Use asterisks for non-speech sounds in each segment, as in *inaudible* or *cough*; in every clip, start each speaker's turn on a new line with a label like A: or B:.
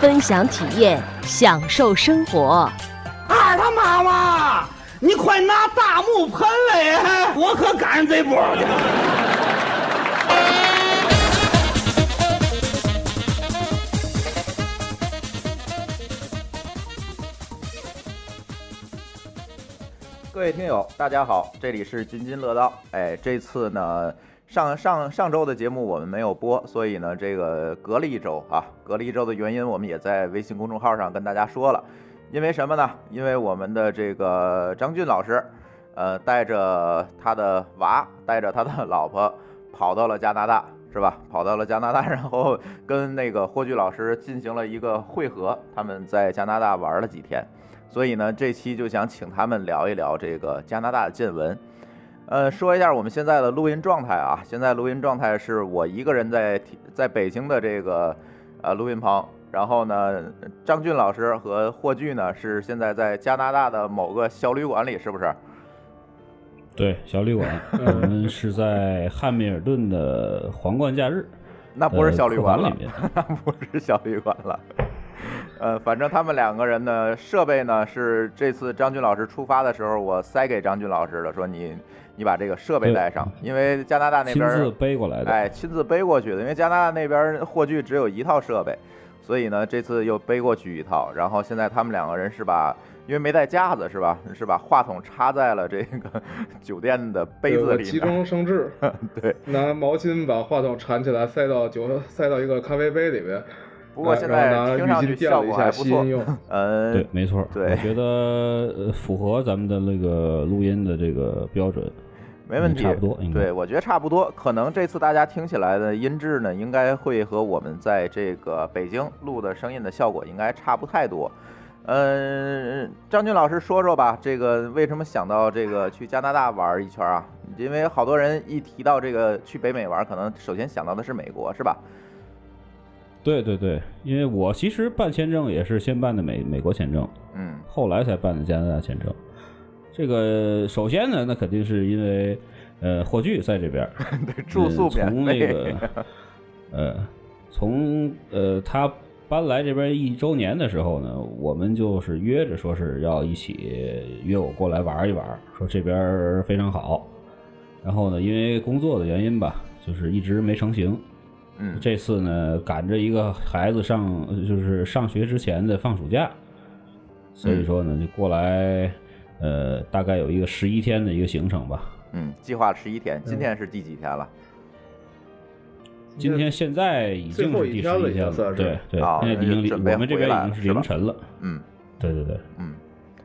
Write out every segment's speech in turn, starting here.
A: 分享体验，享受生活。
B: 二他妈妈，你快拿大木盆来，我可赶上这波去了。
C: 各位听友，大家好，这里是津津乐道。哎，这次呢，上上上周的节目我们没有播，所以呢，这个隔了一周啊，隔了一周的原因，我们也在微信公众号上跟大家说了。因为什么呢？因为我们的这个张俊老师，呃，带着他的娃，带着他的老婆，跑到了加拿大，是吧？跑到了加拿大，然后跟那个霍炬老师进行了一个会合，他们在加拿大玩了几天。所以呢，这期就想请他们聊一聊这个加拿大的见闻。呃，说一下我们现在的录音状态啊，现在录音状态是我一个人在在北京的这个呃录音棚，然后呢，张俊老师和霍炬呢是现在在加拿大的某个小旅馆里，是不是？
D: 对，小
C: *laughs*
D: 旅馆，我们是在汉密尔顿的皇冠假日，
C: *laughs* 那不是小旅馆了
D: 呃客房里面，
C: 那 *laughs* 不是小旅馆了。呃，反正他们两个人呢，设备呢是这次张军老师出发的时候，我塞给张军老师的，说你你把这个设备带上，因为加拿大那
D: 亲
C: 边儿
D: 自背过来的。
C: 哎，亲自背过去的，因为加拿大那边儿霍炬只有一套设备，所以呢，这次又背过去一套。然后现在他们两个人是把，因为没带架子是吧？是把话筒插在了这个酒店的杯
E: 对
C: 子
E: 我
C: 里
E: 急
C: 面嗯儿。
E: 中生智，
C: *laughs* 对，
E: 拿毛巾把话筒缠起来，塞到酒，塞到一个咖啡杯里边。
C: 不过
E: 然
C: 现
E: 然
C: 在
E: 后拿
C: 听
E: 浴
C: 上
E: 巾
C: 去
E: 垫了
C: 效
E: 一
C: 果
E: 下
C: 还不
E: 吸
C: 错
E: 引。
C: *laughs*
E: 用。
C: 嗯，
D: 对，没错，
C: 对
D: 我觉得呃符合咱们的那个录音的这个标准。
C: 没问题，
D: 嗯差不多应该
C: 对，我觉得差不多。可能这次大家听起来的音质呢，应该会和我们在这个北京录的声音的效果应该差不太多。嗯，张军老师说说吧，这个为什么想到这个去加拿大玩一圈啊？因为好多人一提到这个去北美玩，可能首先想到的是美国，是吧？
D: 对对对，因为我其实办签证也是先办的美美国签证，
C: 嗯
D: 后来才办的加拿大签证。这个首先呢，那肯定是因为呃霍炬在这边儿，
C: 对， *laughs* 住宿
D: 呃
C: 免
D: 从那
C: 费，
D: 个 *laughs* 呃，从呃他搬来这边一周年的时候呢，我们就是约着说是要一起约我过来玩一玩，说这边非常好。然后呢，因为工作的原因吧，就是一直没成行。
C: *laughs* 嗯，
D: 这次呢，赶着一个孩子上就是上学之前的放暑假，所
C: 嗯
D: 以说呢，就过来，呃，大概有一个十一天的一个行程吧。
C: 嗯，计划十一天，今天是第几天了？
D: 今天现在已经是第十一天了，对对，
C: 啊
D: 现在已经
C: 准
D: 凌
C: 备
D: 我们这
C: 回
D: 边
C: 来
D: 已经
C: 了
D: 是
C: 是吧
D: 凌晨了，
C: 嗯
D: 对对对，
C: 嗯，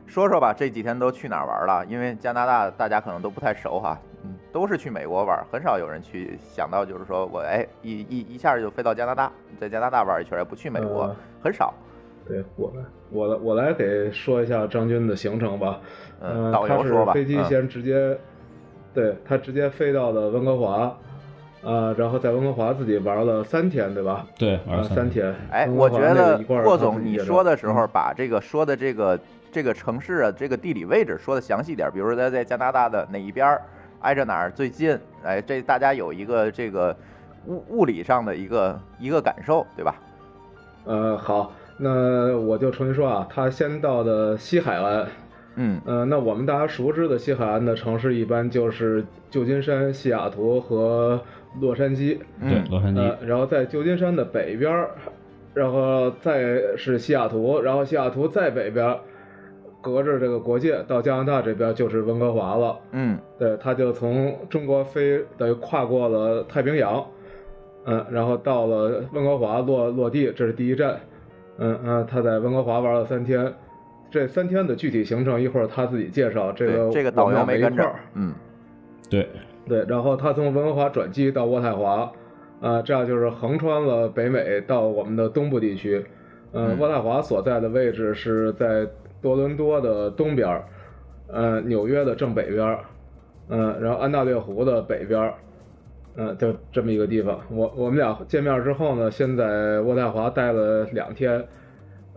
C: 说说吧，这几天都去哪儿玩了？因为加拿大大家可能都不太熟哈，嗯，都是去美国玩，很少有人去想到就是说我哎一一一下就飞到加拿大，在加拿大玩一圈，也不去美国，
E: 呃
C: 很少。
E: 对我来，我来，我来给说一下张军的行程吧。
C: 嗯
E: 呃
C: 导游
E: 他是
C: 说吧
E: 飞机
C: 嗯
E: 先直接，对他直接飞到了温哥华，呃，然后在温哥华自己玩了三天，对吧？
D: 对，玩
E: 呃，
D: 了
E: 三天。
C: 哎，
E: 温
C: 我
E: 哥
C: 觉
E: 华那
C: 得
E: 个一块儿
C: 霍
E: 他自
C: 总
E: 己
C: 你
E: 也
C: 说的
E: 是
C: 时候，把这个说的这个这个城市啊，这个地理位置说的详细点儿，比如说在在加拿大的哪一边儿，挨着哪儿最近，哎，这大家有一个这个物物理上的一个一个感受，对吧？
E: 呃，好，那我就重新说啊，他先到的西海岸，
C: 嗯
E: 呃，那我们大家熟知的西海岸的城市一般就是旧金山、西雅图和洛杉矶。
D: 对
C: 嗯
D: 洛杉矶
E: 呃，，然后在旧金山的北边儿，然后再是西雅图，然后西雅图再北边儿，隔着这个国界到加拿大这边就是温哥华了。
C: 嗯
E: 对，他就从中国飞，等于跨过了太平洋，嗯，然后到了温哥华落落地，这是第一站，嗯嗯，他在温哥华玩了三天，这三天的具体行程一会儿他自己介绍，这个
C: 对，这个
E: 我
C: 导
E: 们
C: 游
E: 俩
C: 没
E: 一
C: 跟
E: 块
C: 着
E: 儿，
C: 嗯。
D: 对，
E: 对，然后他从温哥华转机到渥太华，呃，这样就是横穿了北美到我们的东部地区，呃，
C: 嗯
E: 渥太华所在的位置是在多伦多的东边儿，呃，纽约的正北边儿，嗯，然后安大略湖的北边儿，嗯，就这么一个地方。我我们俩见面之后呢，先在渥太华待了两天，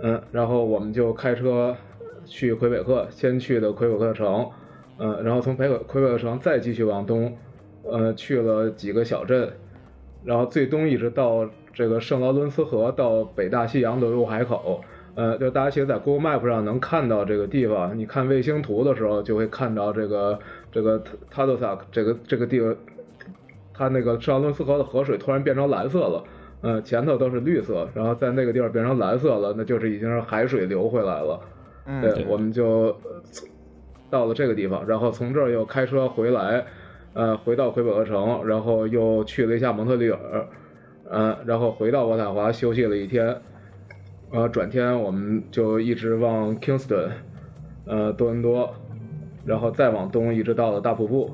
E: 嗯，然后我们就开车去魁北克，先去的魁北克城，嗯，然后从魁北魁北克城再继续往东，呃，去了几个小镇，然后最东一直到这个圣劳伦斯河到北大西洋的入海口。呃，就大家其实，在 Google Map 上能看到这个地方，你看卫星图的时候，就会看到这个这个塔多萨克这个这个地方，它那个圣劳伦斯河的河水突然变成蓝色了。嗯，前头都是绿色，然后在那个地儿变成蓝色了，那就是已经是海水流回来了。
C: 嗯
E: 对，
D: 对
E: 我们就呃从到了这个地方，然后从这儿又开车回来，呃，回到魁北克城，然后又去了一下蒙特利尔，呃，然后回到渥太华休息了一天，呃，转天我们就一直往 Kingston，呃，多伦多，然后再往东一直到了大瀑布，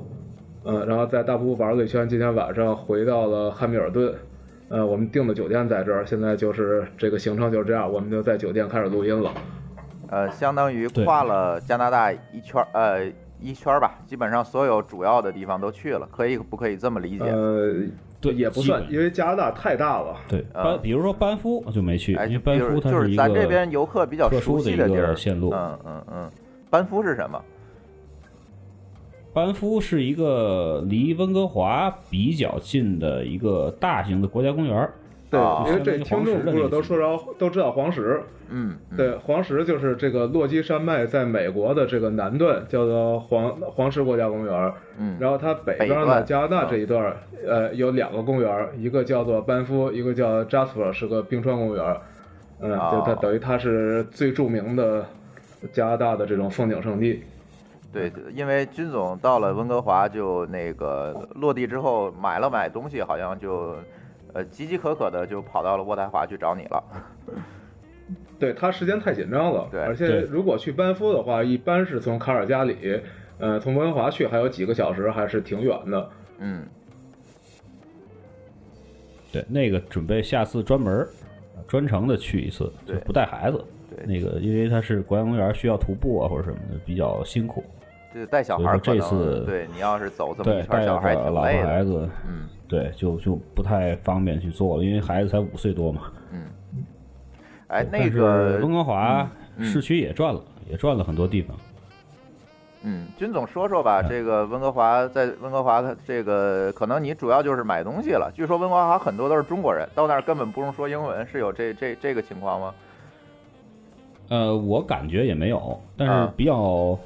E: 呃，然后在大瀑布玩了一圈，今天晚上回到了汉密尔顿。呃，我们订的酒店在这儿，现在就是这个行程就是这样，我们就在酒店开始录音了。
C: 呃，相当于
D: 对
C: 跨了加拿大一圈儿，呃，一圈儿吧，基本上所有主要的地方都去了，可以不可以这么理解？
E: 呃，
D: 对
E: 也不
D: 基
E: 算，
D: 本
E: 因为加拿大太大了。
D: 对，
C: 啊
D: 班比如说班夫我就没去，
C: 哎，
D: 因为
C: 就
D: 班夫
C: 是
D: 它
C: 就是
D: 一个
C: 咱这边游客比较
D: 特
C: 熟
D: 殊的
C: 悉
D: 一
C: 地
D: 个
C: 儿，
D: 线路。
C: 嗯嗯嗯，班夫是什么？
D: 班夫是一个离温哥华比较近的一个大型的国家公园儿，
E: 对，
C: 啊
E: 因为这听众不是都说着都知道黄石，
C: 嗯，嗯，
E: 对，黄石就是这个落基山脉在美国的这个南段，叫做黄黄石国家公园。
C: 嗯，
E: 然后它北
C: 北
E: 边呢，
C: 段
E: 加拿大这一段儿，呃，有两个公园儿，一个叫做班夫，一个叫 Jasper，是个冰川公园儿。嗯，
C: 哦
E: 就它等于它是最著名的加拿大的这种风景胜地。
C: 对，对因为军总到了温哥华就那个落地之后买了买东西，好像就呃岌岌可可的就跑到了渥太华去找你了。
E: 对他时间太紧张了，
C: 对
E: 而且
D: 对
E: 如果去班夫的话，一般是从卡尔加里，呃，从温哥华去还有几个小时，还是挺远的。
C: 嗯，
D: 对，那个准备下次专门儿呃专程的去一次，就
C: 对
D: 不带孩子。
C: 对
D: 那个因为它是国家公园儿，需要徒步啊或者什么的，比较辛苦。
C: 这带小
D: 所以
C: 孩儿可
D: 说这次
C: 能对你要是走这么
D: 对
C: 一，圈
D: 带
C: 儿，
D: 着
C: 小孩儿也
D: 老
C: 挺
D: 婆
C: 累
D: 孩
C: 的。
D: 子，
C: 嗯
D: 对，就就不太方便去做了，因为孩子才五岁多嘛。
C: 嗯，哎，
D: 但
C: 那
D: 是
C: 个
D: 温哥华
C: 嗯
D: 市区也转了，也转了很多地方。
C: 嗯，军总说说吧，这个温哥华在温哥华，它这个可能你主要就是买东西了。据说温哥华很多都是中国人，到那儿根本不用说英文，是有这这这个情况吗？
D: 呃，我感觉也没有，但是
C: 啊
D: 比较、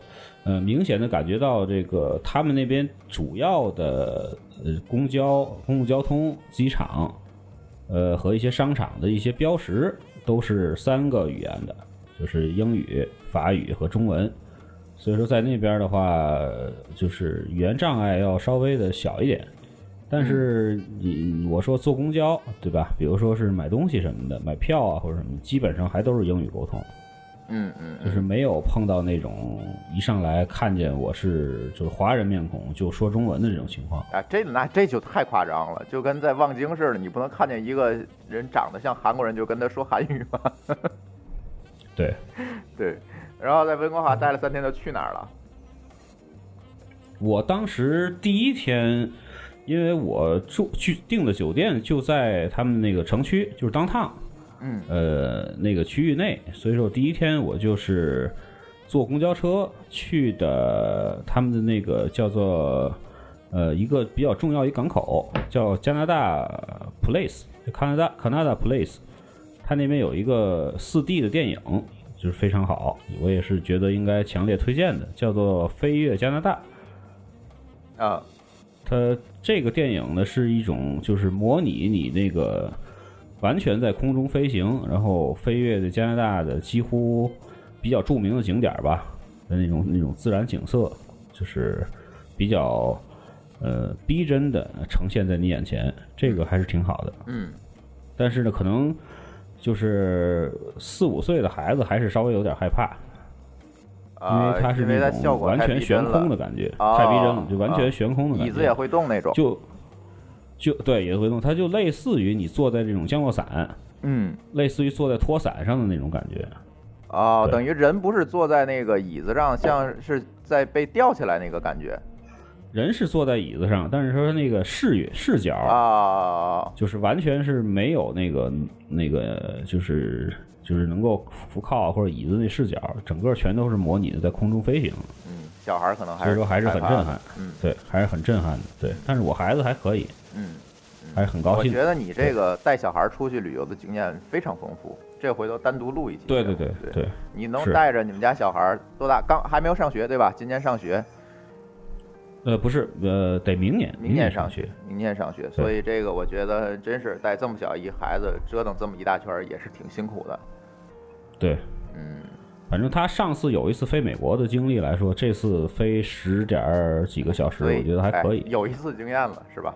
D: 呃明显的感觉到这个他们那边主要的呃公交、公共交通、机场，呃和一些商场的一些标识都是三个语言的，就是英语、法语和中文。所以说在那边的话，就是语言障碍要稍微的小一点。但是你我说坐公交对吧？比如说是买东西什么的，买票啊或者什么，基本上还都是英语沟通。
C: 嗯嗯
D: 就
C: 嗯
D: 是没有碰到那种一上来看见我是就是华人面孔就说中文的这种情况。
C: 啊，这那这就太夸张了，就跟在望京似的，你不能看见一个人长得像韩国人就跟他说韩语吧？
D: 对，
C: *laughs* 对。然后在温哥华待了三天，都去哪儿了？
D: 我当时第一天，因为我住去订的酒店就在他们那个城区，就是当趟，
C: 嗯
D: 呃，那个区域内，所以说我第一天我就是坐公交车去的他们的那个叫做呃一个比较重要一港口，叫加拿大 Place，就加拿大 Canada Place，它那边有一个四 D 的电影，就是非常好，我也是觉得应该强烈推荐的，叫做《飞跃加拿大》。
C: 啊
D: 它这个电影呢是一种就是模拟你那个完全在空中飞行，然后飞跃的加拿大的几乎比较著名的景点儿吧的那种那种自然景色，就是比较呃逼真的呈现在你眼前，这个还是挺好的。
C: 嗯
D: 但是呢，可能就是四五岁的孩子还是稍微有点害怕，因
C: 啊，
D: 为它是
C: 因为它
D: 那
C: 效
D: 种
C: 果
D: 完
C: 太
D: 全
C: 逼
D: 悬
C: 真
D: 空的
C: 了，
D: 感觉，
C: 哦
D: 太逼真了，就完
C: 啊
D: 全悬空的感
C: 椅
D: 觉，
C: 子也会动那种。
D: 就就对也会动，它就类似于你坐在这种降落伞，
C: 嗯，
D: 类似于坐在拖伞上的那种感觉。
C: 哦，
D: 对
C: 等于人不是坐在那个椅子上，像是在被吊起来那个感觉
D: 人是坐在椅子上，但是说那个视野视角
C: 啊。
D: 就是完全是没有那个那个，就是就是能够扶靠或者椅子那视角，整个全都是模拟的在空中飞行，
C: 嗯，小孩儿可能还
D: 所
C: 是
D: 以说还是很
C: 害怕
D: 震
C: 的
D: 撼。
C: 嗯
D: 对，还是很震撼的。对，但是我孩子还可以，
C: 嗯，
D: 还是很高
C: 我
D: 兴
C: 觉。得你这个带小孩出去旅游的经验非常丰富，这回头单独录一集。
D: 对对对
C: 对，
D: 对，
C: 你能
D: 是
C: 带着你们家小孩儿多大？刚还没有上学对吧？今年上学，
D: 呃，不是，呃，得明年，
C: 明
D: 年
C: 年上
D: 学。，
C: 明年上学。所以这个我觉得真是带这么小一孩子折腾这么一大圈儿也是挺辛苦的。
D: 对，
C: 嗯，
D: 反正他上次有一次飞美国的经历来说，这次飞十点儿几个小时，
C: 所以
D: 我觉得还可
C: 哎
D: 以。
C: 有一次经验了是吧？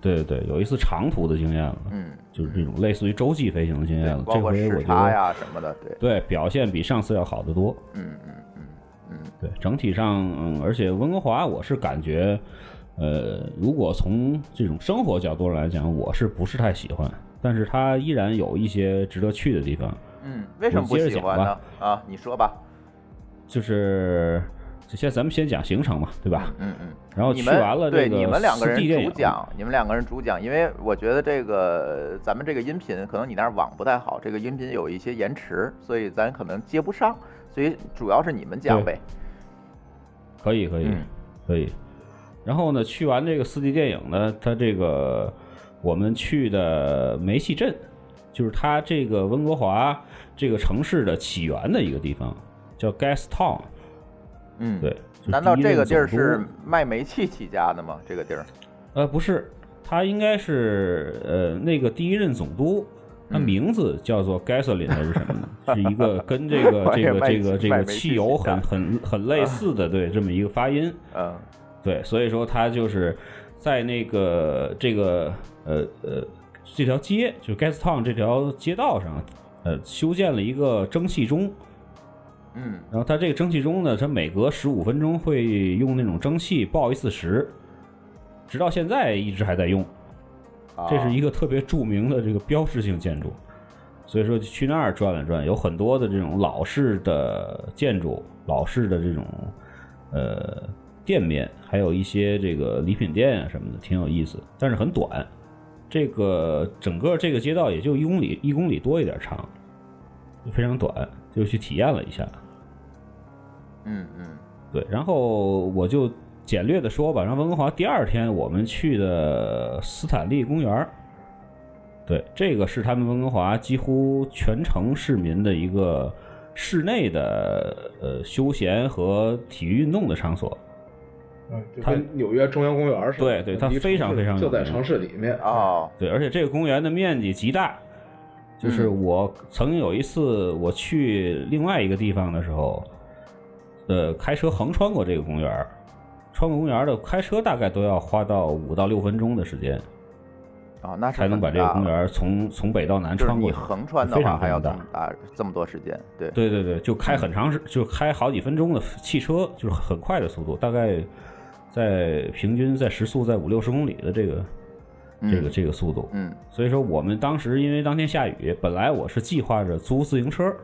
D: 对对对，有一次长途的经验了，
C: 嗯，
D: 就是这种类似于洲际飞行的经验
C: 对
D: 了。
C: 包
D: 这
C: 括
D: 回我
C: 时
D: 觉
C: 差
D: 得
C: 呀什么的，对，
D: 对表现比上次要好得多。
C: 嗯嗯嗯嗯，
D: 对，整体上，嗯，而且温哥华，我是感觉，呃，如果从这种生活角度来讲，我是不是太喜欢？但是它依然有一些值得去的地方，
C: 嗯，为什么不喜欢呢？啊，你说吧，
D: 就是就先咱们先讲行程嘛，对吧？
C: 嗯嗯。
D: 然后
C: 你
D: 去
C: 们
D: 哦完了这
C: 对
D: 个
C: 你们两个
D: 四 D
C: 人
D: 电
C: 主
D: 影
C: 讲，你们两个人主讲，因为我觉得这个咱们这个音频可能你那儿网不太好，这个音频有一些延迟，所以咱可能接不上，所以主要是你们讲呗。
D: 可以可以、
C: 嗯
D: 可以。然后呢，去完这个四 D 电影呢，它这个我们去的梅戏镇，就是它这个温哥华这个城市的起源的一个地方，叫 Gastown。
C: 嗯，
D: 对。，就
C: 难道
D: 第一任
C: 这个地儿
D: 总督
C: 是卖煤气起家的吗？这个地儿，
D: 呃，不是，他应该是呃那个第一任总督，他
C: 嗯
D: 名字叫做 Gasolin 还是什
C: *laughs*
D: 么的，是一个跟这个
C: 我
D: 这
C: 也
D: 个
C: 卖
D: 这个
C: 气
D: 这
C: 卖啊
D: 个
C: 煤气
D: 汽油
C: 起家
D: 很很很类似的对这么一个发音，
C: 嗯
D: 对，所以说他就是在那个这个呃呃这条街，就 Gastown 这条街道上，呃修建了一个蒸汽钟，
C: 嗯
D: 然后它这个蒸汽钟呢，它每隔十五分钟会用那种蒸汽爆一次时，直到现在一直还在用。
C: 啊，
D: 这是一个特别著名的这个标志性建筑，所以说就去那儿转了转，有很多的这种老式的建筑、老式的这种呃店面，还有一些这个礼品店啊什么的，挺有意思，但是很短。这个整个这个街道也就一公里一公里多一点长，就非常短，就去体验了一下。
C: 嗯嗯
D: 对，然后我就简略的说吧。然后温哥华第二天我们去的斯坦利公园儿，对，这个是他们温哥华几乎全城市民的一个室内的呃休闲和体育运动的场所。
E: 嗯，就
D: 它
E: 跟纽约中央公园似的，
D: 对对它
E: 离
D: 非常
E: 城市
D: 非常
E: 就
D: 有
E: 在
D: 名
E: 城市里面。
C: 哦，
D: 对，而且这个公园的面积极大。就是
C: 嗯
D: 我曾经有一次我去另外一个地方的时候，呃，开车横穿过这个公园儿，穿过公园儿的开车大概都要花到五到六分钟的时间，
C: 哦，那是
D: 才能把
C: 很
D: 这个
C: 大
D: 公
C: 了
D: 园儿从从北到南
C: 就是
D: 穿过
C: 你
D: 去。
C: 横穿的
D: 非
C: 话
D: 常非
C: 还要
D: 常
C: 这
D: 大
C: 么。大这么多时间，对，
D: 对对对，就开很
C: 嗯
D: 长时，就开好几分钟的汽车，就是很快的速度，大概在平均在时速在五六十公里的这个这个
C: 嗯
D: 这个速度。
C: 嗯
D: 所以说我们当时因为当天下雨，本来我是计划着租自行车，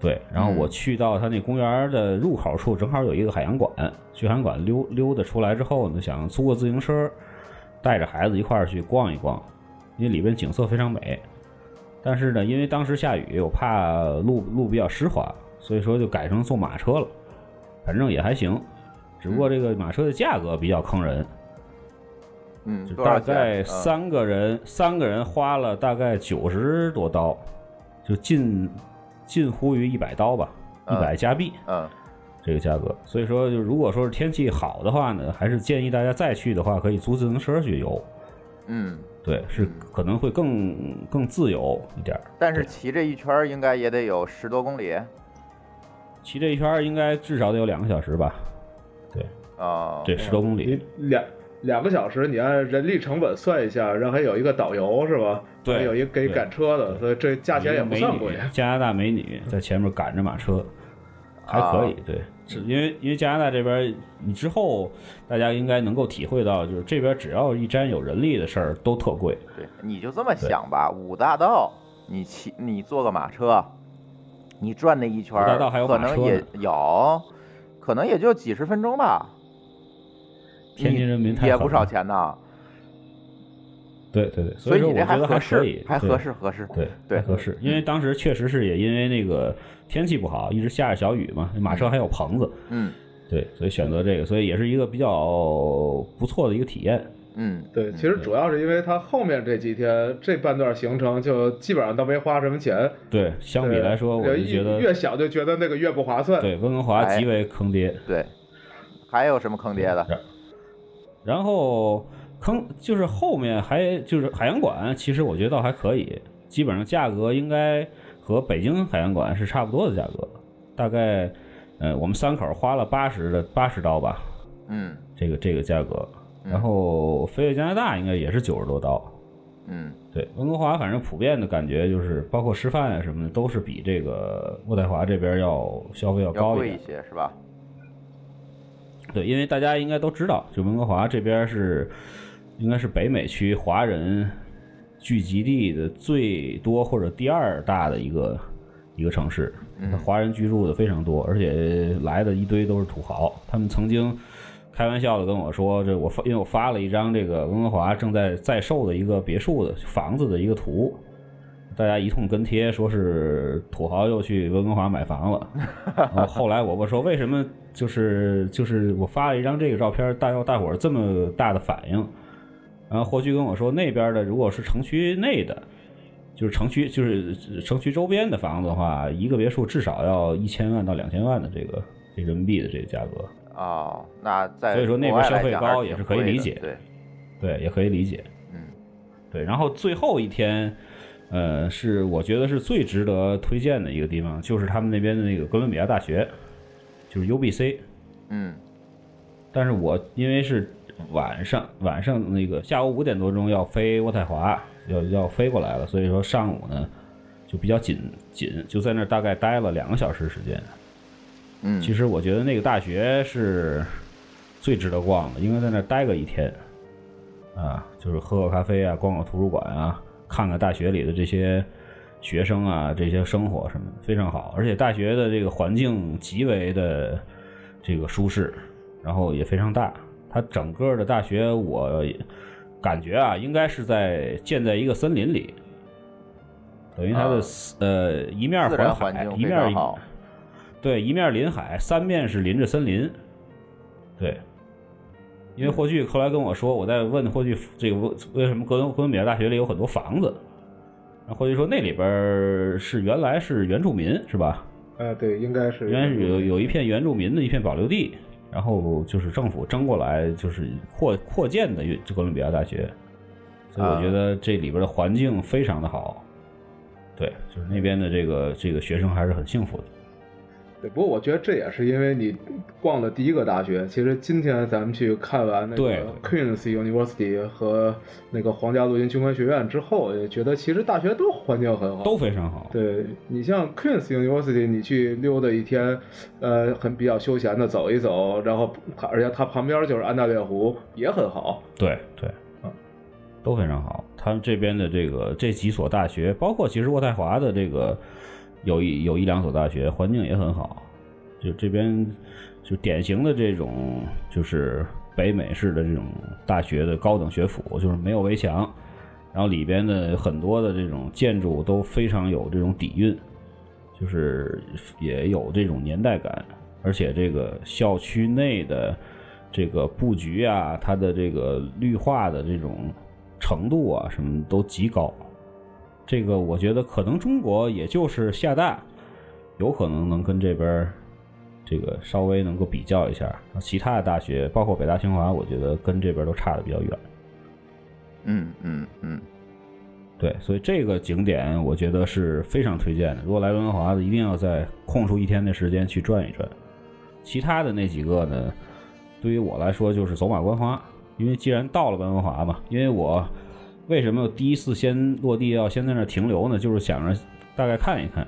D: 对，然后我去到他那公园的入口处，正好有一个海洋馆，去海洋馆溜溜达出来之后呢，想租个自行车，带着孩子一块儿去逛一逛，因为里边景色非常美。但是呢，因为当时下雨，我怕路路比较湿滑，所以说就改成坐马车了，反正也还行，只不过这个马车的价格比较坑人。
C: 嗯，
D: 就
C: 多
D: 大
C: 少钱
D: 概
C: 嗯
D: 三个人，三个人花了大概九十多刀，就近近乎于一百刀吧，一
C: 嗯
D: 百加币
C: 嗯
D: 这个价格。所以说，就如果说是天气好的话呢，还是建议大家再去的话，可以租自行车去游。
C: 嗯。
D: 对，是可能会更更自由一点儿。
C: 但是骑这一圈儿应该也得有十多公里啊、
D: 骑这一圈儿应该至少得有两个小时吧？
C: 哦
D: 对，十多公里。
E: 你两两个小时，你按人力成本算一下，然后还有一个导游是吧？
D: 对
E: 还有一个给
D: 对
E: 赶车的，所以这价钱也不
D: 美
E: 算
C: 啊
D: 女
E: 贵。，
C: 啊
D: 加拿大美女在前面赶着马车，还可以。对，是因为因为加拿大这边，你之后大家应该能够体会到，就是这边只要一沾有人力的事儿都特贵。
C: 对，你就这么想吧，五大道，你骑你坐个马车，你转那一圈儿，
D: 五大道还有
C: 可
D: 马车
C: 能也
D: 呢
C: 有，可能也就几十分钟吧。
D: 天津
C: 你
D: 人民太
C: 也
D: 狠
C: 不少
D: 了
C: 钱呢，
D: 对对对，
C: 所
D: 以
C: 你
D: 说我
C: 这
D: 觉
C: 还
D: 得
C: 合
D: 可
C: 适
D: 以，，
C: 还
D: 对
C: 合适合适。
D: 对
C: 对
D: 还合适。因为当时确实是也因为那个天气不好，一直下着小雨嘛，马车还有棚子，
C: 嗯
D: 对，所以选择这个，所以也是一个比较不错的一个体验。
C: 嗯，
E: 对，其实主要是因为它后面这几天这半段行程就基本上都没花什么钱，
D: 对，相比
E: 对
D: 来说，我
E: 这
D: 就觉
E: 越
D: 得
E: 越小就觉得那个越不划算。
D: 对温哥华
C: 哎
D: 极为坑爹。
C: 对。还有什么坑爹的？
D: 然后坑就是后面还就是海洋馆，其实我觉得倒还可以，基本上价格应该和北京海洋馆是差不多的价格，大概呃我们三口花了八十的八十刀吧，
C: 嗯
D: 这个这个价格。
C: 嗯
D: 然后飞越加拿大应该也是九十多刀。
C: 嗯
D: 对，温哥华反正普遍的感觉就是，包括吃饭啊什么的，都是比这个渥太华这边要消费要
C: 要
D: 高一
C: 贵
D: 点
C: 一。些是吧？
D: 对，因为大家应该都知道，就温哥华这边是应该是北美区华人聚集地的最多或者第二大的一个一个城市，
C: 嗯
D: 华人居住的非常多，而且来的一堆都是土豪。他们曾经开玩笑的跟我说，这我发因为我发了一张这个温哥华正在在售的一个别墅的房子的一个图。大家一通跟贴，说是土豪又去温哥华买房了，然后后来我问说为什么就是就是我发了一张这个照片，大要大伙儿这么大的反应，然后霍炬跟我说那边的如果是城区内的，就是城区就是呃城区周边的房子的话，一个别墅至少要一千万到两千万的这个这人民币的这个价格，
C: 哦，那在
D: 所以说那
C: 国外
D: 边消
C: 来
D: 费
C: 讲
D: 高
C: 还是
D: 也
C: 挺
D: 是可以
C: 贵的
D: 理解
C: 对，
D: 对，也可以理解。
C: 嗯
D: 对，然后最后一天，呃，是我觉得是最值得推荐的一个地方，就是他们那边的那个哥伦比亚大学，就是 UBC。
C: 嗯
D: 但是我因为是晚上晚上那个下午五点多钟要飞渥太华，要要飞过来了，所以说上午呢就比较紧紧，就在那儿大概待了两个小时时间。
C: 嗯，
D: 其实我觉得那个大学是最值得逛的，应该在那儿待个一天，啊，就是喝喝咖啡啊，逛逛图书馆啊，看看大学里的这些学生啊，这些生活什么的，非常好。而且大学的这个环境极为的这个舒适，然后也非常大。它整个的大学，我感觉啊，应该是在建在一个森林里，等于它的
C: 啊
D: 四、呃一面
C: 自
D: 环
C: 然
D: 海
C: 环，境
D: 一
C: 非
D: 面
C: 常
D: 一
C: 好。
D: 对，一面临海，三面是临着森林。对，因为霍炬后来跟我说，我在问霍炬这个为为什么哥伦哥伦比亚大学里有很多房子，然后霍炬说那里边儿是原来是原住民是吧？
E: 哎，对，应该是
D: 原来是有有一片原住民的一片保留地，然后就是政府争过来，就是扩扩建的这哥伦比亚大学，所以我
C: 啊
D: 觉得这里边的环境非常的好。对，就是那边的这个这个学生还是很幸福的。
E: 对，不过我觉得这也是因为你逛了第一个大学。其实今天咱们去看完那
D: 对
E: 个 Queen's University 和那个皇家陆军军官学院之后，也觉得其实大学都环境很好，
D: 都非常好，
E: 对你像 Queen's University，你去溜达一天，呃，很比较休闲的走一走，然后它而且它旁边就是安大略湖，也很好。
D: 对对，
E: 嗯，
D: 都非常好。他们这边的这个这几所大学，包括其实渥太华的这个有一有一两所大学，环境也很好。就这边就典型的这种就是北美式的这种大学的高等学府，就是没有围墙，然后里边的很多的这种建筑都非常有这种底蕴，就是也有这种年代感，而且这个校区内的这个布局啊，它的这个绿化的这种程度啊，什么都极高。这个我觉得可能中国也就是厦大，有可能能跟这边儿这个稍微能够比较一下，其他的大学包括北大清华，我觉得跟这边都差的比较远。
C: 嗯嗯嗯
D: 对，所以这个景点我觉得是非常推荐的。如果来温哥华的，一定要在空出一天的时间去转一转。其他的那几个呢，对于我来说就是走马观花，因为既然到了温哥华嘛，因为我为什么第一次先落地要先在那儿停留呢？就是想着大概看一看，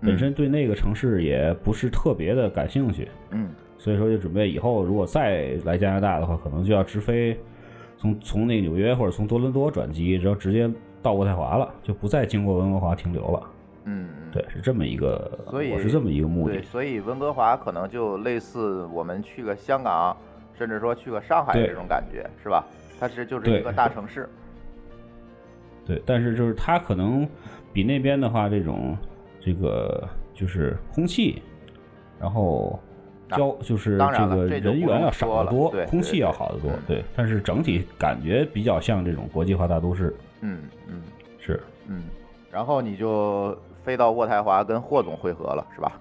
D: 本身对那个城市也不是特别的感兴趣，
C: 嗯
D: 所以说就准备以后如果再来加拿大的话，可能就要直飞从从那纽约或者从多伦多转机，然后直接到渥太华了，就不再经过温哥华停留了。
C: 嗯，
D: 对，是这么一个，
C: 所以
D: 我是这么一个目的
C: 对，。所以温哥华可能就类似我们去个香港，甚至说去个上海
D: 对
C: 这种感觉，是吧？它是就是
D: 对
C: 一个大城市，
D: 对，但是就是它可能比那边的话，这种这个就是空气，然后
C: 啊
D: 交、就是
C: 当
D: 这
C: 然了
D: 个
C: 这就
D: 人
C: 不
D: 员
C: 用
D: 要少
C: 说
D: 得
C: 了
D: 多
C: 对，
D: 空
C: 对
D: 气要好得多
C: 嗯。
D: 对，但是整体感觉比较像这种国际化大都市。
C: 嗯嗯
D: 是，
C: 嗯。然后你就飞到渥太华跟霍总会合了，是吧？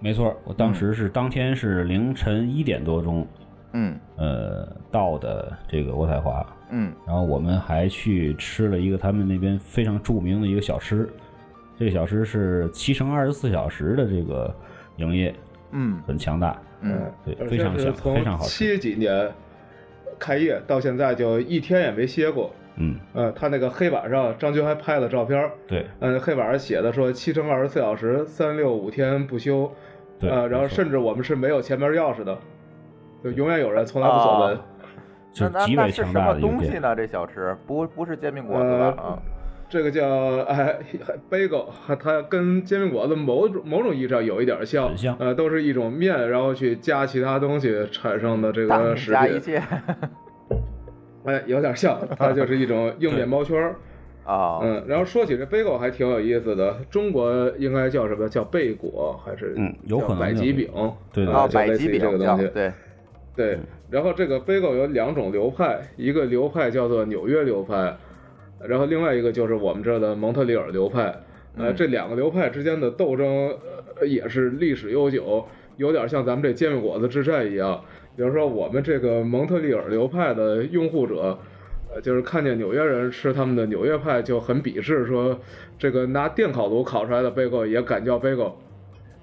D: 没错儿。我当时是当天是凌晨一点多钟，
C: 嗯
D: 呃，到的这个渥太华。
C: 嗯
D: 然后我们还去吃了一个他们那边非常著名的一个小吃，这个小吃是七乘二十四小时的这个营业，
C: 嗯
D: 很强大，
C: 嗯，
D: 对，
E: 而
D: 非
E: 且
D: 常
E: 是
D: 香，
E: 从
D: 非常好吃，
E: 七几年开业到现在，就一天也没歇过。
D: 嗯，
E: 呃，他那个黑板上，张军还拍了照片儿。
D: 对
E: 嗯，黑板上写的说七乘二十四小时，三六五天不休。
D: 对。
E: 呃，然后
D: 没错
E: 甚至我们是没有前门钥匙的，就永远有人从来不锁门。
C: 啊
D: 就
C: 那那
D: 极
C: 那
D: 为
C: 是
D: 强
C: 什
D: 大
C: 么
D: 的一个呃
C: 东西
D: 店，
C: 呢？这小吃不不是煎饼果子吧？啊，
E: 这个叫哎，bagel，它跟煎饼果子某种某种意义上有一点像
D: 很像，
E: 呃，都是一种面，然后去加其他东西产生的这
C: 大
E: 个
C: 米
E: 食
C: 加一
E: 品，
C: 切 *laughs*
E: 哎，有点像，它就是一
D: *laughs*
E: 种硬面包圈儿。
C: 啊，
E: 嗯，然后说起这 bagel 还挺有意思的，中国应该叫什么叫贝果还是
D: 嗯有可能嗯
E: 叫百
D: 叫
E: 吉
D: 贝
E: 饼？
D: 对对
E: 啊
C: 啊，
D: 对
E: 就
C: 百
E: 类似
C: 吉
E: 于
C: 饼
E: 这个
C: 叫
E: 东西。
C: 对，
E: 对，
D: 嗯
E: 然后这个 bagel 有两种流派，一个流派叫做纽约流派，然后另外一个就是我们这儿的蒙特利尔流派。呃，
C: 嗯
E: 这两个流派之间的斗争呃也是历史悠久，有点像咱们这煎饼果子之战一样。比如说，我们这个蒙特利尔流派的拥护者，呃，就是看见纽约人吃他们的纽约派就很鄙视，说这个拿电烤炉烤出来的 bagel 也敢叫 bagel。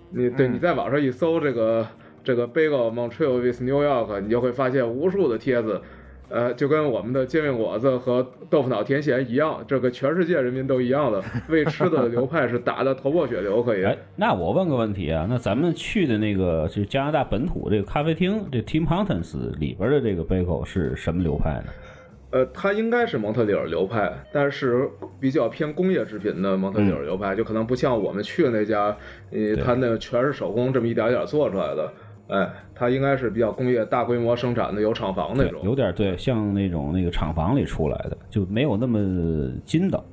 E: 你对
C: 嗯
E: 你在网上一搜这个这个 bagel Montreal with New York，你就会发现无数的帖子，呃，就跟我们的煎饼果子和豆腐脑甜咸一样，这个全世界人民都一样的，为吃的流派是打得头破血
D: *laughs*
E: 流，可以。
D: 哎，那我问个问题啊，那咱们去的那个就是加拿大本土这个咖啡厅，这 Tim Hortons 里边的这个 bagel 是什么流派呢？
E: 呃，它应该是蒙特利尔流派，但是比较偏工业制品的蒙特利
D: 嗯
E: 尔流派，就可能不像我们去的那家，呃，它那个全是手工这么一点儿一点儿做出来的。哎，它应该是比较工业、大规模生产的，有厂房那
D: 对，
E: 种。
D: 有点对，像那种那个厂房里出来的，就没有那么筋道。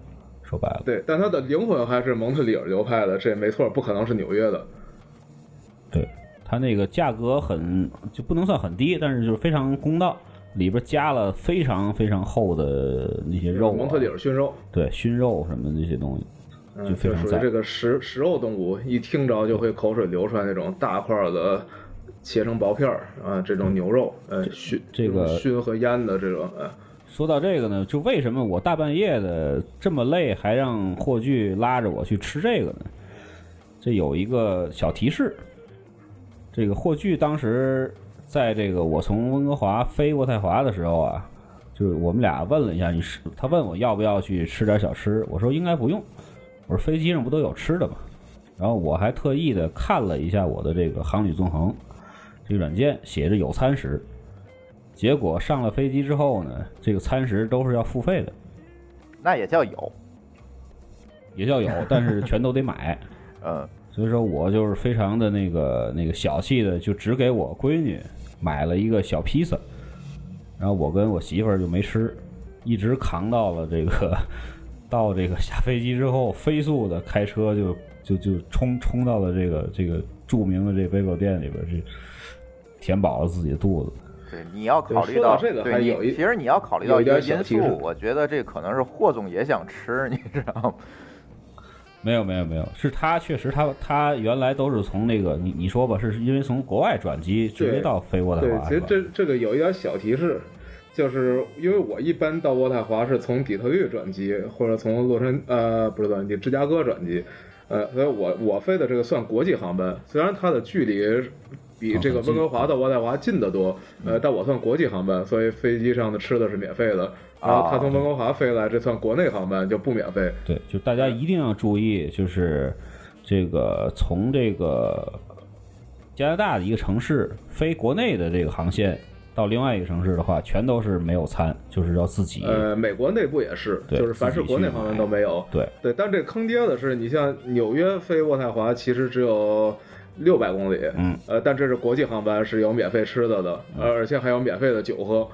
D: 说白了，
E: 对，但它的灵魂还是蒙特利尔流派的，这没错，不可能是纽约的。
D: 对，它那个价格很就不能算很低，但是就是非常公道，里边加了非常非常厚的那些肉、啊，
E: 蒙特利尔熏肉，
D: 对熏肉什么的这些东西，
E: 嗯
D: 就非
E: 就
D: 常
E: 属于
D: 赞
E: 这个食食肉动物，一听着就会口水流出来那种大块儿的，切成薄片儿啊，这种牛肉，呃，熏
D: 嗯这个
E: 熏和腌的这种，呃，
D: 说到这个呢，就为什么我大半夜的这么累，还让霍炬拉着我去吃这个呢？这有一个小提示，这个霍炬当时在这个我从温哥华飞渥太华的时候啊，就是我们俩问了一下，你是他问我要不要去吃点小吃，我说应该不用，我说飞机上不都有吃的吗？然后我还特意的看了一下我的这个航旅纵横这个软件，写着有餐食，结果上了飞机之后呢，这个餐食都是要付费的，
C: 那也叫有，
D: 也叫有，但是全都得买。
C: 嗯
D: 所以说我就是非常的那个那个小气的，就只给我闺女买了一个小披萨，然后我跟我媳妇儿就没吃，一直扛到了这个 *laughs* 到这个下飞机之后，飞速的开车就就就冲冲到了这个这个著名的这贝果店里边去，填饱了自己的肚子。
C: 对，你要考虑
E: 对说到这
C: 对
E: 个
C: 你，
E: 还有一
C: 其实你要考虑
E: 有
C: 到
E: 一
C: 一个
E: 点小
C: 因
E: 提示
C: 素，我觉得这可能是霍总也想吃，你知道吗？ *laughs*
D: 没有没有没有，是他确实他他原来都是从那个你你说吧，是因为从国外转机直接到飞渥太
E: 对，
D: 华，
E: 其实
D: 是吧
E: 这这个有一点小提示，就是因为我一般到渥太华是从底特律转机，或者从洛杉呃不是洛杉矶芝加哥转机，呃，所以我我飞的这个算国际航班，虽然它的距离比
D: 啊
E: 这个温哥华到渥太华近得多，呃，
D: 嗯
E: 但我算国际航班，所以飞机上的吃的是免费的。然
D: 啊
E: 后他从温哥华飞来，这算国内航班就不免费。
D: 对，就大家一定要注意，就是这个从这个加拿大的一个城市飞国内的这个航线到另外一个城市的话，全都是没有餐，就是要自己。
E: 呃，美国内部也是，
D: 嗯对
E: 就是凡是国内航班都没有。
D: 对，
E: 对，但这坑爹的是，你像纽约飞渥太华，其实只有六百公里，
D: 嗯，
E: 呃，但这是国际航班，是有免费吃的的，呃而且还有免费的酒喝。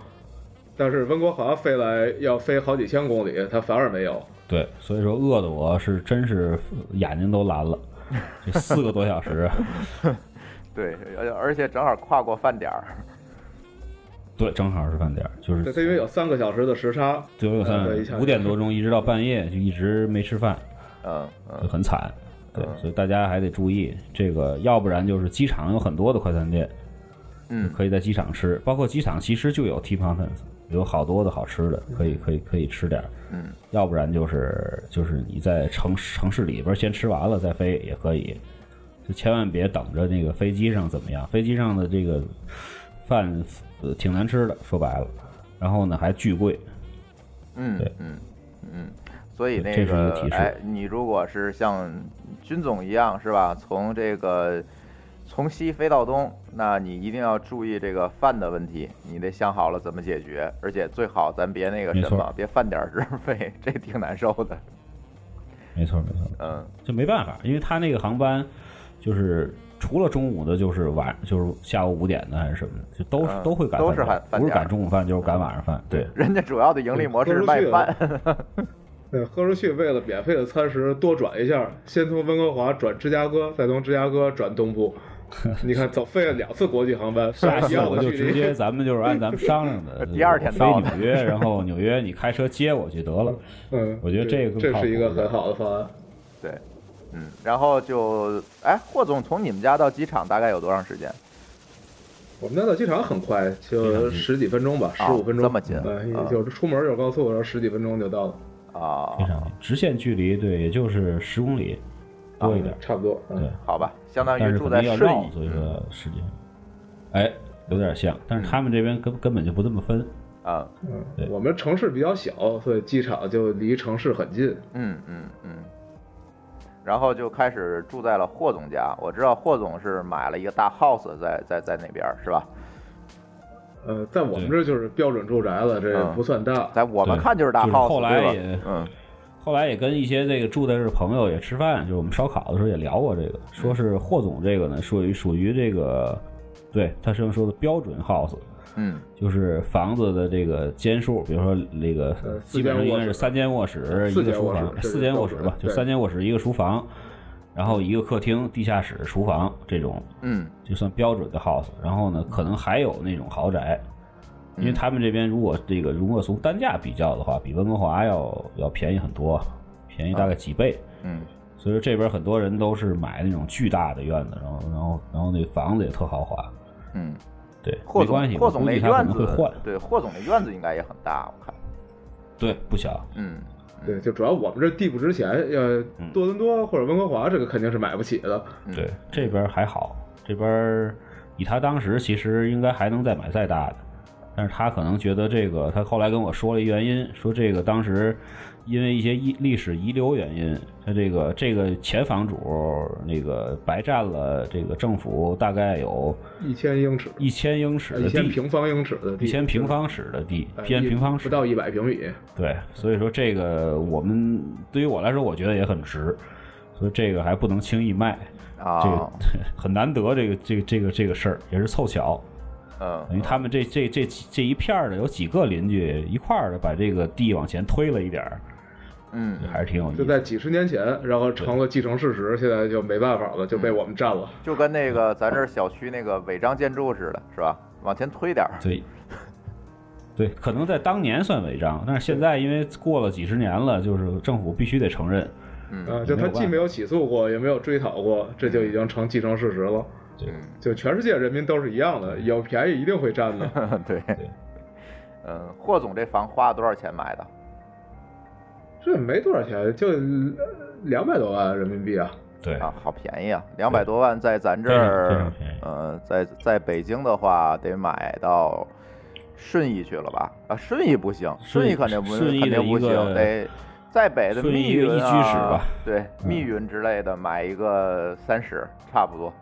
E: 但是温哥华飞来要飞好几千公里，它反而没有。
D: 对，所以说饿的我是真是呃眼睛都蓝了，这四个多小时， *laughs*
C: 对，而而且正好跨过饭点儿，
D: 对，正好是饭点儿，就是
E: 对，它因为有三个小时的时差，
D: 九九三
E: 对一下
D: 五点多钟一直到半夜就一直没吃饭，
C: 嗯
D: 就
C: 嗯，
D: 很惨。对
C: 嗯，
D: 所以大家还得注意这个，要不然就是机场有很多的快餐店，
C: 嗯
D: 可以在机场吃，包括机场其实就有 T Mountains，有好多的好吃的，可以可以可以吃点儿。
C: 嗯，
D: 要不然就是就是你在城市城市里边先吃完了再飞也可以，就千万别等着那个飞机上怎么样，飞机上的这个饭呃挺难吃的，说白了，然后呢还巨贵，
C: 嗯
D: 对
C: 嗯嗯，所以
D: 对
C: 那
D: 这是一个
C: 个
D: 提，示
C: 哎，你如果是像军总一样是吧，从这个从西飞到东，那你一定要注意这个饭的问题，你得想好了怎么解决，而且最好咱别那个
D: 没
C: 什
D: 错
C: 么，别饭点儿直飞，这挺难受的。
D: 没错没错，
C: 嗯
D: 就没办法，因为他那个航班就是除了中午的，就是晚，就是下午五点的还是什么的，就都是、
C: 嗯
D: 都会赶
C: 都
D: 饭
C: 是
D: 点
C: 赶饭
D: 不是
C: 点儿
D: 赶中午饭就是赶晚上饭。对，
C: 人家主要的盈利模式是卖饭，，
E: 对，呃喝出去为了免费的餐食多转一下，先从温哥华转芝加哥，再从芝加哥转
D: *laughs*
E: 东部。你看，走飞了两次国际航班，
D: 下
E: 一
D: 次
E: 样
D: 我
E: 的
D: 就
E: 距
D: 直
E: 离。
D: 接咱们就是按咱们商量
C: *laughs*
D: 的
C: 第二天
D: 飞
C: 到的
D: 纽约，然后纽约你开车接我去
C: *laughs*
D: 得了。
E: 嗯，
D: 我觉得这个更
E: 这
D: 靠谱
E: 是一
D: 一
E: 个
D: 点
E: 很好的方案。
C: 对，嗯，然后就，哎，霍总从你们家到机场大概有多长时间？
E: 我们家到机场很快，就十几分钟吧，
C: 啊
E: 十五分钟，
C: 这么近
E: 对，
C: 啊
E: 就是出门有高速，然后十几分钟就到了，
C: 啊
D: 非，常近直线距离对，也就是十公里多一点，
E: 差不多。嗯
D: 对，
C: 好吧，相当
D: 但
C: 于
D: 是
C: 啊住
D: 肯
C: 在
D: 定要
C: 顺
D: 绕，
C: 义，
D: 所以说时间，哎，有点像，但是他们这边根根本就不这么分。
C: 嗯
D: 对
E: 嗯，我们城市比较小，所以机场就离城市很近。
C: 嗯嗯嗯，然后就开始住在了霍总家。我知道霍总是买了一个大 house 在在在那边儿是吧？
E: 呃，在我们这儿就是标准住宅了，这也
D: 啊
C: 嗯
E: 不算大。
C: 在我们
D: 对
C: 看就是大
D: 就是
C: house，
D: 后来
C: 对
D: 也
C: 吧？嗯
D: 后来也跟一些这个住在这儿的朋友也吃饭，就是我们烧烤的时候也聊过这
E: 嗯
D: 个，说是霍总这个呢，属于属于这个，对他这么说的标准 house，
C: 嗯
D: 就是房子的这个间数，比如说那个
E: 呃
D: 基本上应该是
E: 四
D: 三间卧室、
E: 四
D: 一个
E: 间
D: 书
E: 卧室
D: 房，
E: 这是
D: 四间卧室
E: 标
D: 吧，
E: 准
D: 就
E: 对
D: 三间卧室、一个书房，然后一个客厅、地下室、厨房这种，
C: 嗯
D: 就算标准的 house。然后呢，可能还有那种豪宅，
C: 嗯
D: 因为他们这边如果这个如果从单价比较的话，比温哥华要要便宜很多，便宜大概几倍。
C: 嗯
D: 所以说这边很多人都是买那种巨大的院子，然后然后然后那房子也特豪华，
C: 嗯，
D: 对，
C: 霍
D: 没关系，
C: 总霍
D: 我
C: 总
D: 估
C: 那
D: 计他可
C: 院
D: 能会
C: 子
D: 换，
C: 对霍总那院子应该也很大，我看，
D: 对，不小，
C: 嗯
E: 对，就主要我们这地不值钱，呃，
D: 嗯
E: 多伦多或者温哥华这个肯定是买不起的。
C: 嗯
D: 对，这边还好，这边以他当时其实应该还能再买再大的，但是他可能觉得这个，他后来跟我说了一原因，说这个当时因为一些遗历史遗留原因，他这个这个前房主那个白占了这个政府大概有
E: 一千英尺，
D: 一千英尺
E: 呃一
D: 的
E: 千
D: 地，
E: 平方英尺的地，
D: 一千平方尺的地，
E: 呃，
D: 一千平方尺
E: 不到一百平米。
D: 对，所以说这个我们对于我来说，我觉得也很值，所以这个还不能轻易卖，
C: 啊
D: 这个 *laughs* 很难得，这个这个这个这个事儿也是凑巧，
C: 嗯
D: 等于他们这这这几这一片儿的有几个邻居一块儿的把这个地往前推了一点儿，
C: 嗯
D: 还是挺有意思
E: 就在
D: 的。
E: 几十年前，然后成了既成事实，现在就没办法了，就
D: 嗯
E: 被我们占了。
C: 就跟那个咱这儿小区那个违章建筑似的，是吧？往前推点儿，
D: 对，对，可能在当年算违章，但是现在因为过了几十年了，就是政府必须得承认，
C: 嗯
E: 啊，就他既没有起诉过，也没有追讨过，这就已经成既成事实了。
C: 嗯，
E: 就全世界人民都是一样的，有便宜一定会占的。
C: *laughs* 对，嗯，霍总这房花了多少钱买的？
E: 这没多少钱，就两百多万人民币啊。
D: 对，
C: 啊，好便宜啊，两百多万在咱这
D: 非
C: 儿
D: 常非常便宜，
C: 呃，在在北京的话得买到顺义去了吧？啊，顺义不行，
D: 顺
C: 顺义肯定不
D: 顺义
C: 肯
D: 的
C: 定不
D: 一个
C: 行，得在北的
D: 顺义
C: 密
D: 一个
C: 云
D: 一居室
C: 啊
D: 吧，嗯
C: 对，密云之类的买一个三十差不多，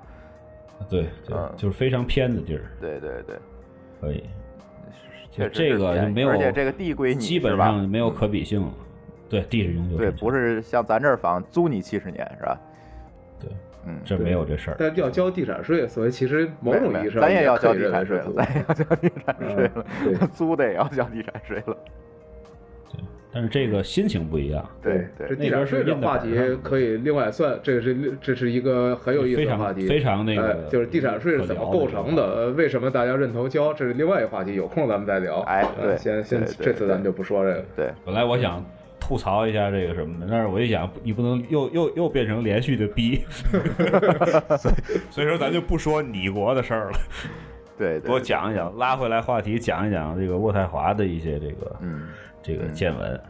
D: 对对
C: 嗯，
D: 就是非常偏的地儿，
C: 对对对，
D: 可以，
C: 确
D: 就
C: 实
D: 这个
C: 是
D: 就没有，
C: 而且这个地归你
D: 基本
C: 是吧嗯
D: 上没有可比性了。对，地是永久
C: 对，
D: 产权
C: 不是像咱这儿房租你七十年是吧？
D: 对，
C: 嗯，
D: 这没有这事儿。
E: 但要交地产税，所以其实某种
C: 没
E: 意义上
C: 咱也要
E: 可以
C: 交地
E: 认为
C: 产
E: 是
C: 税了，
E: 租
C: 咱也要交地产税了，
E: 嗯对
C: *laughs* 租嗯的也要交地产税了。
D: 但是这个心情不一样，
C: 对
E: 这
C: 对，
E: 地产税这话题可以另外算，这是这是一个很有意思
D: 非
E: 的
D: 常
E: 话题，
D: 非常那个
E: 哎，就是地产税是怎么构成的，呃为什么大家认同交，这是另外一个话题，有空咱们再聊。
C: 哎
E: 呃
C: 对
E: 先先
C: 对对
E: 这次咱们就不说这个。
D: 本来我想吐槽一下这个什么的，但是我一想，你不能又又又变成连续的逼， *laughs* 所以说咱就不说你国的事儿了，
C: 对对，
D: 给我讲一讲，拉回来话题，讲一讲这个渥太华的一些这个
C: 嗯，
D: 这个见闻。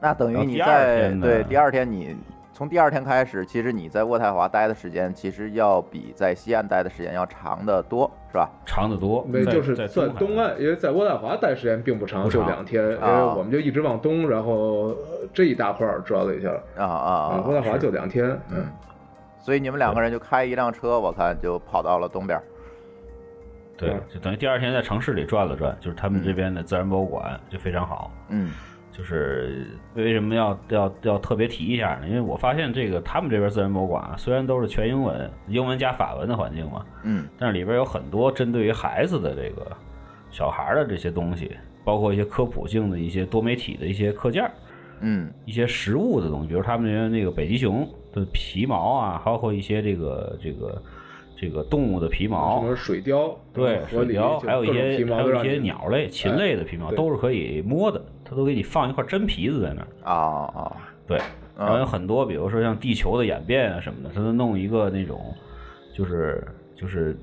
C: 那等于
D: 然后
C: 你
D: 第二
C: 在
D: 天呢
C: 对第二天你从第二天开始，其实你在渥太华待的时间，其实要比在西岸待的时间要长得多，是吧？
D: 长得多，
E: 没，
D: 在
E: 就是
D: 在
E: 算
D: 东
E: 东
D: 海
E: 岸，因为在渥太华待时间并不长，
D: 不
E: 就
D: 长
E: 两天，因为
C: 啊
E: 我们就一直往东，然后呃这一大块儿转了一下，
C: 啊啊
E: 啊，
C: 啊
E: 渥！太华就两天，嗯，
C: 所以你们两个人就开一辆车，我看就跑到了东边。
D: 对
E: 嗯，
D: 就等于第二天在城市里转了转，就是他们这边的自然博物馆就非常好。
C: 嗯
D: 就是为什么要要要特别提一下呢？因为我发现这个他们这边自然博物馆啊，虽然都是全英文，英文加法文的环境嘛，
C: 嗯
D: 但是里边有很多针对于孩子的这个小孩儿的这些东西，包括一些科普性的一些多媒体的一些课件儿，
C: 嗯
D: 一些食物的东西，比如他们那边那个北极熊的皮毛啊，包括一些这个这个这个动物的皮毛
E: 什，么水貂，
D: 对，
E: 河
D: 水
E: 狸，
D: 貂，
E: 就
D: 还有一
E: 各种
D: 些
E: 皮毛
D: 还
E: 都
D: 有
E: 让
D: 一些
E: 你哎
D: 鸟类、禽类的皮毛
E: 对
D: 都是可以摸的，它都给你放一块真皮子在那儿。
C: 啊啊
D: 对，
C: 啊
D: 然后有很多，比如说像地球的演变啊什么的，它都弄一个那种，就是就是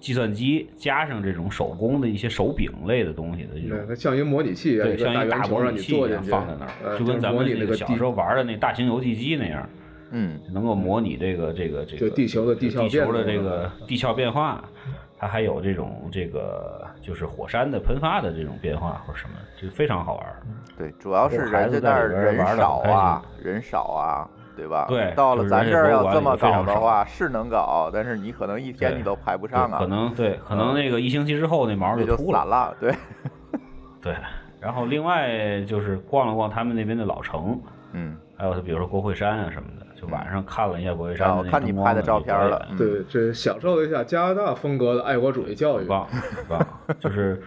D: 计算机加上这种手工的一些手柄类的东西的这种
E: 对，它嗯像一模拟器一啊样，
D: 对，
E: 一个
D: 像一
E: 圆
D: 大
E: 球
D: 模
E: 让
D: 拟
E: 你
D: 器
E: 坐
D: 一
E: 进
D: 样
E: 去，
D: 放在那
E: 呃
D: 儿，就跟咱
E: 模
D: 们
E: 拟
D: 那
E: 那个
D: 小时候玩的那大型游戏机那样，
C: 嗯
D: 能够模拟这个这个这个
E: 就地球的地壳
D: 地球
E: 变
D: 的
E: 动
D: 这个地壳变化，它还有这种这个就是火山的喷发的这种变化或者什么，就非常好玩儿。
C: 对，主要是
D: 这孩
C: 人
D: 子
C: 家那
D: 在
C: 儿
D: 里边
C: 人
D: 玩得
C: 少
D: 很
C: 啊，人少啊，对吧？
D: 对
C: 到
D: 就
C: 了
D: 是
C: 咱
D: 人
C: 这
D: 家
C: 儿
D: 博物
C: 要
D: 馆
C: 这
D: 里
C: 么
D: 就非
C: 搞
D: 常
C: 的
D: 少
C: 话，是能搞，但是你可能一天
D: 对
C: 你都排不
D: 对
C: 上啊，
D: 可能对，可能那个一星期之后那毛
C: 也就
D: 秃
C: 散
D: 了。
C: 了。
D: *laughs*
C: 对，
D: 对，然后另外就是逛了逛他们那边的老城，
C: 嗯，
D: 还有比如说国会山啊什么的，就晚上看了一下国会山
C: 然
D: 的
C: 后
D: 那个
C: 哦看你
D: 灯
C: 拍
D: 光
C: 的照
D: 那个
C: 片
D: 表
C: 了嗯
D: 演，
E: 对，这享受了一下加拿大风格的爱国主义教育
D: 很，棒，很棒。 *laughs* 就是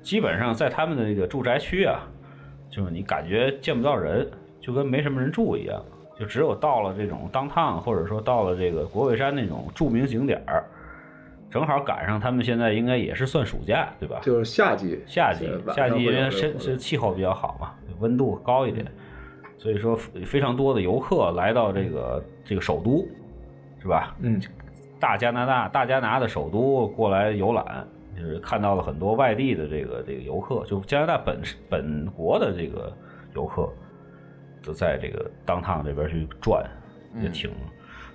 D: 基本上在他们的那个住宅区啊，就是你感觉见不到人，就跟没什么人住一样。就只有到了这种当趟，或者说到了这个国会山那种著名景点儿，正好赶上他们现在应该也是算暑假，对吧？
E: 就是夏季，
D: 夏季
E: 呃，晚
D: 夏
E: 上
D: 季
E: 会
D: 因为
E: 有
D: 它
E: 这个
D: 身
E: 活动
D: 这气候比较好嘛，温度高一点，所以说非常多的游客来到这个这个首都，是吧？
E: 嗯，
D: 大加拿大大加拿的首都过来游览，就是看到了很多外地的这个这个游客，就加拿大本本国的这个游客，都在这个当趟这边去转，
C: 嗯
D: 也挺、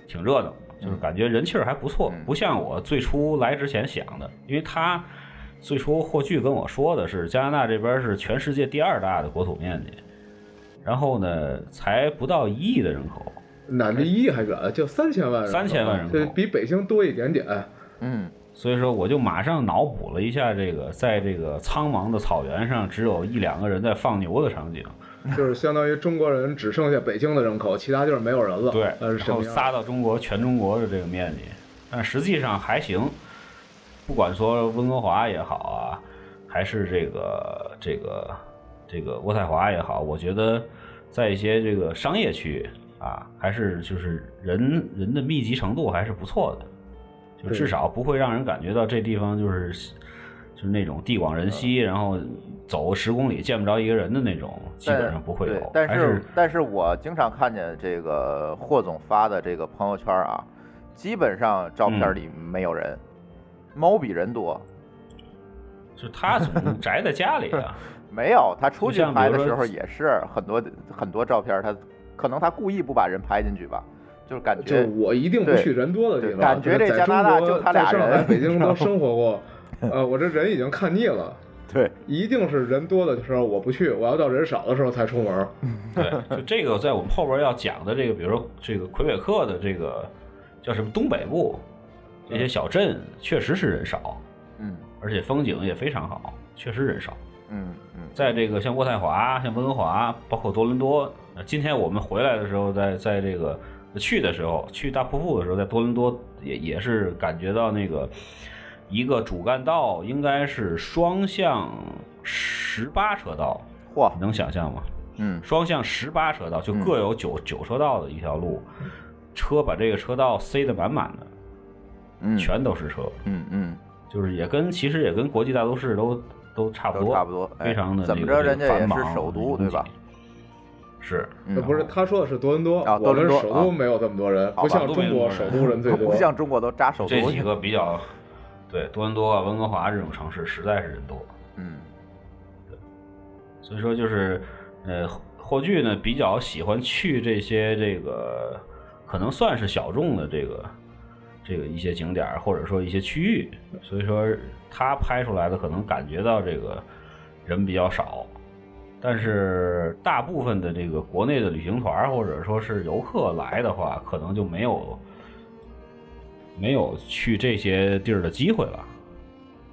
D: 挺热闹，就是感觉人气儿还不错，
C: 嗯
D: 不像我最初来之前想的，因为他最初霍炬跟我说的是加拿大这边是全世界第二大的国土面积，然后呢才不到一亿的人口，
E: 哪离一还远，就三千万人口，
D: 三千万人口
E: 这比北京多一点点。
C: 嗯
D: 所以说我就马上脑补了一下这个在这个苍茫的草原上只有一两个人在放牛的场景， *laughs*
E: 就是相当于中国人只剩下北京的人口，其他地儿没有人了。
D: 对，
E: 呃那是
D: 然
E: 什
D: 后
E: 么样？
D: 撒到中国全中国的这个面积，但实际上还行，不管说温哥华也好啊，还是这个这个这个渥太华也好，我觉得在一些这个商业区啊，还是就是人人的密集程度还是不错的，就
E: 对
D: 至少不会让人感觉到这地方就是就是那种地广人稀，
E: 嗯
D: 然后走十公里见不着一个人的那种，基本
C: 但
D: 上不会
C: 对
D: 有。
C: 但
D: 还
C: 是但是我经常看见这个霍总发的这个朋友圈啊，基本上照
D: 嗯
C: 片里没有人，猫比人多。
D: 就他总宅在家里啊。
C: 没有，他出
D: 就
C: 去
D: 像比
C: 拍
D: 如
C: 的
D: 说
C: 时候也是很多很多照片，他可能他故意不把人拍进去吧，就是感
E: 就
C: 觉
E: 我一定不
C: 对
E: 去人多的地方。
C: 对感觉这
E: 在中
C: 加拿大
E: 国
C: 就他俩
E: 在上海、
C: 人
E: 北京都生活
C: *laughs*
E: 过，呃，我这人已经看腻了。
C: 对，
E: 一定是人多的时候我不去，我要到人少的时候才出门。
D: 对，就这个在我们后边要讲的这个，比如说这个魁北克的这个叫什么东北部，这些小镇确实是人少，
C: 嗯
D: 而且风景也非常好，确实人少。
C: 嗯嗯
D: 在这个像渥太华、像温哥华，包括多伦多，呃今天我们回来的时候，在在这个去的时候，去大瀑布的时候，在多伦多也也是感觉到那个一个主干道应该是双向十八车道，
C: 嚯，
D: 能想象吗？
C: 嗯
D: 双向十八车道，就
C: 嗯
D: 各有九、九车道的一条路，车把这个车道塞得满满的，
C: 嗯
D: 全都是车，
C: 嗯嗯
D: 就是也跟其实也跟国际大都市都都差不
C: 都
D: 多，
C: 差不多，哎
D: 非常的
C: 怎么
D: 那个
C: 着人家也
D: 繁忙
C: 是首都
D: 拥
C: 对
D: 挤
C: 吧？
D: 是，
C: 嗯
E: 那呃不
D: 哦
E: 是他说的是多伦多，
C: 啊多
E: 我
C: 伦
E: 们
C: 多
E: 首
C: 啊
E: 都没有这么多人，
C: 好吧
E: 不像中国首都人最多。
C: 不像中国都扎首都
D: 这
C: 去
D: 几个比较，对多伦多啊、温哥华这种城市实在是人多，
C: 嗯
D: 所以说就是，呃，霍炬呢比较喜欢去这些这个可能算是小众的这个这个一些景点儿或者说一些区域，所以说他拍出来的可能感觉到这个人比较少，但是大部分的这个国内的旅行团儿或者说是游客来的话，可能就没有没有去这些地儿的机会了。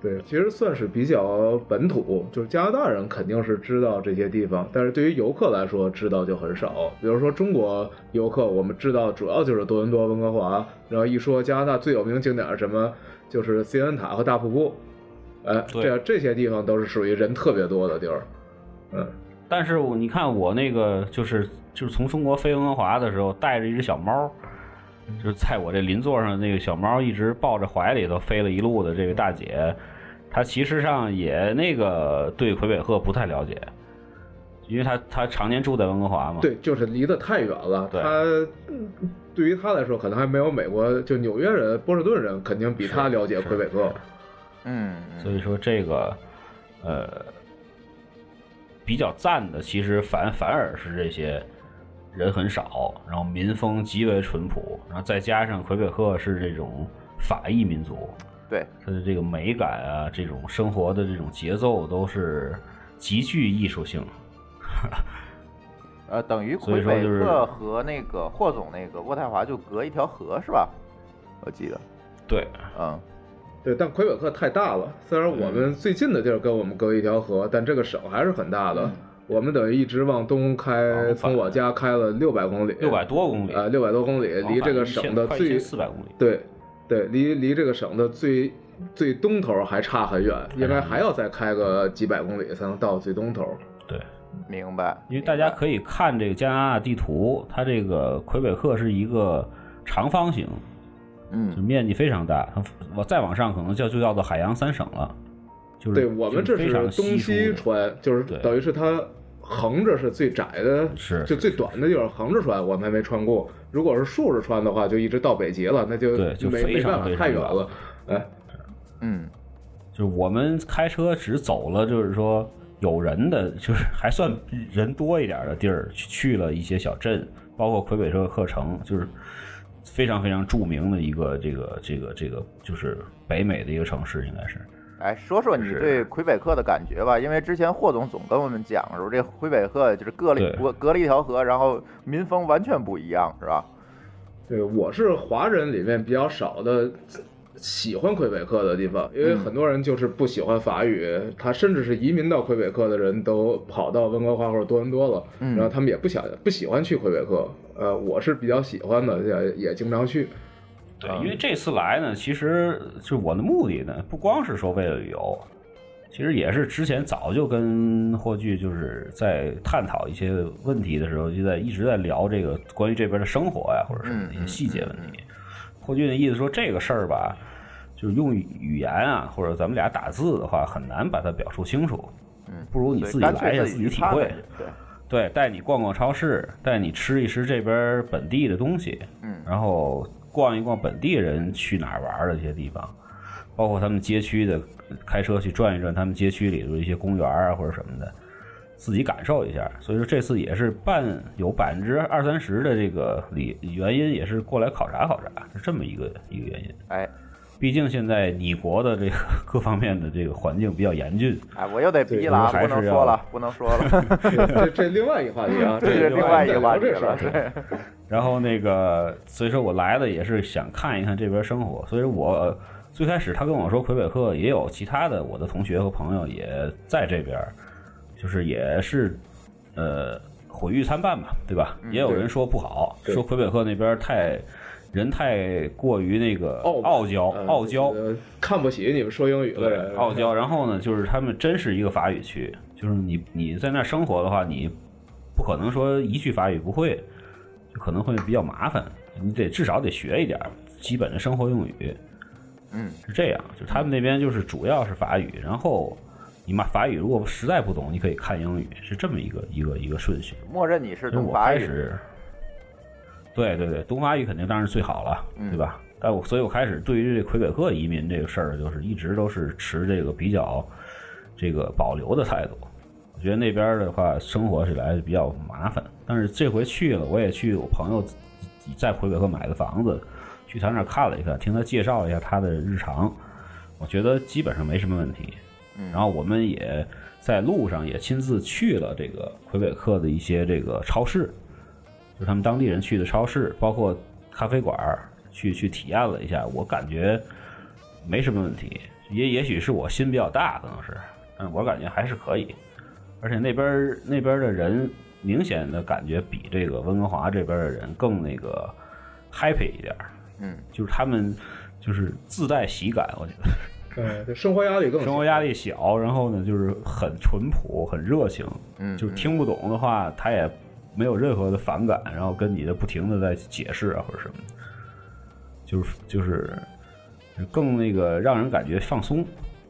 E: 对，其实算是比较本土，就是加拿大人肯定是知道这些地方，但是对于游客来说知道就很少。比如说中国游客，我们知道主要就是多伦多、温哥华，然后一说加拿大最有名景点儿什么，就是锡恩塔和大瀑布，哎，
D: 对
E: 这这些地方都是属于人特别多的地儿。嗯，
D: 但是我你看我那个就是就是从中国飞温哥华的时候，带着一只小猫，就是在我这邻座上那个小猫一直抱着怀里头飞了一路的这位大姐，她其实上也那个对魁北克不太了解，因为她她常年住在温哥华嘛。
E: 对，就是离得太远了。
D: 对
E: 他嗯对于他来说，可能还没有美国就纽约人、波士顿人肯定比他了解魁北克。
C: 嗯嗯，
D: 所以说这个，呃，比较赞的，其实反反而是这些人很少，然后民风极为淳朴，然后再加上魁北克是这种法裔民族，
C: 对，
D: 它的这个美感啊，这种生活的这种节奏都是极具艺术性。
C: 呃，等于
D: 所以
C: 魁
D: 说
C: 北
D: 就是
C: 克和那个霍总那个渥太华就隔一条河是吧？我记得，
D: 对，
C: 嗯
E: 对，但魁北克太大了。虽然我
D: 嗯
E: 们最近的地儿跟我们隔一条河，但这个省还是很大的。我们等于一直往东
D: 嗯往
E: 开，
D: 返
E: 从我家开了六百公里，
D: 六百多公里，
E: 啊，六百多公里，
D: 往返
E: 离这个省的最
D: 四百公里。
E: 对对，离离这个省的最最东头还差很远，应
D: 哎
E: 该还要再开个几百公里才能到最东头。
D: 对，
C: 明白。
D: 因为大家
C: 明白
D: 可以看这个加拿大地图，它这个魁北克是一个长方形，就
C: 嗯
D: 面积非常大。它我再往上可能叫就叫做海洋三省了，就是
E: 对我们
D: 就
E: 这
D: 是非常
E: 东西
D: 稀疏的
E: 穿，就是
D: 对
E: 等于是它横着是最窄的，
D: 是
E: 就最短的地方横着穿，我们还没穿过。如果是竖着穿的话，就一直到北极了，那就
D: 对就
E: 没
D: 非
E: 没
D: 常
E: 办法
D: 非常
E: 太远
D: 远
E: 了。哎，
C: 嗯，
D: 就是我们开车只走了，就是说有人的，就是还算人多一点的地儿，去去了一些小镇，包括魁北克克城，就是非常非常著名的一个这个这个这个，就是北美的一个城市，应该是。
C: 来说说你
D: 是
C: 对魁北克的感觉吧，因为之前霍总总跟我们讲说，这魁北克就是隔了
D: 对
C: 隔隔了一条河，然后民风完全不一样，是吧？
E: 对，我是华人里面比较少的喜欢魁北克的地方，因为
C: 嗯
E: 很多人就是不喜欢法语，他甚至是移民到魁北克的人都跑到温哥华或者多伦多了，
C: 嗯
E: 然后他们也不想不喜欢去魁北克。呃，我是比较喜欢的，也也经常去。
C: 嗯
D: 对，因为这次来呢，其实啊就是我的目的呢，不光是说为了旅游，其实也是之前早就跟霍炬就是在探讨一些问题的时候，就在一直在聊这个关于这边的生活啊呀，或者是一些细节问题。霍炬的意思说这个事儿吧，就是用语言啊，或者咱们俩打字的话，很难把它表述清楚。
C: 嗯，
D: 不如你
C: 所以
D: 自己
C: 干脆
D: 来一下，
C: 自
D: 自己
C: 去
D: 体
C: 看
D: 会。
C: 看去对，
D: 对，带你逛逛超市，带你吃一吃这边本地的东西，
C: 嗯
D: 然后逛一逛本地人去哪儿玩儿的这些地方，包括他们街区的，开车去转一转他们街区里的一些公园啊或者什么的，自己感受一下。所以说这次也是半有百分之二三十的这个理原因，也是过来考察考察，是这么一个一个原因。
C: 哎，
D: 毕竟现在你国的这个 *laughs* 各方面的这个环境比较严峻，
C: 哎，我又得逼了，啊，不
D: 对我们还
C: 能
D: 是
C: 说
D: 要
C: 了，不能说
D: *laughs*
C: 了，
E: *laughs* 这这另外一话题啊，
C: 这是另外一个话题
E: 这事
C: 了。
E: 儿
C: 对，
D: 然后那个，所以说我来的也是想看一看这边生活，所以我最开始他跟我说魁北克也有其他的我的同学和朋友也在这边，就是也是呃毁誉参半吧，对吧？也有人说不好，
E: 对
D: 说魁北克那边太人太过于那个傲娇，
E: 嗯
D: 傲娇，
E: 呃看不起你们说英语的
D: 对
E: 人，
D: 傲娇。然后呢，就是他们真是一个法语区，就是你你在那儿生活的话，你不可能说一句法语不会，就可能会比较麻烦。你得至少得学一点儿基本的生活用语。
C: 嗯，
D: 是这样，就是他们那边就是主要是法语，然后你嘛法语如果实在不懂，你可以看英语，是这么一个一个一个顺序。
C: 默认你是
D: 因为
C: 懂
D: 我
C: 法
D: 开
C: 语，
D: 始，对对对，东法语肯定当然是最好了，
C: 嗯
D: 对吧？但我所以，我开始对于这魁北克移民这个事儿，就是一直都是持这个比较这个保留的态度。我觉得那边儿的话，生活起来比较麻烦。但是这回去了，我也去我朋友在魁北克买的房子，去他那儿看了一看，听他介绍了一下他的日常，我觉得基本上没什么问题。
C: 嗯
D: 然后我们也在路上也亲自去了这个魁北克的一些这个超市，就是他们当地人去的超市，包括咖啡馆儿，去去体验了一下，我感觉没什么问题，也也许是我心比较大，可能是，但我感觉还是可以，而且那边儿那边儿的人明显的感觉比这个温哥华这边儿的人更那个 happy 一点儿，
C: 嗯，
D: 就是他们就是自带喜感，我觉得。
E: 对，对呃生活压力更小
D: 生活压力小，然后呢就是很淳朴、很热情，
C: 嗯，
D: 就是
C: 嗯
D: 听不懂的话他也没有任何的反感，然后跟你的不停的在解释啊或者什么的，就是就是更那个让人感觉放松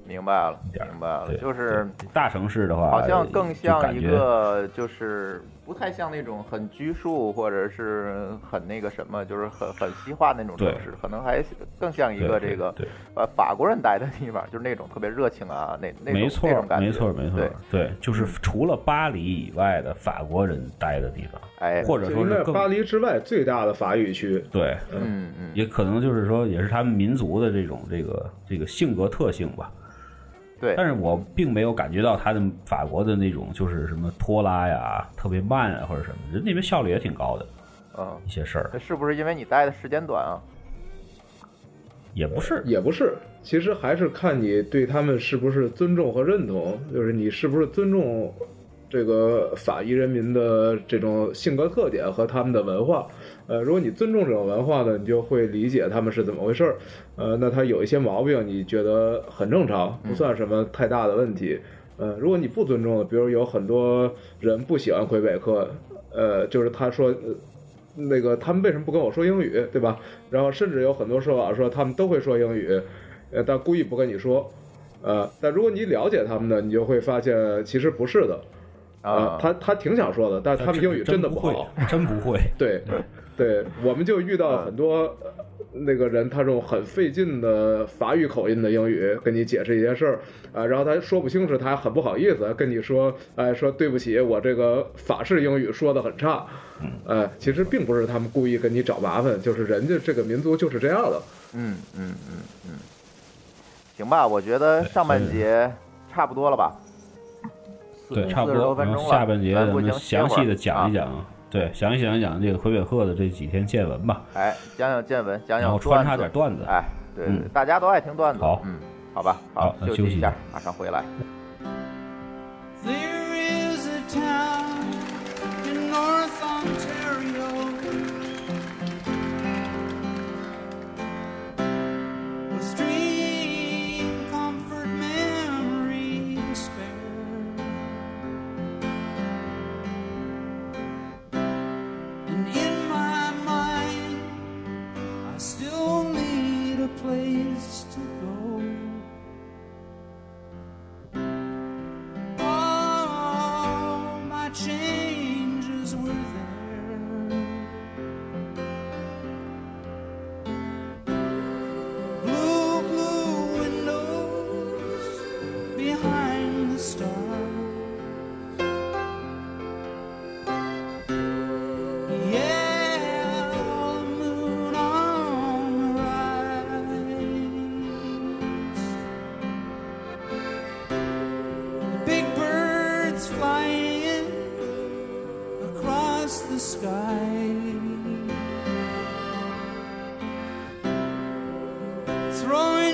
C: 明白了，
D: 一点儿。
C: 明白了，
D: 对，
C: 就是
D: 对大城市的话，
C: 好像更
D: 就
C: 像
D: 感
C: 一
D: 觉
C: 个，就是不太像那种很拘束或者是很那个什么，就是很很西化那种城
D: 对
C: 市，可能还更像一
D: 对
C: 个
D: 对
C: 这个
D: 对
C: 呃法国人待的地方，就是那种特别热情啊，那那
D: 没
C: 种
D: 错
C: 那种
D: 儿，
C: 感觉，
D: 没错儿，没错
C: 对嗯
D: 儿，，对，就是除了巴黎以外的法国人待的地方，
C: 哎，
D: 或者
E: 就
D: 说
E: 应该
D: 是
E: 是
D: 更
E: 巴黎之外最大的法语区。
D: 对，
C: 嗯嗯，
D: 也可能就是说，也是他们民族的这种这个这个性格特性吧。
C: 对
D: 但是我并没有感觉到他的法国的那种就是什么拖拉呀、特别慢啊或者什么，人那边效率也挺高的
C: 嗯，
D: 一些事儿，
E: 呃
C: 那是不是因为你待的时间短啊？
D: 也不是
E: 也不是，其实还是看你对他们是不是尊重和认同，就是你是不是尊重这个法裔人民的这种性格特点和他们的文化。呃，如果你尊重这种文化呢，你就会理解他们是怎么回事儿。呃，那他有一些毛病，你觉得很正常，不算什么太大的问题。呃，如果你不尊重的，比如有很多人不喜欢魁北克，呃，就是他说。呃那个他们为什么不跟我说英语，对吧？然后甚至有很多说法说他们都会说英语，呃，但故意不跟你说，呃，但如果你了解他们呢，你就会发现其实不是的，啊、他他挺想说的，但是他们英语真的
D: 不
E: 好，
D: 会，真不
E: *laughs*
D: 会。
E: 对，对，我们就遇到很多呃那个人，他用很费劲的法语口音的英语跟你解释一些事儿啊、然后他说不清楚，他还很不好意思跟你说，哎、说对不起，我这个法式英语说的很差，呃，其实并不是他们故意跟你找麻烦，就是人家这个民族就是这样的，
C: 嗯嗯嗯嗯，行吧，我觉得上半节差不多了吧。四
D: 对，差不
C: 四十
D: 多。
C: 多分
D: 然
C: 钟
D: 后
C: 了，
D: 下半节
C: 咱
D: 咱
C: 不行
D: 们详细的讲一。
C: 歇会儿啊
D: 讲，对，详细讲一讲这个魁北克的这几天见闻吧，
C: 哎，讲讲见闻，讲
D: 然
C: 讲
D: 后穿
C: 段
D: 插点
C: 子。
D: 段子。
C: 哎，对对，
D: 嗯
C: 大家都爱听段子。
D: 好
C: 嗯，好吧，
D: 好那
C: 休
D: 休息
C: 一
D: 一
C: 下
D: 下，
C: 马上回来。
F: There is a town in North Ontario with strange comfort memories spare. And in my mind, I still need a place to go. All my changes were there. Blue, blue windows behind the stars. Yellow moon on the rise.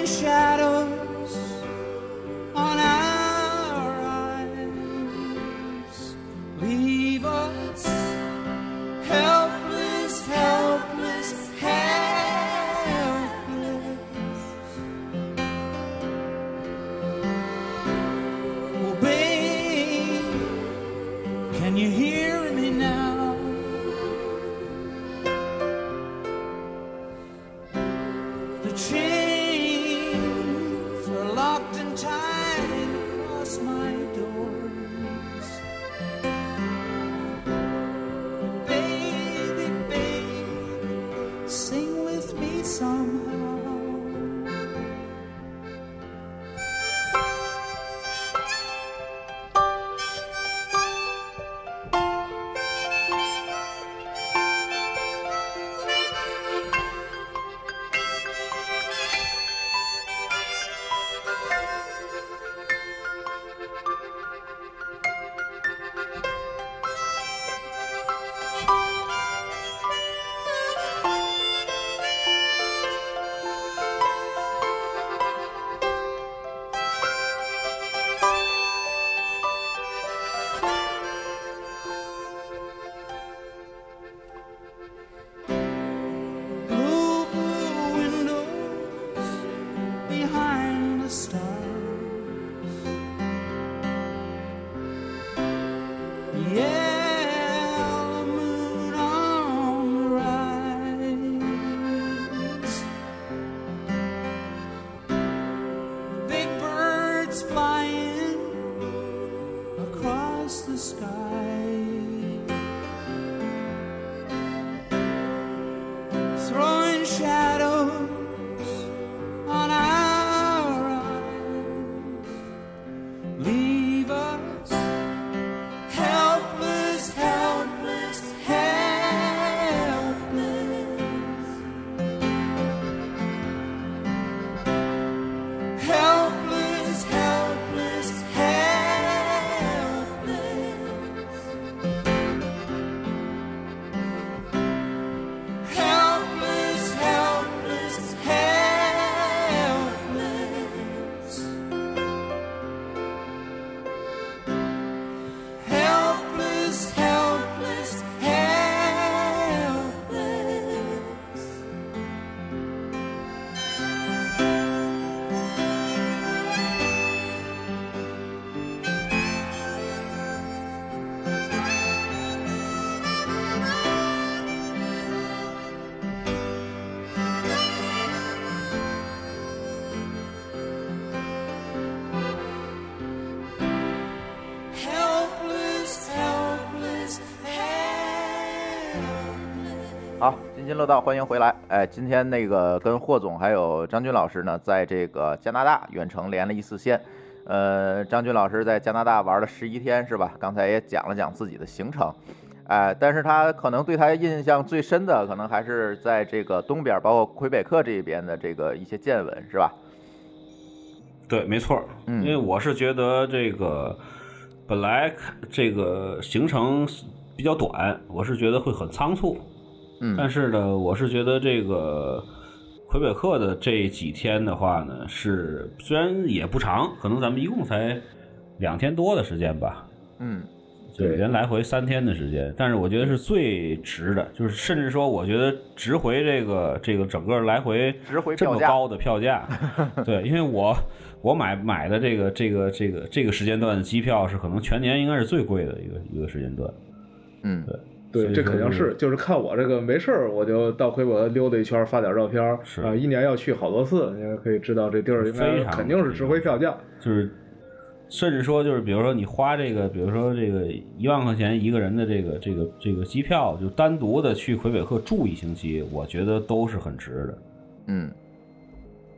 G: shadows on our eyes leave us helpless, helpless, helpless. Oh, babe, can you hear me now? The chains are locked and tied across my doors. Baby, baby, sing with me somehow. Blue, blue windows behind the stars. Yellow moon on the rise. Big birds flying across the sky. throwing shadows on our eyes. Leave us helpless, helpless, helpless. Helpless, helpless, helpless. Helpless, helpless, helpless. Helpless, helpless, helpless. Helpless, helpless, helpless.
C: 好，津津乐道，欢迎回来。哎，今天那个跟霍总还有张军老师呢，在这个加拿大远程连了一次线。呃，张军老师在加拿大玩了十一天，是吧？刚才也讲了讲自己的行程。哎，但是他可能对他印象最深的，可能还是在这个东边，包括魁北克这一边的这个一些见闻，是吧？
D: 对，没错儿，
C: 嗯
D: 因为我是觉得这个本来这个行程比较短，我是觉得会很仓促，但
C: 嗯
D: 是呢，我是觉得这个魁北克的这几天的话呢，是虽然也不长，可能咱们一共才两天多的时间吧，
C: 嗯，
D: 就每天来回三天的时间，但是我觉得是最值的，就是甚至说，我觉得值回这个这个整个来回
C: 值回
D: 这
C: 票
D: 么
C: 价
D: 高的票价，
C: *laughs*
D: 对，因为我我买买的这个这个这个这个时间段的机票是可能全年应该是最贵的一个一个时间段，
C: 嗯，
D: 所
E: 对，
D: 以
E: 这
D: 说
E: 肯定
D: 就是
E: 是，就是看我这个没事儿，我就到回国溜达一圈儿，发点照片儿。
D: 是
E: 啊、一年要去好多次，你可以知道这地儿应
D: 非
E: 该
D: 常
E: 肯定是值回票价。
D: 就是甚至说就是比如说你花这个，比如说这个一万块钱一个人的这个这个这个机票，就单独的去魁北克住一星期，我觉得都是很值的。
C: 嗯，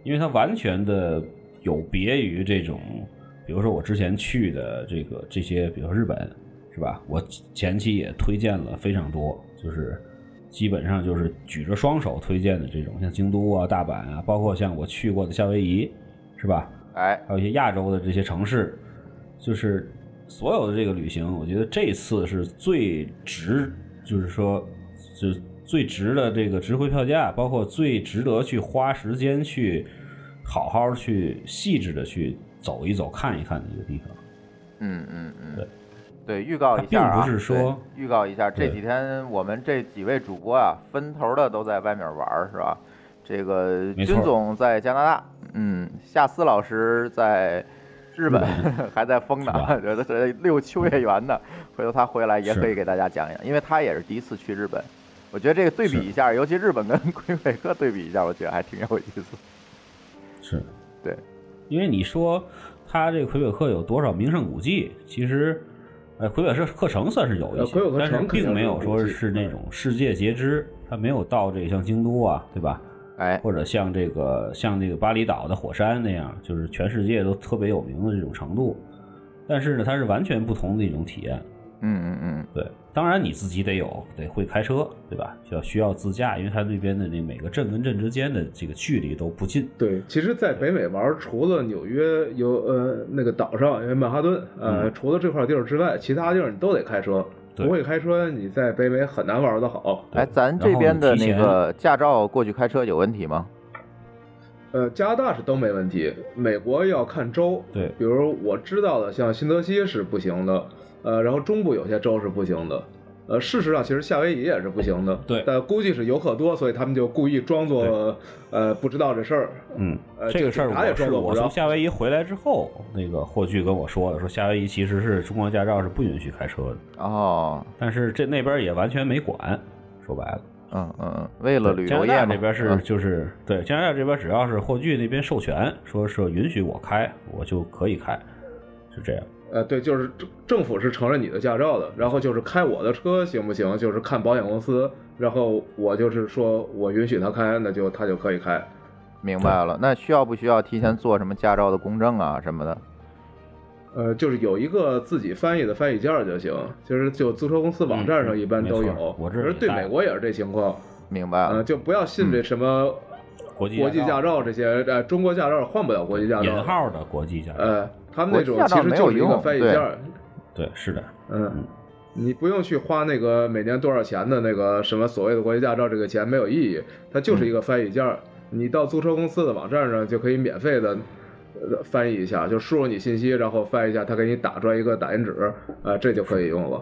D: 因为它完全的有别于这种，比如说我之前去的这个这些，比如说日本，是吧？我前期也推荐了非常多，就是基本上就是举着双手推荐的这种，像京都啊、大阪啊，包括像我去过的夏威夷，是吧？
C: 哎，
D: 还有一些亚洲的这些城市，就是所有的这个旅行，我觉得这次是最值，就是说，就是最值的这个值回票价，包括最值得去花时间去好好去细致的去走一走、看一看的一个地方。
C: 嗯嗯嗯
D: 对，
C: 对，预告
D: 它
C: 一下啊，
D: 并不是说
C: 对预告一下，这
D: 对
C: 几天我们这几位主播啊，分头的都在外面玩儿，是吧？这个
D: 没错
C: 军总在加拿大，嗯，夏思老师在日本，
D: 日
C: *laughs* 还在疯呢
D: 是，吧
C: 觉得这六秋叶原呢，回头他回来也
D: 是
C: 可以给大家讲一讲，因为他也是第一次去日本。我觉得这个对比
D: 是
C: 一下，尤其日本跟 *laughs* 魁北克对比一下，我觉得还挺有意思。
D: 是，
C: 对，
D: 因为你说它这个魁北克有多少名胜古迹，其实，呃，魁北克克城算是有一
E: 呃
D: 些，
E: 魁北克
D: 但是
E: 城肯定
D: 并没
E: 是
D: 有
E: 古
D: 说
E: 迹
D: 是那种世界皆知，它没有到这个像京都啊，对吧？
C: 哎，
D: 或者像这个像这个巴厘岛的火山那样，就是全世界都特别有名的这种程度。但是呢，它是完全不同的一种体验。
C: 嗯嗯嗯，
D: 对，当然你自己得有，得会开车，对吧？需要需要自驾，因为它那边的那每个镇跟镇之间的这个距离都不近。
E: 对，其实，在北美玩儿，除了纽约有呃那个岛上，因为曼哈顿，呃，
D: 嗯
E: 除了这块地儿之外，其他地儿你都得开车。
D: 对
E: 不会开车，你在北美很难玩的好。
D: 对
C: 哎，咱
D: 然
C: 这
D: 后
C: 边
D: 你
C: 的
D: 提
C: 那
D: 前
C: 个驾照过去开车有问题吗？
E: 呃，加拿大是都没问题，美国要看州。
D: 对
E: 比如我知道的，像新泽西是不行的，呃，然后中部有些州是不行的。呃，事实上，其实夏威夷也是不行的。
D: 对
E: 但估计是游客多，所以他们就故意装作呃不知道这事儿。
D: 嗯
E: 呃，
D: 这个事儿
E: 警察也
D: 我
E: 装
D: 是
E: 作不
D: 我
E: 知道
D: 从夏威夷回来之后，那个霍炬跟我说的，说夏威夷其实是中国驾照是不允许开车的，
C: 哦，
D: 但是这那边也完全没管。说白了，
C: 嗯嗯，嗯，为了旅
D: 加
C: 游
D: 拿
C: 业
D: 大
C: 嘛
D: 这边是
C: 嗯
D: 就是对加拿大这边只要是霍炬那边授权，说是允许我开，我就可以开，是这样。
E: 呃，对，就是政政府是承认你的驾照的，然后就是开我的车行不行，就是看保险公司，然后我就是说我允许他开，那就他就可以开。
C: 明白了。那需要不需要提前做什么驾照的公证啊什么的？
E: 呃，就是有一个自己翻译的翻译件儿就行，其实就租车公司网站上一般
D: 嗯没错
E: 都有。
D: 我
E: 其
D: 这儿
E: 实
D: 也
E: 对
D: 带嗯
E: 美国也是这情况，
C: 明白
E: 呃，
C: 了。
E: 就不要信这什么
D: 国际
E: 国际驾照这些，呃，中国驾照换不了国际驾
D: 引
E: 照，
D: 号的国际驾照，
E: 呃，他们那种
C: 国际驾照
E: 其实
C: 没有
E: 就是一个
C: 用
E: 翻译
C: 对
E: 件儿，
D: 对，是的，
E: 嗯，你不用去花那个每年多少钱的那个什么所谓的国际驾照，这个钱没有意义，它就是一个翻译件儿。你到租车公司的网站上就可以免费的。呃翻译一下，就输入你信息，然后翻译一下，它给你打出来一个打印纸，啊、这就可以用了。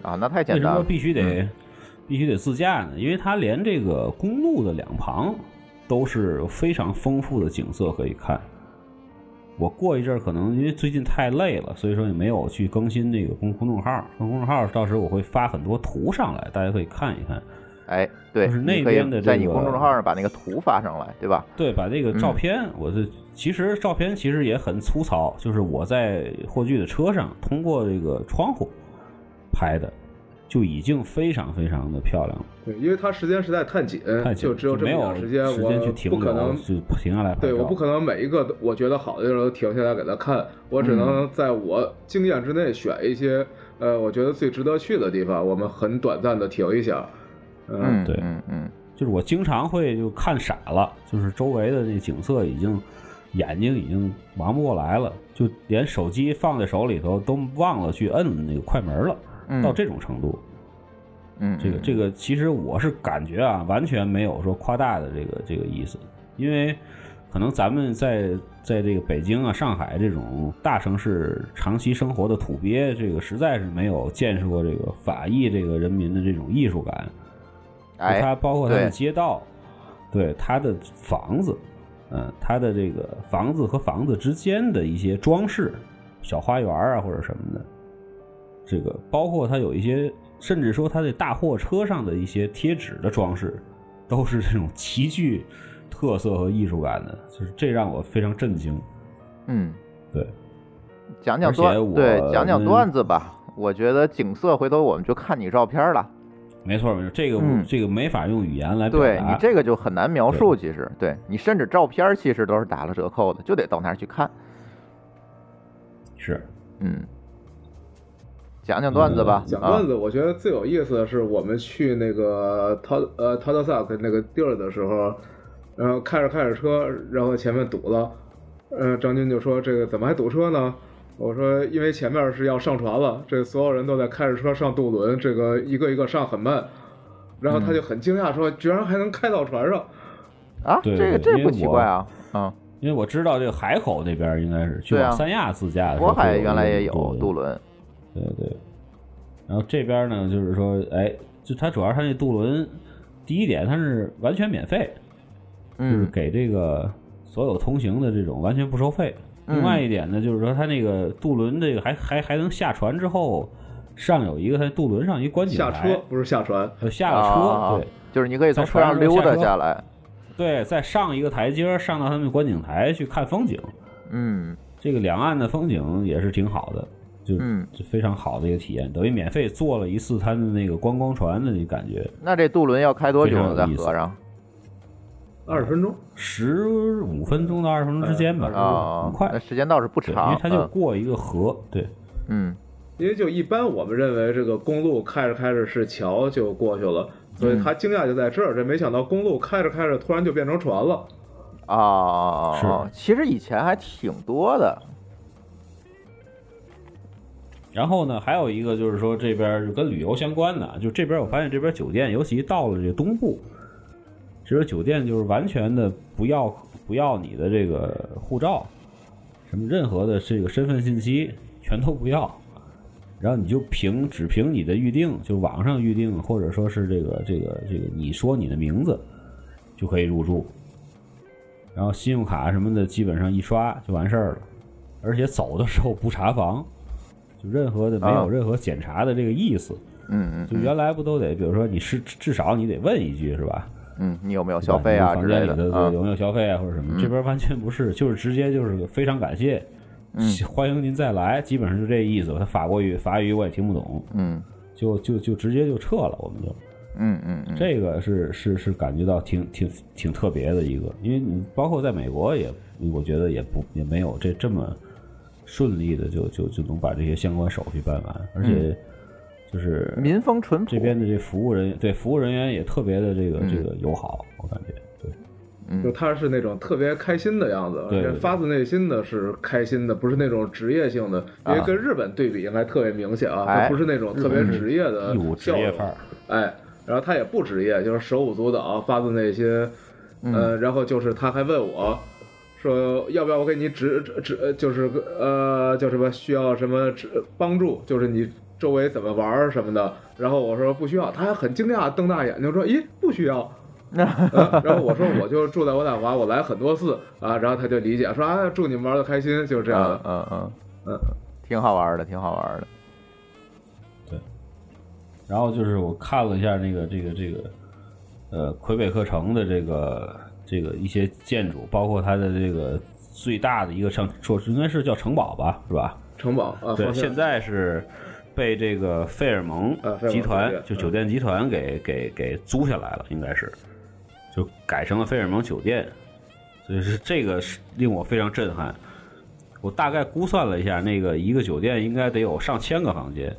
C: 啊，那太
D: 呃为
C: 简
D: 什
C: 单
D: 么
C: 了。
D: 必须得、
C: 嗯
D: 必须得自驾呢？因为它连这个公路的两旁都是有非常丰富的景色可以看。我过一阵儿可能因为最近太累了，所以说也没有去更新这个公公众号。公众号到时候我会发很多图上来，大家可以看一看。
C: 哎，对，
D: 就是
C: 你
D: 那
C: 可以
D: 边的这
C: 在你
D: 个
C: 公众号上把那个图发上来，对吧？
D: 对，把这个
E: 嗯
D: 照片，我这其实照片其实也很粗糙，就是我在霍炬的车上通过这个窗户拍的，就已经非常非常的漂亮了。
E: 对，因为它时间实在太紧，
D: 太
E: 就只有这么
D: 没有
E: 点时间，我
D: 去停
E: 不可
D: 留，
E: 能
D: 就停下来拍
E: 对，
D: 照
E: 我不可能每一个都我觉得好的地儿都停下来给他看，我只
D: 嗯
E: 能在我经验之内选一些，呃，我觉得最值得去的地方，我们很短暂的停一下。嗯，
C: 嗯，
D: 对
C: 嗯嗯，
D: 就是我经常会就看傻了，就是周围的那景色已经眼睛已经忙不过来了，就连手机放在手里头都忘了去摁那个快门了，
C: 嗯
D: 到这种程度。
C: 嗯，
D: 这个这
C: 个，
D: 个其实我是感觉啊，完全没有说夸大的这个这个意思，因为可能咱们在在这个北京啊、上海这种大城市长期生活的土鳖，这个实在是没有见识过这个法裔这个人民的这种艺术感，就它
C: 哎，
D: 包括它的
C: 对
D: 街道，对它的房子，嗯，它的这个房子和房子之间的一些装饰，小花园啊或者什么的，这个包括它有一些，甚至说它的大货车上的一些贴纸的装饰，都是这种极具特色和艺术感的，就是这让我非常震惊。
C: 嗯，
D: 对，
C: 讲讲
D: 而且
C: 段，
D: 我嗯
C: 对，讲讲
D: 们
C: 段子吧。我觉得景色，回头我们就看你照片了。
D: 没错没错，这个我、
C: 嗯
D: 这个没法用语言来表
C: 对你
D: 达。
C: 这个就很难描述，其实，对你甚至照片其实都是打了折扣的，就得到那儿去看。
D: 是
C: 嗯，讲讲段子吧。
E: 嗯讲
C: 啊
E: 段子，我觉得最有意思的是我们去那个陶呃陶德萨克那个地儿的时候，然后开着开着车，然后前面堵了，呃，张军就说这个怎么还堵车呢？我说因为前面是要上船了，这所有人都在开着车上渡轮，这个一个一个上很慢，然后他就很惊讶说，居然还能开到船上。
C: 啊，
D: 对
C: 这个
D: 对
C: 这
D: 因
C: 不
D: 为
C: 奇
D: 我
C: 怪啊，嗯，
D: 因为我知道这个海口那边应该是去
C: 对啊
D: 往三亚自驾的时候，
C: 渤海原来也有
D: 对
C: 渡轮，
D: 对对。然后这边呢，就是说，哎，就它主要是它那渡轮，第一点它是完全免费，就是
C: 嗯
D: 给这个所有通行的这种完全不收费。
C: 嗯
D: 另外一点呢，就是说它那个渡轮这个还还还能下船之后，上有一个它渡轮上一观景
E: 下
D: 台
E: 车，不是下船，
D: 呃，下了车，
C: 啊，
D: 对
C: 就是你可以从车上溜达下来，
D: 对，再上一个台阶儿，上到他们观景台去看风景。
C: 嗯
D: 这个两岸的风景也是挺好的，就、
C: 嗯。
D: 就非常好的一个体验，等于免费坐了一次他的那个观光船的那感觉，
C: 那这渡轮要开多久呢？
D: 非
C: 在
D: 常有意思
C: 河上？
E: 二十分钟，
D: 十五分钟到二十分钟之间吧，
C: 啊
D: 很快，
C: 那时间倒是不
D: 对，因为
C: 长。
D: 它就过一个河，对，
C: 嗯
E: 因为就一般我们认为这个公路开着开着是桥就过去了，所
D: 嗯
E: 以他惊讶就在这儿，这没想到公路开着开着突然就变成船了。
C: 嗯啊啊，啊
D: 是
C: 其实以前还挺多的。
D: 然后呢，还有一个就是说这边儿就跟旅游相关的，就这边儿我发现这边儿酒店，尤其到了这东部，这边儿酒店就是完全的不要不要你的这个护照，什么任何的这个身份信息全都不要，然后你就凭只凭你的预定，就网上预定或者说是这个这个这个你说你的名字就可以入住，然后信用卡什么的基本上一刷就完事儿了，而且走的时候不查房。就任何的没
C: 啊
D: 有任何检查的这个意思。
C: 嗯嗯
D: 就原来不都得，比如说你是至少你得问一句是吧？
C: 嗯，你有没有消费啊
D: 对吧
C: 之
D: 你
C: 类
D: 们房间
C: 的？
D: 里
C: 嗯
D: 的
C: 啊
D: 对有没有消费啊或者什么？这边完全不是，就是直接就是非常感谢，
C: 嗯
D: 欢迎您再来，基本上就这意思吧。他法国语法语我也听不懂，
C: 嗯
D: 就就就直接就撤了，我们就。
C: 嗯嗯嗯，
D: 这个是是是感觉到挺挺挺特别的一个，因为你包括在美国也，我觉得也不也没有这这么顺利的就就就能把这些相关手续办完，而
C: 嗯
D: 且就是
C: 民风淳朴。
D: 这边的这服务人员对服务人员也特别的这个
C: 嗯
D: 这个友好，我感觉对
E: 就他是那种特别开心的样子，
D: 嗯对对
E: 而且发自内心的是开心的，不是那种职业性的。因
D: 啊
E: 为跟日本对比应该特别明显啊，
C: 哎
E: 他不是那种特别职业的
D: 一股职
E: 笑
D: 业
E: 容
D: 范儿，
E: 哎，然后他也不职业，就是手舞足蹈，发自内心。呃，然后就是他还问我，说要不要我给你指指指，就是呃叫什么需要什么指帮助，就是你周围怎么玩儿什么的。然后我说不需要，他还很惊讶，瞪大眼睛说：“咦，不需要。”呃然后我说我就住在渥太华，我来很多次啊，然后他就理解说啊，祝你们玩的开心，就是这
C: *laughs* 嗯
E: 样的。
C: 嗯嗯
E: 嗯，
C: 挺好玩的，挺好玩的。
D: 然后就是我看了一下那个这个这个，呃，魁北克城的这个这个一些建筑，包括它的这个最大的一个城，说应该是叫城堡吧，是吧？
E: 城堡啊，
D: 对，
E: 放心
D: 现在是被这个费尔蒙
E: 呃费尔蒙
D: 集团
E: 酒店，
D: 就酒店集团给给给租下来了，应该是，就改成了费尔蒙酒店，所以是这个是令我非常震撼。我大概估算了一下，那个一个酒店应该得有上千个房间，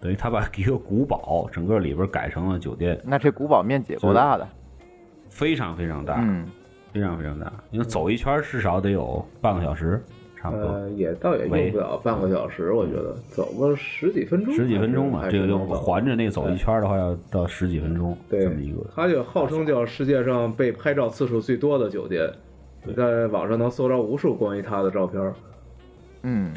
D: 等于他把一个古堡整个里边改成了酒店，
C: 那这古堡面积也够大的。
D: 非常非常大，
C: 嗯
D: 非常非常大，因为走一圈至少得有半个小时，差不多。
E: 呃，也倒也用不了半个小时，我觉得走个十几分钟，
D: 十几分钟嘛，
E: 还
D: 这
E: 是
D: 个就
E: 能走
D: 环着那走一圈的话，要到十几分钟，
E: 对
D: 这么一个。
E: 它就号称叫世界上被拍照次数最多的酒店，你在网上能搜着无数关于它的照片儿。
C: 嗯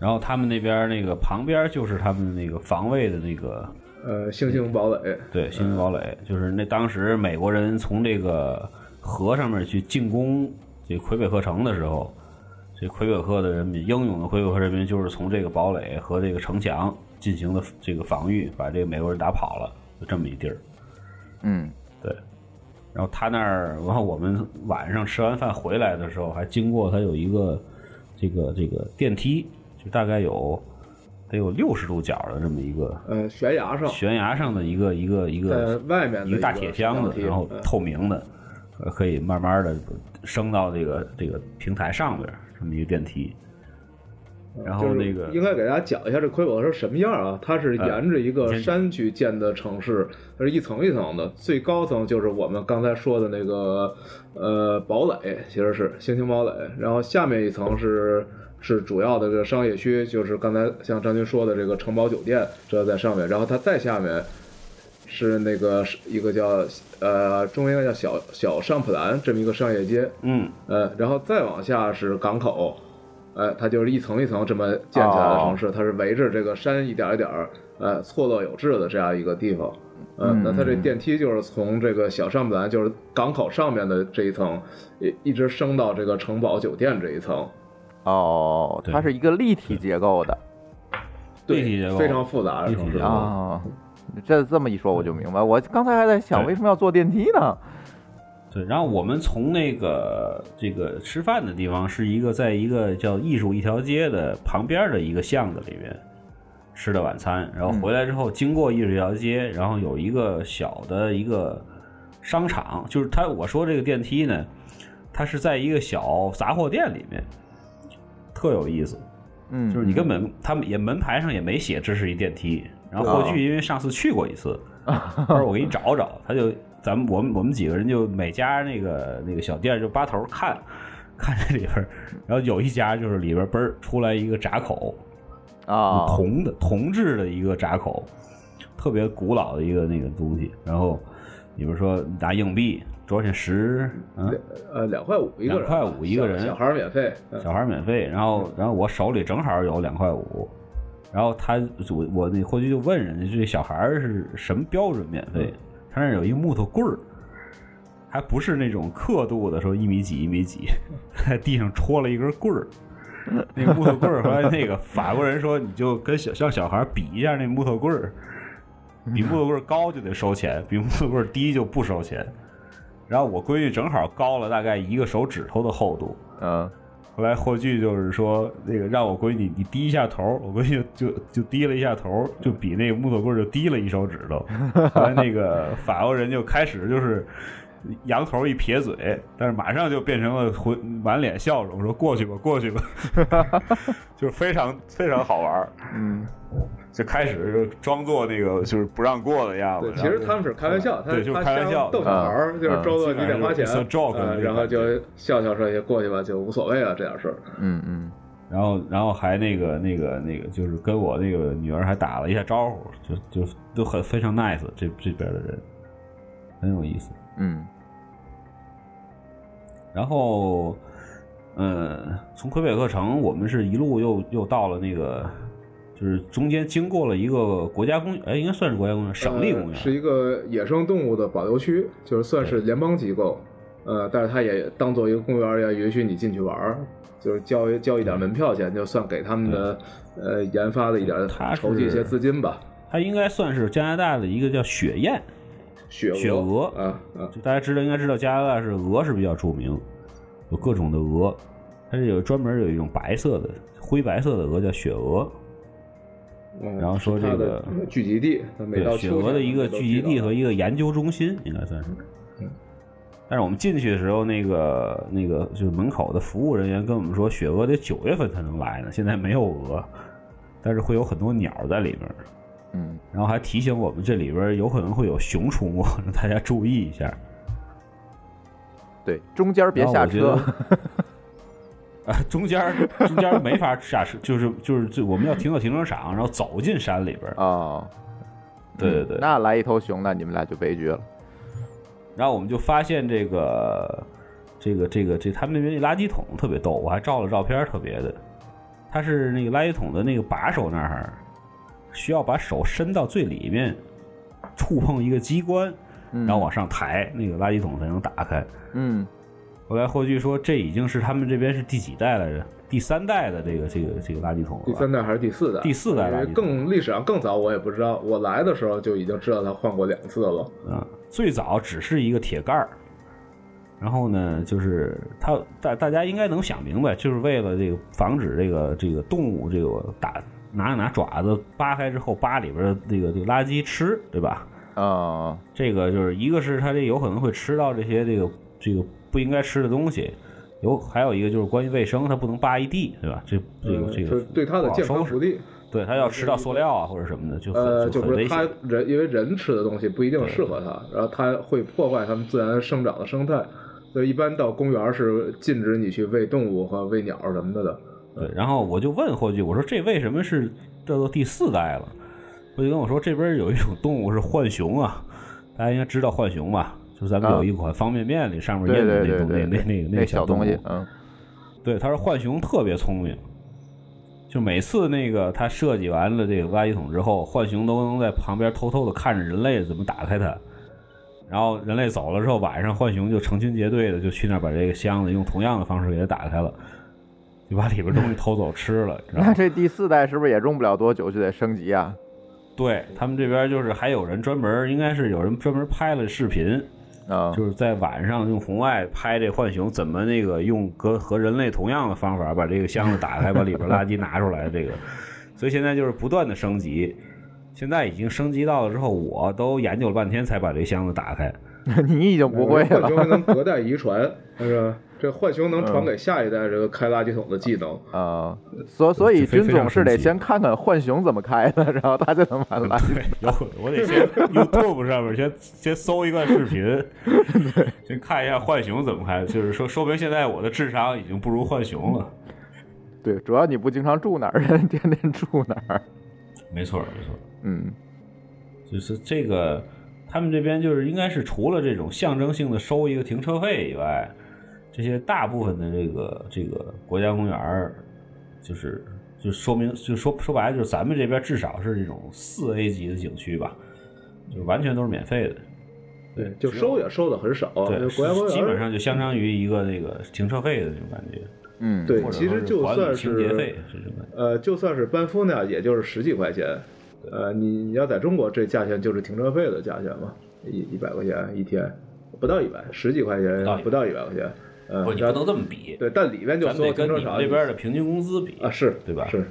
D: 然后他们那边那个旁边就是他们那个防卫的那个
E: 呃，星星
D: 嗯
E: 堡垒，
D: 对新闻堡垒，就是那当时美国人从这个河上面去进攻这魁北克城的时候，这魁北克的人民英勇的魁北克人民就是从这个堡垒和这个城墙进行了这个防御，把这个美国人打跑了，就这么一地儿。
C: 嗯
D: 然后他那儿，然后我们晚上吃完饭回来的时候，还经过他有一个这个这个电梯，就大概有得有六十度角的这么一个
E: 呃，悬崖上，
D: 悬崖上的一个一个一
E: 在
D: 个
E: 外面的
D: 一个大铁箱
E: 楼
D: 子，
E: 梯
D: 然后
E: 呃
D: 透明的，呃可以慢慢的升到这个这个平台上边儿这么一个电梯。然后那个哎
E: 呃就是应该给大家讲一下这魁北克是什么样啊？它是沿着一个山去建的城市，它是一层一层的，最高层就是我们刚才说的那个呃堡垒，其实是星星堡垒，然后下面一层是。是主要的这个商业区，就是刚才像张军说的这个城堡酒店，这在上面，然后它再下面是那个是一个叫呃中文应该叫小小上普兰这么一个商业街，
D: 嗯，
E: 呃，然后再往下是港口，呃，它就是一层一层这么建起来的城市，
D: 哦
E: 它是围着这个山一点儿一点儿呃错落有致的这样一个地方。呃，那
D: 嗯
E: 它这电梯就是从这个小上本来就是港口上面的这一层，一一直升到这个城堡酒店这一层，
C: 哦，它
D: 对
C: 是一个立体结构的
D: 立体结构
E: 非常复杂的城
D: 立
E: 市
D: 体结构
C: 啊。这这么一说我就明白，我刚才还在想
D: 对
C: 为什么要坐电梯呢？
D: 对，然后我们从那个这个吃饭的地方是一个在一个叫艺术一条街的旁边的一个巷子里面吃的晚餐，然后回来之后经过艺术一条街，然后有一个小的一个商场，就是它我说这个电梯呢，它是在一个小杂货店里面，特有意思，
C: 嗯，
D: 就是你根本他们也门牌上也没写这是一电梯。然后霍炬因为上次去过一次，他说我给你找找，他就咱们我们我们几个人就每家那个那个小店就扒头看， *laughs* 看这里边儿，然后有一家就是里边儿嘣儿出来一个闸口，
C: 啊，
D: 铜的铜制的一个闸口，特别古老的一个那个东西。然后你比如说拿硬币多少钱十嗯
E: 呃，两块五一个人，
D: 两块五一个人
E: 小小孩儿免费，嗯
D: 小孩儿免费，然后然后我手里正好有两块五，然后他我我那回去就问人家这小孩儿是什么标准免费，他那儿有一木头棍儿，还不是那种刻度的说一米几一米几， *laughs* 在地上戳了一根棍儿。那个木头棍儿，后来那个法国人说，你就跟小像小孩儿比一下那木头棍儿，比木头棍儿高就得收钱，比木头棍儿低就不收钱。然后我闺女正好高了大概一个手指头的厚度，
C: 嗯，
D: 后来霍炬就是说，那个让我闺女你低一下头，我闺女就就低了一下头，就比那个木头棍儿就低了一手指头。后来那个法国人就开始就是扬头一撇嘴，但是马上就变成了浑满脸笑容，说过去吧，过去吧， *laughs* 就是非常非常好玩儿。
C: 嗯，
D: 就开始就装作那个就是不让过的样子
E: 对，。其
D: 然后
E: 实他们是开玩笑，他
D: 对就是
E: 他
D: 开玩
E: 先
D: 笑
E: 逗小孩儿，
C: 嗯
E: 就是周乐
D: 嗯
E: 你得花
D: 基
E: 钱
D: 本上就是，joke
E: 呃
D: 那种
E: 然后
D: 感
E: 就
D: 觉
E: 笑笑说也过去吧，就无所谓啊了这点事儿。
C: 嗯嗯，
D: 然后然后还那个那个那个，就是跟我那个女儿还打了一下招呼，就就都很非常 nice，这这边的人很有意思。
C: 嗯，
D: 然后，呃，从魁北克城，我们是一路又又到了那个，就是中间经过了一个国家公园，哎，应该算是国家公园，省立公
E: 呃
D: 园，
E: 是一个野生动物的保留区，就是算是联邦机构，呃，但是它也当做一个公园儿，也允许你进去玩儿，就是交一交一点门票钱，就算给他们的呃研发的一点
D: 它是
E: 筹集一些资金吧。
D: 它应该算是加拿大的一个叫雪燕，
E: 雪
D: 雪
E: 鹅
D: 鹅
E: 啊啊，
D: 就大家知道，应该知道加拿大是鹅是比较著名，有各种的鹅，它是有专门有一种白色的灰白色的鹅叫雪鹅，
E: 嗯
D: 然后说
E: 是它
D: 这个
E: 的聚集地，它每到
D: 对，雪
E: 秋
D: 鹅
E: 天
D: 的一个
E: 都
D: 聚集
E: 到
D: 地和一个研究中心，应该算是。
E: 嗯
D: 但是我们进去的时候，那个那个就是门口的服务人员跟我们说，雪鹅得九月份才能来呢，现在没有鹅，但是会有很多鸟在里边儿。
C: 嗯，
D: 然后还提醒我们这里边儿有可能会有熊出没， *laughs* 让大家注意一下。
C: 对，中间别
D: 然后
C: 下
D: 我觉
C: 车。
D: 得 *laughs* 啊，中间儿中间儿没法下车，就是就是就我们要停到停车场，然后走进山里边儿。
C: 哦，
D: *laughs* 对对
C: 嗯
D: 对，
C: 那来一头熊，那你们俩就悲剧了。
D: 然后我们就发现这个这个这个这他们那边那垃圾桶特别逗，我还照了照片儿，特别的，它是那个垃圾桶的那个把手那儿，需要把手伸到最里面，触碰一个机关，
E: 嗯
D: 然后往上抬，那个垃圾桶才能打开。
C: 嗯，
D: 后来霍炬说，这已经是他们这边是第几代来着？第三代的这个这个这个垃圾桶了吧。
E: 第三代还是第四代？
D: 第四代垃圾
E: 呃
D: 桶
E: 更历史上更早，我也不知道。我来的时候就已经知道它换过两次了。
D: 啊，最早只是一个铁盖儿，然后呢，就是它大大家应该能想明白，就是为了这个防止这个这个动物这个打拿拿爪子扒开之后扒里边的这个这个垃圾吃，对吧？
C: 啊，
D: 这个就是一个是它这有可能会吃到这些这个这个不应该吃的东西。有还有一个就是关于卫生，它不能扒一地，对吧？这这个
E: 嗯
D: 这
E: 就
D: 个
E: 是对它的
D: 不好
E: 健康
D: 收
E: 不
D: 拾，
E: 利。
D: 对它要吃到塑料啊或者什么的，就很、
E: 呃，
D: 就
E: 就
D: 很
E: 不
D: 危
E: 是
D: 险
E: 它。人，因为人吃的东西不一定适合它，然后它会破坏它们自然生长的生态，所以一般到公园是禁止你去喂动物和喂鸟什么的的。
C: 嗯
D: 对，然后我就问霍炬，我说这为什么是叫做第四代了？我就跟我说这边有一种动物是浣熊啊，大家应该知道浣熊吧？就是咱们
C: 啊
D: 有一款方便面里上面
C: 对
D: 腌的
C: 对
D: 那
C: 对
D: 种那
C: 对，
D: 那那
C: 那
D: 那小动
C: 东西
D: 物，啊
C: 嗯，
D: 对，他说浣熊特别聪明，就每次那个他设计完了这个垃圾桶之后，浣熊都能在旁边偷偷的看着人类怎么打开它。然后人类走了之后，晚上浣熊就成群结队的就去那儿把这个箱子用同样的方式给它打开了，就把里边东西偷走吃了。你知
C: *laughs*
D: 道
C: 那
D: 吗？
C: 这第四代是不是也用不了多久就得升级啊？
D: 对他们这边就是还有人专门，应该是有人专门拍了视频，
C: 啊，
D: 就是在晚上用红外拍这浣熊怎么那个用和和人类同样的方法把这个箱子打开，把里边垃圾拿出来。这个，所以现在就是不断的升级，现在已经升级到了之后，我都研究了半天才把这箱子打开。
C: 你已经不会
E: 浣熊
C: 了
E: 还
C: 嗯
E: 能隔代遗传，是吧？这浣熊能传给下一代这个开垃圾桶的技能。
C: 啊，所所以
D: 非
C: 军
D: 非常
C: 总是得
D: 神奇
C: 先看看浣熊怎么开的，然后他就能把垃圾。
D: *laughs* 有我得 *laughs* 先 YouTube 上面先先搜一段视频，先看一下浣熊怎么开，就是说说明现在我的智商已经不如浣熊了。
C: 对，主要你不经常住哪儿，人天天住哪儿。
D: 没错，没错。
C: 嗯，
D: 就是这个，他们这边就是应该是除了这种象征性的收一个停车费以外，这些大部分的这个这个国家公园儿，就是就说明就说说白了就是咱们这边至少是这种四 A 级的景区吧，就完全都是免费的。
E: 对，就收也收的很少，啊
D: 对，
E: 就哦国家公园
D: 基本上就相当于一个那个停车费的那种感觉，
C: 嗯，
E: 对
D: 或者
E: 其
D: 说
E: 实
D: 是
E: 就
D: 管理
E: 算
D: 清洁
E: 是
D: 费这种感觉。
E: 呃，就算是班夫那样，也就是十几块钱。呃，你你要在中国，这价钱就是停车费的价钱嘛，一一百块钱一天，不到一百，十几块钱
D: 不
E: 不
D: 到
E: 到一百块钱。呃，
D: 不，你不能这么比，
E: 对，但里面就
D: 咱们
E: 所
D: 得
E: 有停
D: 跟
E: 车
D: 你
E: 场
D: 们这边的平均工资比
E: 啊，是
D: 对吧？
E: 是，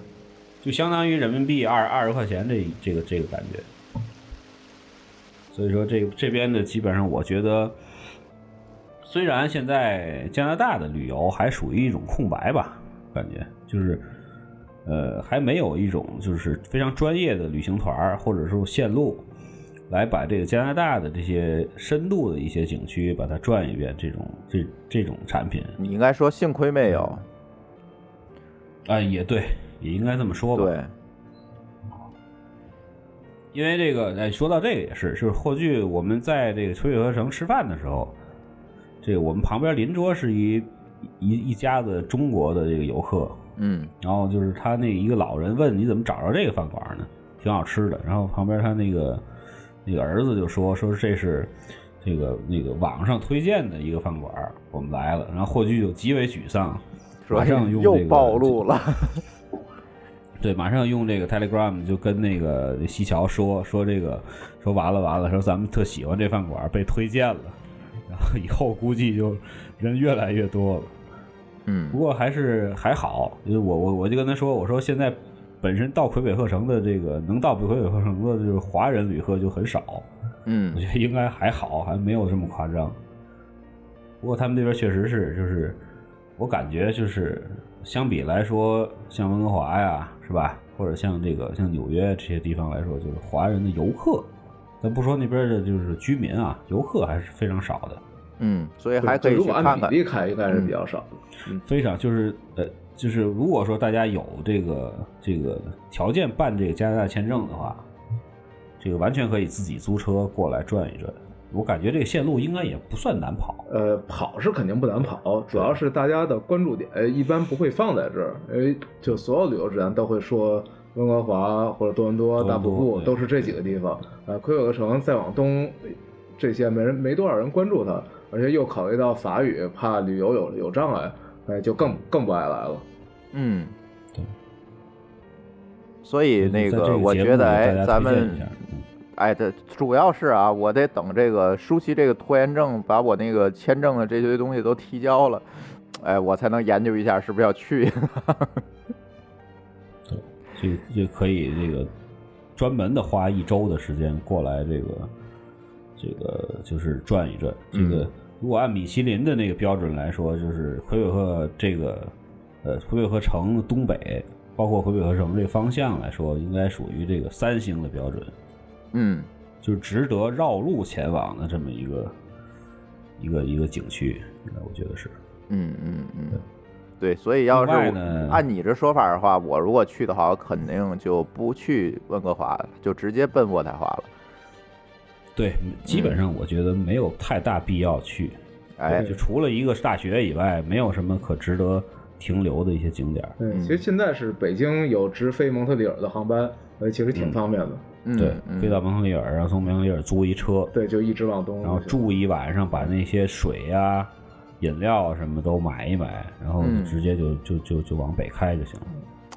D: 就相当于人民币二二十块钱这这个这个感觉。所以说这这边的基本上，我觉得，虽然现在加拿大的旅游还属于一种空白吧，感觉就是，呃，还没有一种就是非常专业的旅行团儿或者说线路，来把这个加拿大的这些深度的一些景区把它转一遍，这种这这种产品，
C: 你应该说幸亏没有。
D: 啊、也对，也应该这么说吧。
C: 对，
D: 因为这个，哎，说到这个也是，就是霍炬，我们在这个秋月河城吃饭的时候，这个我们旁边邻桌是一一一家子中国的这个游客，
C: 嗯
D: 然后就是他那一个老人问你怎么找着这个饭馆呢？挺好吃的。然后旁边他那个那个儿子就说说这是这个那个网上推荐的一个饭馆，我们来了。然后霍炬就极为沮丧，
C: 说
D: 马上用、这个、
C: 又暴露了。
D: 对，马上用这个 Telegram 就跟那个西桥说说这个，说完了完了，说咱们特喜欢这饭馆，被推荐了， *laughs* 然后以后估计就人越来越多了。不
C: 嗯
D: 过还是还好，因为我我我就跟他说，我说现在本身到魁北克城的这个能到魁北克城的就是华人旅客就很少，我
C: 嗯
D: 觉得应该还好，还没有这么夸张。不过他们这边确实是，就是我感觉就是相比来说，像温哥华呀，是吧？或者像这个像纽约这些地方来说，就是华人的游客，咱不说那边的就是居民啊，游客还是非常少的，
C: 嗯，所以
E: 对
C: 还可以
E: 就如
C: 去
E: 果
C: 看
E: 按
C: 看
E: 比。例看，应该是
D: 嗯
E: 比较少的。
D: 非常就是呃，就是如果说大家有这个这个条件办这个加拿大签证的话，这个完全可以自己租车过来转一转。我感觉这个线路应该也不算难跑。
E: 呃，跑是肯定不难跑，主要是大家的关注点呃一般不会放在这儿，因为就所有旅游指南都会说温哥华或者多伦多、
D: 多伦多
E: 大瀑布
D: 对
E: 都是这几个地方。呃，魁北克城再往东，这些没人没多少人关注它，而且又考虑到法语，怕旅游有有障碍，哎，就更更不爱来了。
C: 嗯
D: 对，
C: 所以那
D: 嗯在这
C: 个我
D: 节目
C: 觉得
D: 里
C: 哎，
D: 大家
C: 咱
D: 推荐
C: 们
D: 一下嗯
C: 哎，这主要是啊，我得等这个舒淇这个拖延症把我那个签证的这堆东西都提交了，哎，我才能研究一下是不是要去。 *laughs*
D: 就就可以这个专门的花一周的时间过来这个这个就是转一转。这个、
C: 嗯
D: 如果按米其林的那个标准来说，就是魁北克这个呃魁北克城的东北，包括魁北克城这方向来说，应该属于这个三星的标准，
C: 嗯
D: 就是值得绕路前往的这么一个一个一个景区，我觉得是。
C: 嗯嗯嗯，对，所以要是
D: 另外
C: 我
D: 呢
C: 按你这说法的话，我如果去的话，我肯定就不去温哥华了，就直接奔渥太华了。
D: 对，基本上我觉得没有太大必要去，
C: 哎
D: 就，除了一个大学以外，没有什么可值得停留的一些景点儿。
E: 对，
C: 嗯
E: 其实现在是北京有直飞蒙特利尔的航班，呃，其实挺方便的。
C: 嗯
D: 对，
C: 嗯
D: 飞到蒙特利尔，然后啊从蒙特利尔租一车，
E: 对，就一直往东，
D: 然后住一晚上，把那些水呀、饮料啊什么都买一买，然后
C: 嗯
D: 直接就就就就往北开就行了，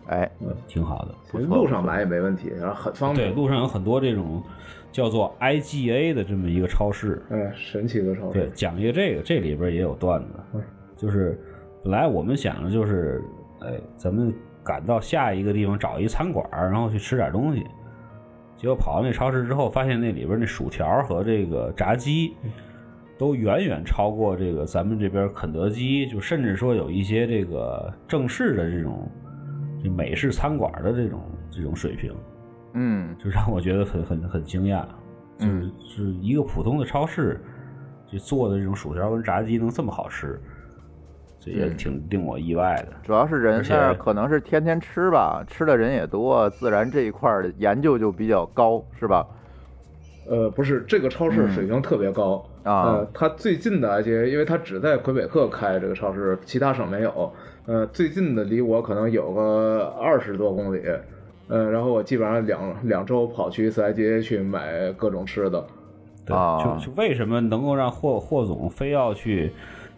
C: 哎，
D: 嗯挺好的。
E: 其实路上买也没问题，然后很
C: 嗯
E: 方
D: 对，
E: 便。
D: 路上有很多这种叫做 IGA 的这么一个超市，
E: 哎，神奇的超
D: 对
E: 市，，
D: 讲一个这个，这里边也有段子
E: 嗯，
D: 就是本来我们想着就是，哎，咱们赶到下一个地方找一餐馆儿，然后去吃点东西，结果跑到那超市之后，发现那里边那薯条和这个炸鸡。都远远超过这个咱们这边肯德基，就甚至说有一些这个正式的这种这美式餐馆的这种这种水平。
C: 嗯
D: 就让我觉得很很很惊讶，就是、
C: 嗯
D: 就是一个普通的超市，就做的这种薯条跟炸鸡能这么好吃，这也
C: 嗯
D: 挺令我意外的。
C: 主要是人
D: 而且
C: 那儿可能是天天吃吧，吃的人也多，自然这一块儿的研究就比较高，是吧？
E: 呃，不是这个超市水平特别高
C: 啊
E: 呃，它最近的 IGA，因为它只在魁北克开这个超市，其他省没有。呃，最近的离我可能有个二十多公里，呃，然后我基本上两两周跑去一次 IGA 去买各种吃的。
D: 对，
C: 啊
D: 就就为什么能够让霍霍总非要去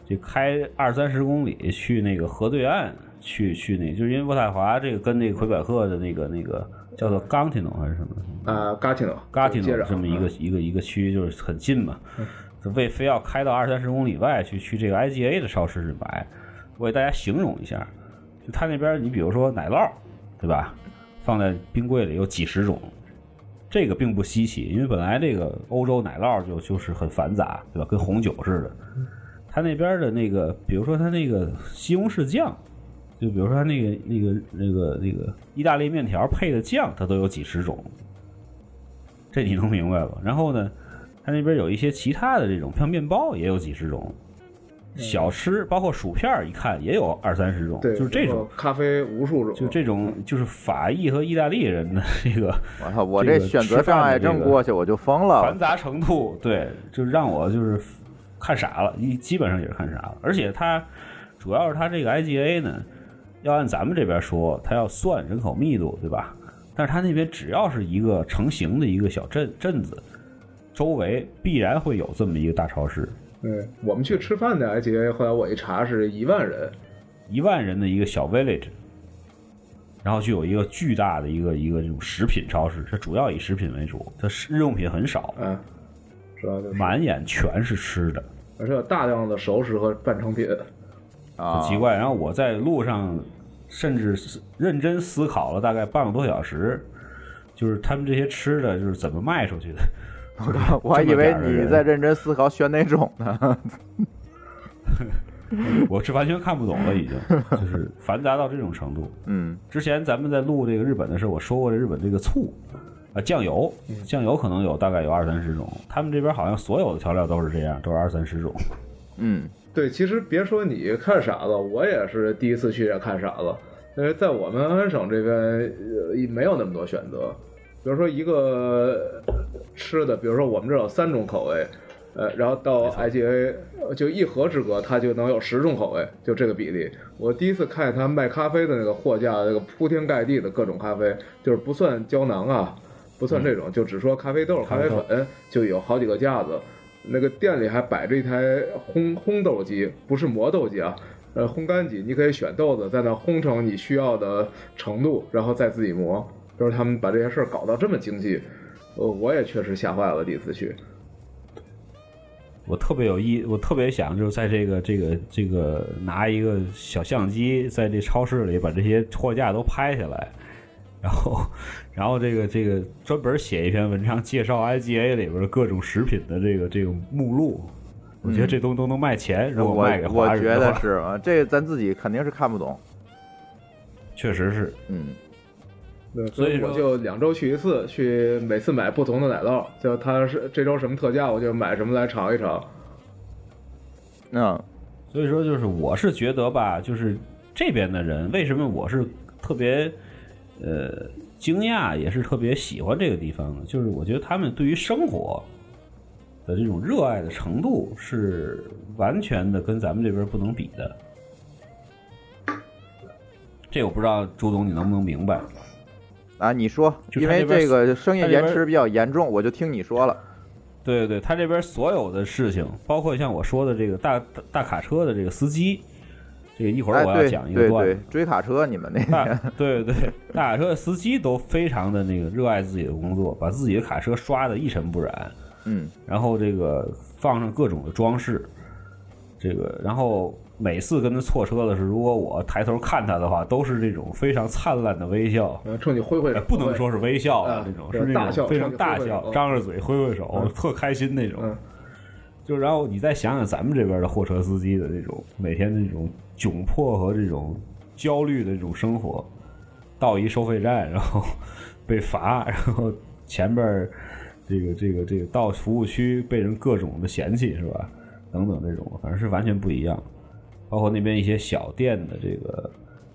D: 就开二三十公里去那个河对岸去去那，就是因为渥太华这个跟那个魁北克的那个那个叫做冈廷农还是什么？
E: 啊、g a t i n o
D: 嘎提
E: 接嗯
D: 诺
E: 着啊
D: 这么一个一个一个区，就是很近嘛，就为非要开到二三十公里外去去这个 IGA 的超市去买，我给大家形容一下，就他那边你比如说奶酪，对吧？放在冰柜里有几十种，这个并不稀奇，因为本来这个欧洲奶酪就就是很繁杂，对吧？跟红酒似的。他那边的那个，比如说他那个西红柿酱，就比如说他那个那个那个那个意大利面条配的酱，它都有几十种，这你能明白吧？然后呢，他那边有一些其他的这种，像面包也有几十种，小吃包括薯片儿，一看也有二三十种，
E: 嗯对，
D: 就是这
E: 然后
D: 种。
E: 咖啡无数种，
D: 就这种，就是法裔和意大利人的这个
C: 我操，我
D: 这
C: 这
D: 个
C: 选择
D: 吃饭
C: 障
D: 的
C: 碍
D: 这
C: 症
D: 个
C: 过去我就疯了
D: 繁，杂程度， *laughs* 对，就让我就是看傻了，一基本上也是看傻了。而且它主要是它这个 IGA 呢，要按咱们这边说，它要算人口密度，对吧？但是它那边只要是一个成型的一个小镇镇子，周围必然会有这么一个大超市，
E: 嗯，我们去吃饭的 IGA，后来我一查是一万人，
D: 一万人的一个小 village，然后就有一个巨大的一个一个这种食品超市，它主要以食品为主，它是日用品很少，
E: 嗯，主要就是，
D: 满眼全是吃的。
E: 而且有大量的熟食和半成品，
C: 啊，
D: 很奇怪。然后我在路上甚至是认真思考了大概半个多小时，就是他们这些吃的，就是怎么卖出去
C: *laughs*
D: 的。
C: 我靠，我还以为
D: 这么点儿的
C: 你
D: 人
C: 在认真思考选哪种呢。
D: 我是完全看不懂了，已经就是繁杂到这种程度。
C: 嗯
D: 之前咱们在录这个日本的时候，我说过这日本这个醋啊、酱油，
C: 嗯
D: 酱油可能有大概有二三十种，他们这边好像所有的调料都是这样，都是二三十种。
C: 嗯
E: 对，其实别说你看傻子，我也是第一次去也看傻子，因为在我们安安省这边，呃，没有那么多选择。比如说一个呃吃的，比如说我们这儿有三种口味，呃，然后到 IGA 呃就一河之隔，它就能有十种口味，就这个比例。我第一次看见他卖咖啡的那个货架，那个铺天盖地的各种咖啡，就是不算胶囊啊，不算这种，就只说咖啡豆、咖啡粉，就有好几个架子。那个店里还摆着一台烘烘豆机，不是磨豆机啊，呃，烘干机，你可以选豆子，在那烘成你需要的程度，然后再自己磨。就是他们把这些事儿搞到这么精细，呃，我也确实吓坏了第一次去。
D: 我特别有意，我特别想就是在这个这个这个拿一个小相机，在这超市里把这些货架都拍下来，然后然后这个这个专门写一篇文章介绍 IGA 里边的各种食品的这个这个目录。我觉得这东西都能卖钱，如果
C: 嗯我
D: 卖给华
C: 我
D: 人
C: 觉
D: 的
C: 得
D: 话，
C: 是啊，这咱自己肯定是看不懂。
D: 确实是。
C: 嗯
E: 对，
D: 所以说
E: 我就两周去一次，去每次买不同的奶酪，就它是这周什么特价，我就买什么来尝一尝。
C: 嗯
D: 所以说，就是我是觉得吧，就是这边的人，为什么我是特别呃惊讶，也是特别喜欢这个地方呢？就是我觉得他们对于生活的这种热爱的程度是完全的跟咱们这边不能比的。这我不知道朱总你能不能明白？
C: 啊，你说，
D: 就
C: 因
D: 他
C: 为
D: 这边
C: 这个生意
D: 他这
C: 延
D: 边
C: 迟比较严重，我就听你说了。
D: 对对对，他这边所有的事情，包括像我说的这个大大大卡车的这个司机，这个一会
C: 哎，
D: 儿我要
C: 对
D: 讲一个
C: 对
D: 段子。
C: 对，追卡车你们那
D: 大 *laughs* 对对，大卡车司机都非常的那个热爱自己的工作，把自己的卡车刷的一尘不染，
C: 嗯，
D: 然后这个放上各种的装饰，这个然后每次跟他错车的时候，如果我抬头看他的话，都是这种非常灿烂的微笑。
E: 嗯，冲你挥挥
D: 哎
E: 手，
D: 不能说是微笑
E: 啊
D: 那种，
E: 对
D: 是那
E: 大笑
D: 种非
E: 上
D: 常
E: 去
D: 大
E: 挥挥
D: 笑，
E: 手
D: 张着嘴挥挥手
E: 嗯，
D: 特开心那种。
E: 嗯，
D: 就然后你再想想咱们这边的货车司机的这种每天这种窘迫和这种焦虑的这种生活，到一收费站，然后被罚，然后前边儿这个这个这个到服务区被人各种的嫌弃是吧？等等这种，反正是完全不一样。包括那边一些小店的这个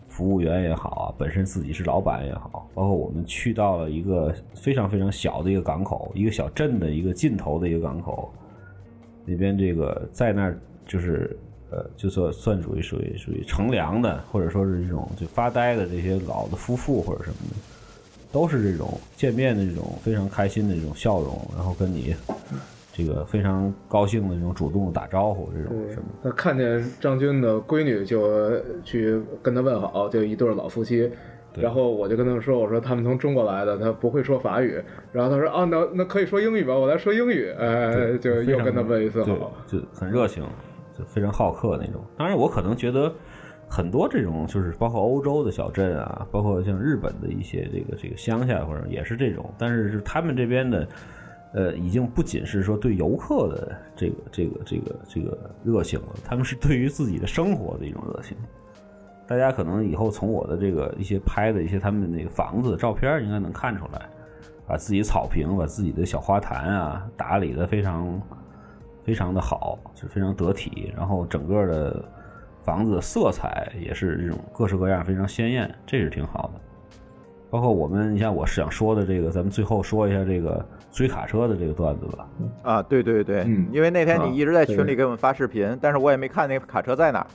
D: 服务员也好啊，本身自己是老板也好，包括我们去到了一个非常非常小的一个港口，一个小镇的一个尽头的一个港口，那边这个在那儿就是呃，就算算属于属于属于乘凉的，或者说是这种就发呆的这些老的夫妇或者什么的，都是这种见面的这种非常开心的这种笑容，然后跟你这个非常高兴的这种主动地打招呼这种什么。
E: 他看见张军的闺女就去跟他问好，就一对儿老夫妻。
D: 对
E: 然后我就跟他们说：“我说他们从中国来的，他不会说法语。”然后他说：“啊，那那可以说英语吧，我来说英语。”哎，就
D: 非
E: 又
D: 常
E: 跟他问一次好。
D: 对，就很热情，就非常好客那种。当然，我可能觉得很多这种就是包括欧洲的小镇啊，包括像日本的一些这个这个乡下或者也是这种，但是是他们这边的。呃，已经不仅是说对游客的这个、这个、这个、这个热情了，他们是对于自己的生活的一种热情。大家可能以后从我的这个一些拍的一些他们那个房子的照片儿，应该能看出来，把自己草坪、把自己的小花坛啊打理的非常非常的好，就是非常得体。然后整个的房子的色彩也是这种各式各样，非常鲜艳，这是挺好的。包括我们，你像我想说的这个，咱们最后说一下这个追卡车的这个段子吧。
C: 啊，对对对，
E: 嗯
C: 因为那天
E: 啊
C: 你一直在
E: 对
C: 群里给我们发视频，但是我也没看那个卡车在哪儿。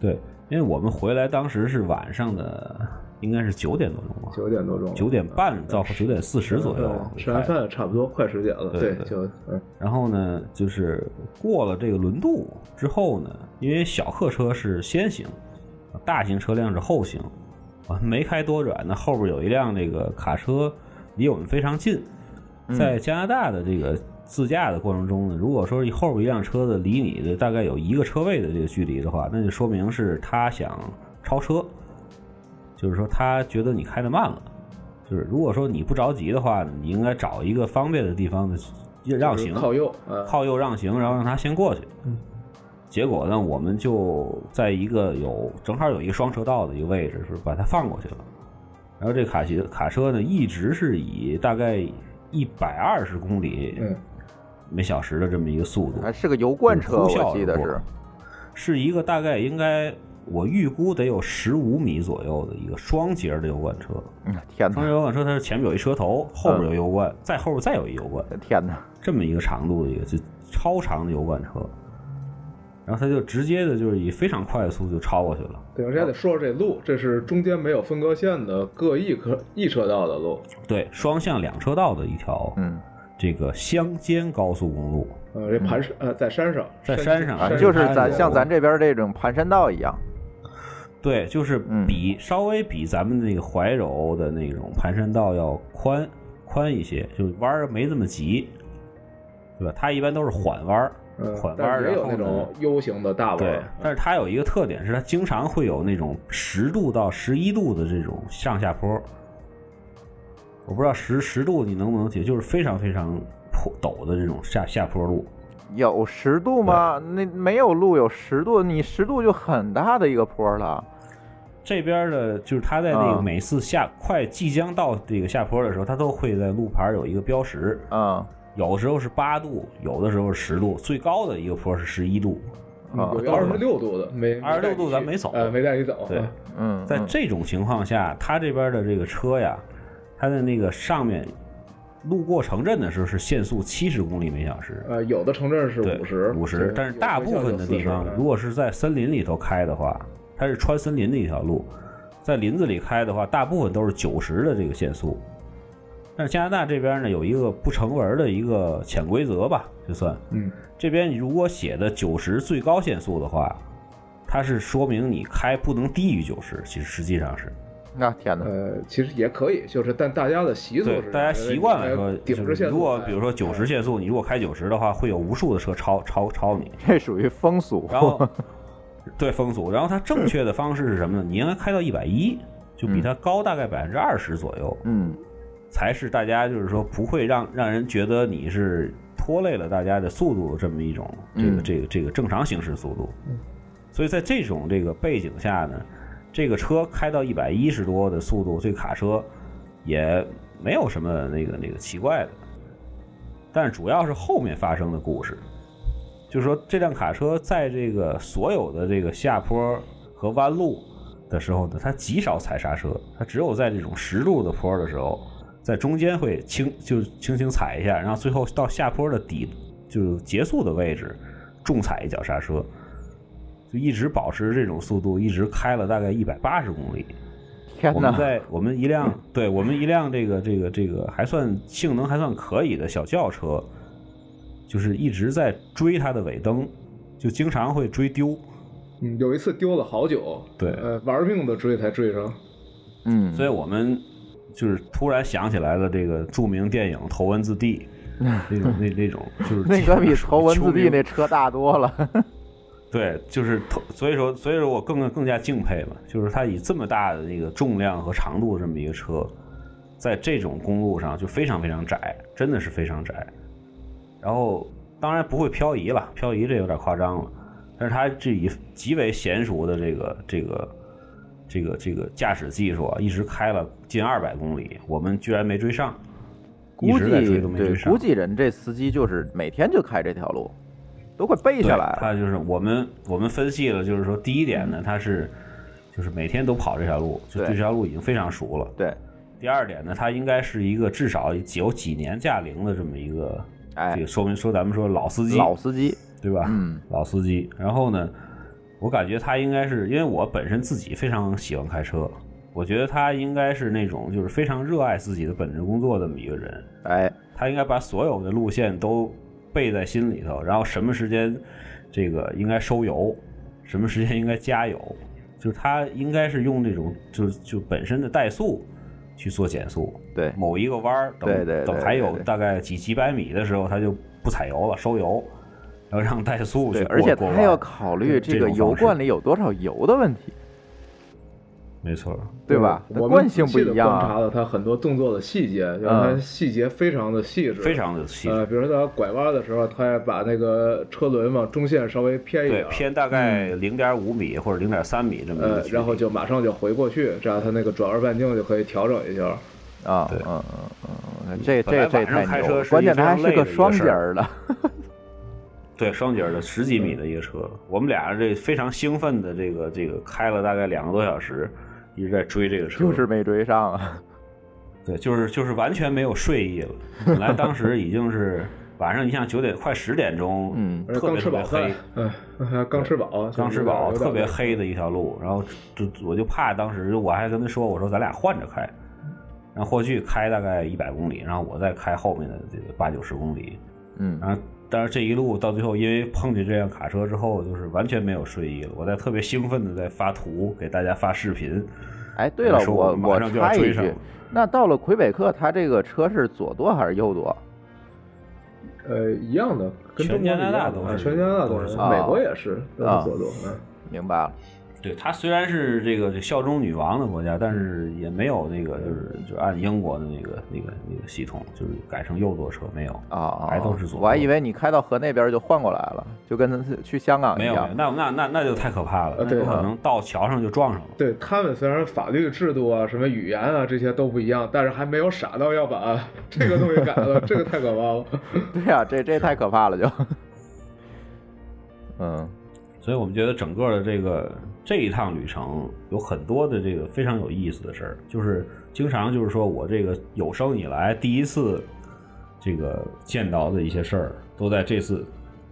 D: 对，因为我们回来当时是晚上的，应该是九点多钟吧，
E: 九点多钟了，
D: 九点半到九点四十左右
E: 对吃完饭差不多快十点了。
D: 对
E: 对，就嗯
D: 然后呢，就是过了这个轮渡之后呢，因为小客车是先行，大型车辆是后行。啊，没开多远呢，后边有一辆这个卡车离我们非常近。在加拿大的这个自驾的过程中呢，如果说后边一辆车子离你的大概有一个车位的这个距离的话，那就说明是他想超车，就是说他觉得你开的慢了。就是如果说你不着急的话，你应该找一个方便的地方的让行，
E: 靠右啊，
D: 靠右让行，然后让他先过去。结果呢，我们就在一个有正好有一个双车道的一个位置，是把他放过去了。然后这卡骑卡车呢，一直是以大概一百二十公里
E: 嗯，
D: 每小时的这么一个速度，
C: 还哎是个油罐车，
D: 呼啸
C: 我记得
D: 而过
C: 是。
D: 是一个大概应该我预估得有十五米左右的一个双节儿的油罐车。
C: 嗯，天
D: 双节
C: 哪，
D: 油罐车它是前面有一车头，后
C: 嗯
D: 边有油罐，再后边再有一油罐。
C: 天哪！
D: 这么一个长度的一个就超长的油罐车，然后他就直接的就是以非常快的速度就超过去了。
E: 对，而且还得说说这路，这是中间没有分割线的各一车一车道的路，
D: 对，双向两车道的一条
C: 嗯
D: 这个乡间高速公路，
E: 呃，这
D: 嗯
E: 盘山呃在山上，
D: 在山上
C: 啊，
D: 是
C: 就是
D: 它
C: 咱
D: 有
C: 像咱这边这种盘山道一样。
D: 对，就是比稍微比咱们那个怀柔的那种盘山道要宽宽一些，就是弯儿没这么急，对吧？它一般都是缓弯儿，
E: 嗯
D: 缓，弯
E: 但
D: 儿，
E: 是也
D: 然
E: 有
D: 后
E: 那
D: 呢
E: 种 U 型的大
D: 对
E: 弯，，
D: 但是它有一个特点是，它经常会有那种十度到十一度的这种上下坡。我不知道十十度你能不能解，就是非常非常坡陡的这种下下坡路。
C: 有十度吗？那没有路有十度，你十度就很大的一个坡了。
D: 这边的，就是它在那
C: 啊
D: 个每次下、快即将到这个下坡的时候，它都会在路牌有一个标识，
C: 嗯
D: 有的时候是八度，有的时候是十度，最高的一个坡是十一度。
C: 啊
E: 嗯有一个二十六度的，没
D: 二十六度咱没走，
E: 呃没带你走，
D: 对
E: 啊，
C: 嗯，
D: 在
C: 嗯
D: 这种情况下，他这边的这个车呀，它的那个上面路过城镇的时候是限速七十公里每小时，
E: 呃有的城镇是
D: 对，
E: 五十，
D: 五十。但是大部分的地方，如
E: 果
D: 果是在森林里头开的话，它是穿森林的一条路，在林子里开的话，大部分都是九十的这个限速。但是加拿大这边呢，有一个不成文的一个潜规则吧，就算
E: 嗯
D: 这边如果写的九十最高限速的话，它是说明你开不能低于九十，其实实际上是。
C: 那啊天哪，
E: 呃其实也可以，就是但大家的习俗
D: 对
E: 是，
D: 大家习惯来
E: 了
D: 说，
E: 顶
D: 就
E: 着啊
D: 是
E: 限速
D: 如果
E: 来
D: 比如说九十限速，你如果开九十的话，会有无数的车超超超
E: *laughs*
D: 你。
C: 这属于风俗。
D: 然后对风俗，然后它正确的方式是什么呢？你应该开到一百一，就
E: 嗯
D: 比它高大概百分之二十左右，
C: 嗯
D: 才是大家就是说不会让让人觉得你是拖累了大家的速度这么一种这个
C: 嗯
D: 这个这个正常行驶速度。所以在这种这个背景下呢，这个车开到一百一十多的速度，这个卡车也没有什么那个那个奇怪的。但是主要是后面发生的故事，就是说这辆卡车在这个所有的这个下坡和弯路的时候呢，它极少踩刹车，它只有在这种十度的坡的时候，在中间会轻就轻轻踩一下，然后最后到下坡的底就结束的位置重踩一脚刹车，就一直保持这种速度，一直开了大概一百八十公里。
C: 天
D: 我
C: 哪
D: 们，在我们一辆， *laughs* 对我们一辆这个这个这个还算性能还算可以的小轿车，就是一直在追它的尾灯，就经常会追丢。
E: 嗯有一次丢了好久，
D: 对
E: 呃玩命的追才追上，
C: 嗯，
D: 所以我们就是突然想起来了这个著名电影《头文
C: *laughs*
D: 字 D》那种那那种就是
C: 那个比
D: *laughs* 属于
C: 头文字
D: 秋
C: D
D: 名
C: 那车大多了。
D: 对，就是头，所以说，所以说我更更加敬佩嘛，就是他以这么大的这个重量和长度这么一个车，在这种公路上就非常非常窄，真的是非常窄。然后当然不会漂移了，漂移这有点夸张了，但是他这以极为娴熟的这个这个这个这个驾驶技术啊，一直开了近二百公里，我们居然没追上， *laughs* 一
C: 估
D: 直在
C: 计 *laughs*
D: 追都没追
C: 对，
D: 上
C: 估。计人这司机就是每天就开这条路，都快背
D: 对，
C: 下来了。
D: 他就是我们我们分析了，就是说第一点呢，他是就是每天都跑这条路，就
C: 对
D: 对这条路已经非常熟了。
C: 啊对，
D: 第二点呢，他应该是一个至少有几年驾龄的这么一个，
C: 哎
D: 这个说明说咱们说老司机，
C: 老司机，
D: 对吧？
C: 嗯，
D: 老司机。然后呢，我感觉他应该是因为我本身自己非常喜欢开车，我觉得他应该是那种就是非常热爱自己的本职工作的这么一个人。
C: 哎，
D: 他应该把所有的路线都背在心里头，然后什么时间这个应该收油，什么时间应该加油，就是他应该是用这种就是就本身的怠速去做减速，
C: 对，
D: 某一个弯儿等
C: 对对对
D: 等还有
C: 对对
D: 大概几几百米的时候，他就不踩油了，收油，然后让怠速去
C: 对，
D: 过
C: 而且
D: 过
C: 他
D: 弯
C: 还要
D: 儿
C: 考虑
D: 这
C: 这个
D: 种
C: 油
D: 方式
C: 罐里有多少油的问题，
D: 没错，
E: 呃
C: 对吧？它
E: 我们
C: 惯性
E: 仔
C: 不
E: 细地
C: 一样
E: 观察
C: 啊。嗯
E: 了它很多动作的细节，然后它细节非常的细致，
D: 非常的细致。
E: 呃，比如说他拐弯的时候，他也把那个车轮往中线稍微偏一
D: 对
E: 点，，
D: 偏大概零点五米或者零点三米这么一个
E: 嗯呃
D: 距，离，
E: 然后就马上就回过去，这样他那个转弯半径就可以调整一下。
C: 啊，
D: 对
C: 嗯嗯嗯嗯，这
D: 本来
C: 这这
D: 晚上
C: 太
D: 开
C: 牛
D: 车
C: 了！
D: 是
C: 关
D: 一
C: 键
D: 非
C: 它还
D: 常
C: 是
D: 累的一个
C: 双
D: 事
C: 节
D: 儿
C: 儿
D: *laughs*
C: 的，
D: 对，双节儿的十几
E: 嗯
D: 米的一个车，我们俩这非常兴奋的这个这个开了大概两个多小时，一直在追这个车，
C: 就是没追上啊。
D: 对，就是就是完全没有睡意了。本来当时已经
E: *laughs*
D: 是晚上，你想九点快十点钟，
C: 嗯
E: 而且
D: 特
E: 刚
D: 别特
E: 吃
D: 别
E: 饱
D: 黑
E: 饭，，嗯，刚吃饱，
D: 刚吃饱，特别黑
E: 的。
D: 的一条路，然后就我就怕当时我还跟他说，我说咱俩换着开，然后霍去开大概一百公里，然后我再开后面的这个八九十公里，
C: 嗯，
D: 然后，但是这一路到最后，因为碰见这辆卡车之后，就是完全没有睡意了。我在特别兴奋的在发图给大家发视频。
C: 哎，对了，
D: 说
C: 我
D: 我马
C: 我
D: 上就要
C: 插一
D: 追上
C: 句
D: 了，
C: 那到了魁北克，它这个车是左舵还是右舵？
E: 呃，一样的，跟中
D: 全
E: 国
D: 加拿大
E: 一样的
D: 都
E: 啊
D: 是
E: 全加拿大
D: 都
E: 都
D: 是
E: 是，
D: 左
C: 舵
E: 美国也是都
C: 啊
E: 是左舵。嗯
C: 明白了，
D: 对他虽然是这个效忠女王的国家，但是也没有那个就是就按英国的那个那个那个系统，就是改成右舵车没有
C: 啊啊，
D: 还都
C: 啊
D: 是左舵。
C: 我还以为你开到河那边就换过来了，就跟咱去香港一
D: 没有，没
C: 样
D: 有。那那那那就太可怕了，
E: 呃
D: 那
E: 对
D: 有可
E: 啊
D: 能到桥上就撞上了。
E: 对他们虽然法律制度啊、什么语言啊这些都不一样，但是还没有傻到要把 *laughs* 这个东西改了，这个
C: *laughs*
E: 太
C: 啊
E: 可怕了。
C: 对呀、这这太可怕了就。嗯，
D: 所所以我们觉得整个的这个这一趟旅程有很多的这个非常有意思的事儿，就是经常就是说我这个有生以来第一次这个见到的一些事儿，都在这次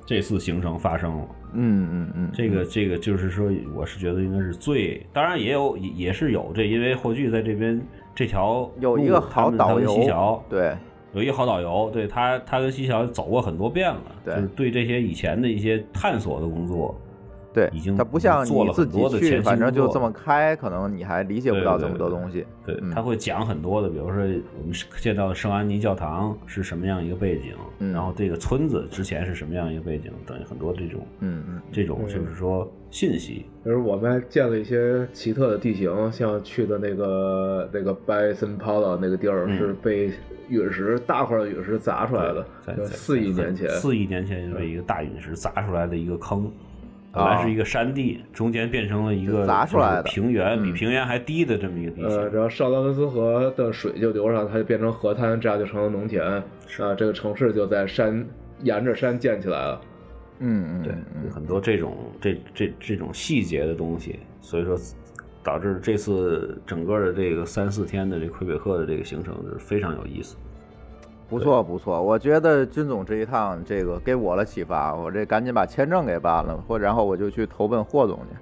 D: 这次行程发生了。
C: 嗯嗯嗯，
D: 这个这个就是说，我是觉得应该是最，当然也有也也是有这，因为霍炬在这边这条
C: 有一
D: 路
C: 个
D: 他
C: 好
D: 们他
C: 导
D: 跟
C: 游
D: 西桥，
C: 对，
D: 有一个好导游，对他，他跟西桥走过很多遍了，
C: 对
D: 就是对这些以前的一些探索的工作，
C: 对，
D: 已经
C: 它不像
D: 做
C: 你
D: 了
C: 自
D: 很
C: 己
D: 多的
C: 去，
D: 前期
C: 反正就
D: 工作
C: 这么开，可能你还理解不
D: 对
C: 到
D: 对
C: 这么
D: 对
C: 多
D: 对
C: 东西。
D: 对，
C: 嗯
D: 他会讲很多的，比如说我们见到的圣安妮教堂是什么样一个背景，
C: 嗯
D: 然后这个村子之前是什么样一个背景，等于很多这种
C: 嗯嗯，
D: 这种就是说信息，
E: 比如我们还见了一些奇特的地形，像去的那个那个 Bison p a l a 那个地儿
D: 嗯
E: 是被陨石大块的陨石砸出来的
D: 在，
E: 就
D: 在
E: 四亿年前。
D: 四亿年前就被一个大陨石砸出来的一个坑，本来是一个山地，中间变成了一
C: 就
D: 个
C: 砸出来的
D: 就是平原，
C: 嗯
D: 比平原还低的这么一个地
E: 呃，
D: 形。
E: 然后绍达伦斯河的水就流上，它就变成河滩，这样就成了农田。啊、这个城市就在山沿着山建起来了。
C: 嗯嗯，
D: 对
C: 嗯，
D: 有
C: 嗯
D: 很多这种这这这种细节的东西，所以说导致这次整个的这个三四天的这魁北克的这个行程就是非常有意思。
C: 不错不错，我觉得军总这一趟这个给我了启发，我这赶紧把签证给办了，或然后我就去投奔霍总去。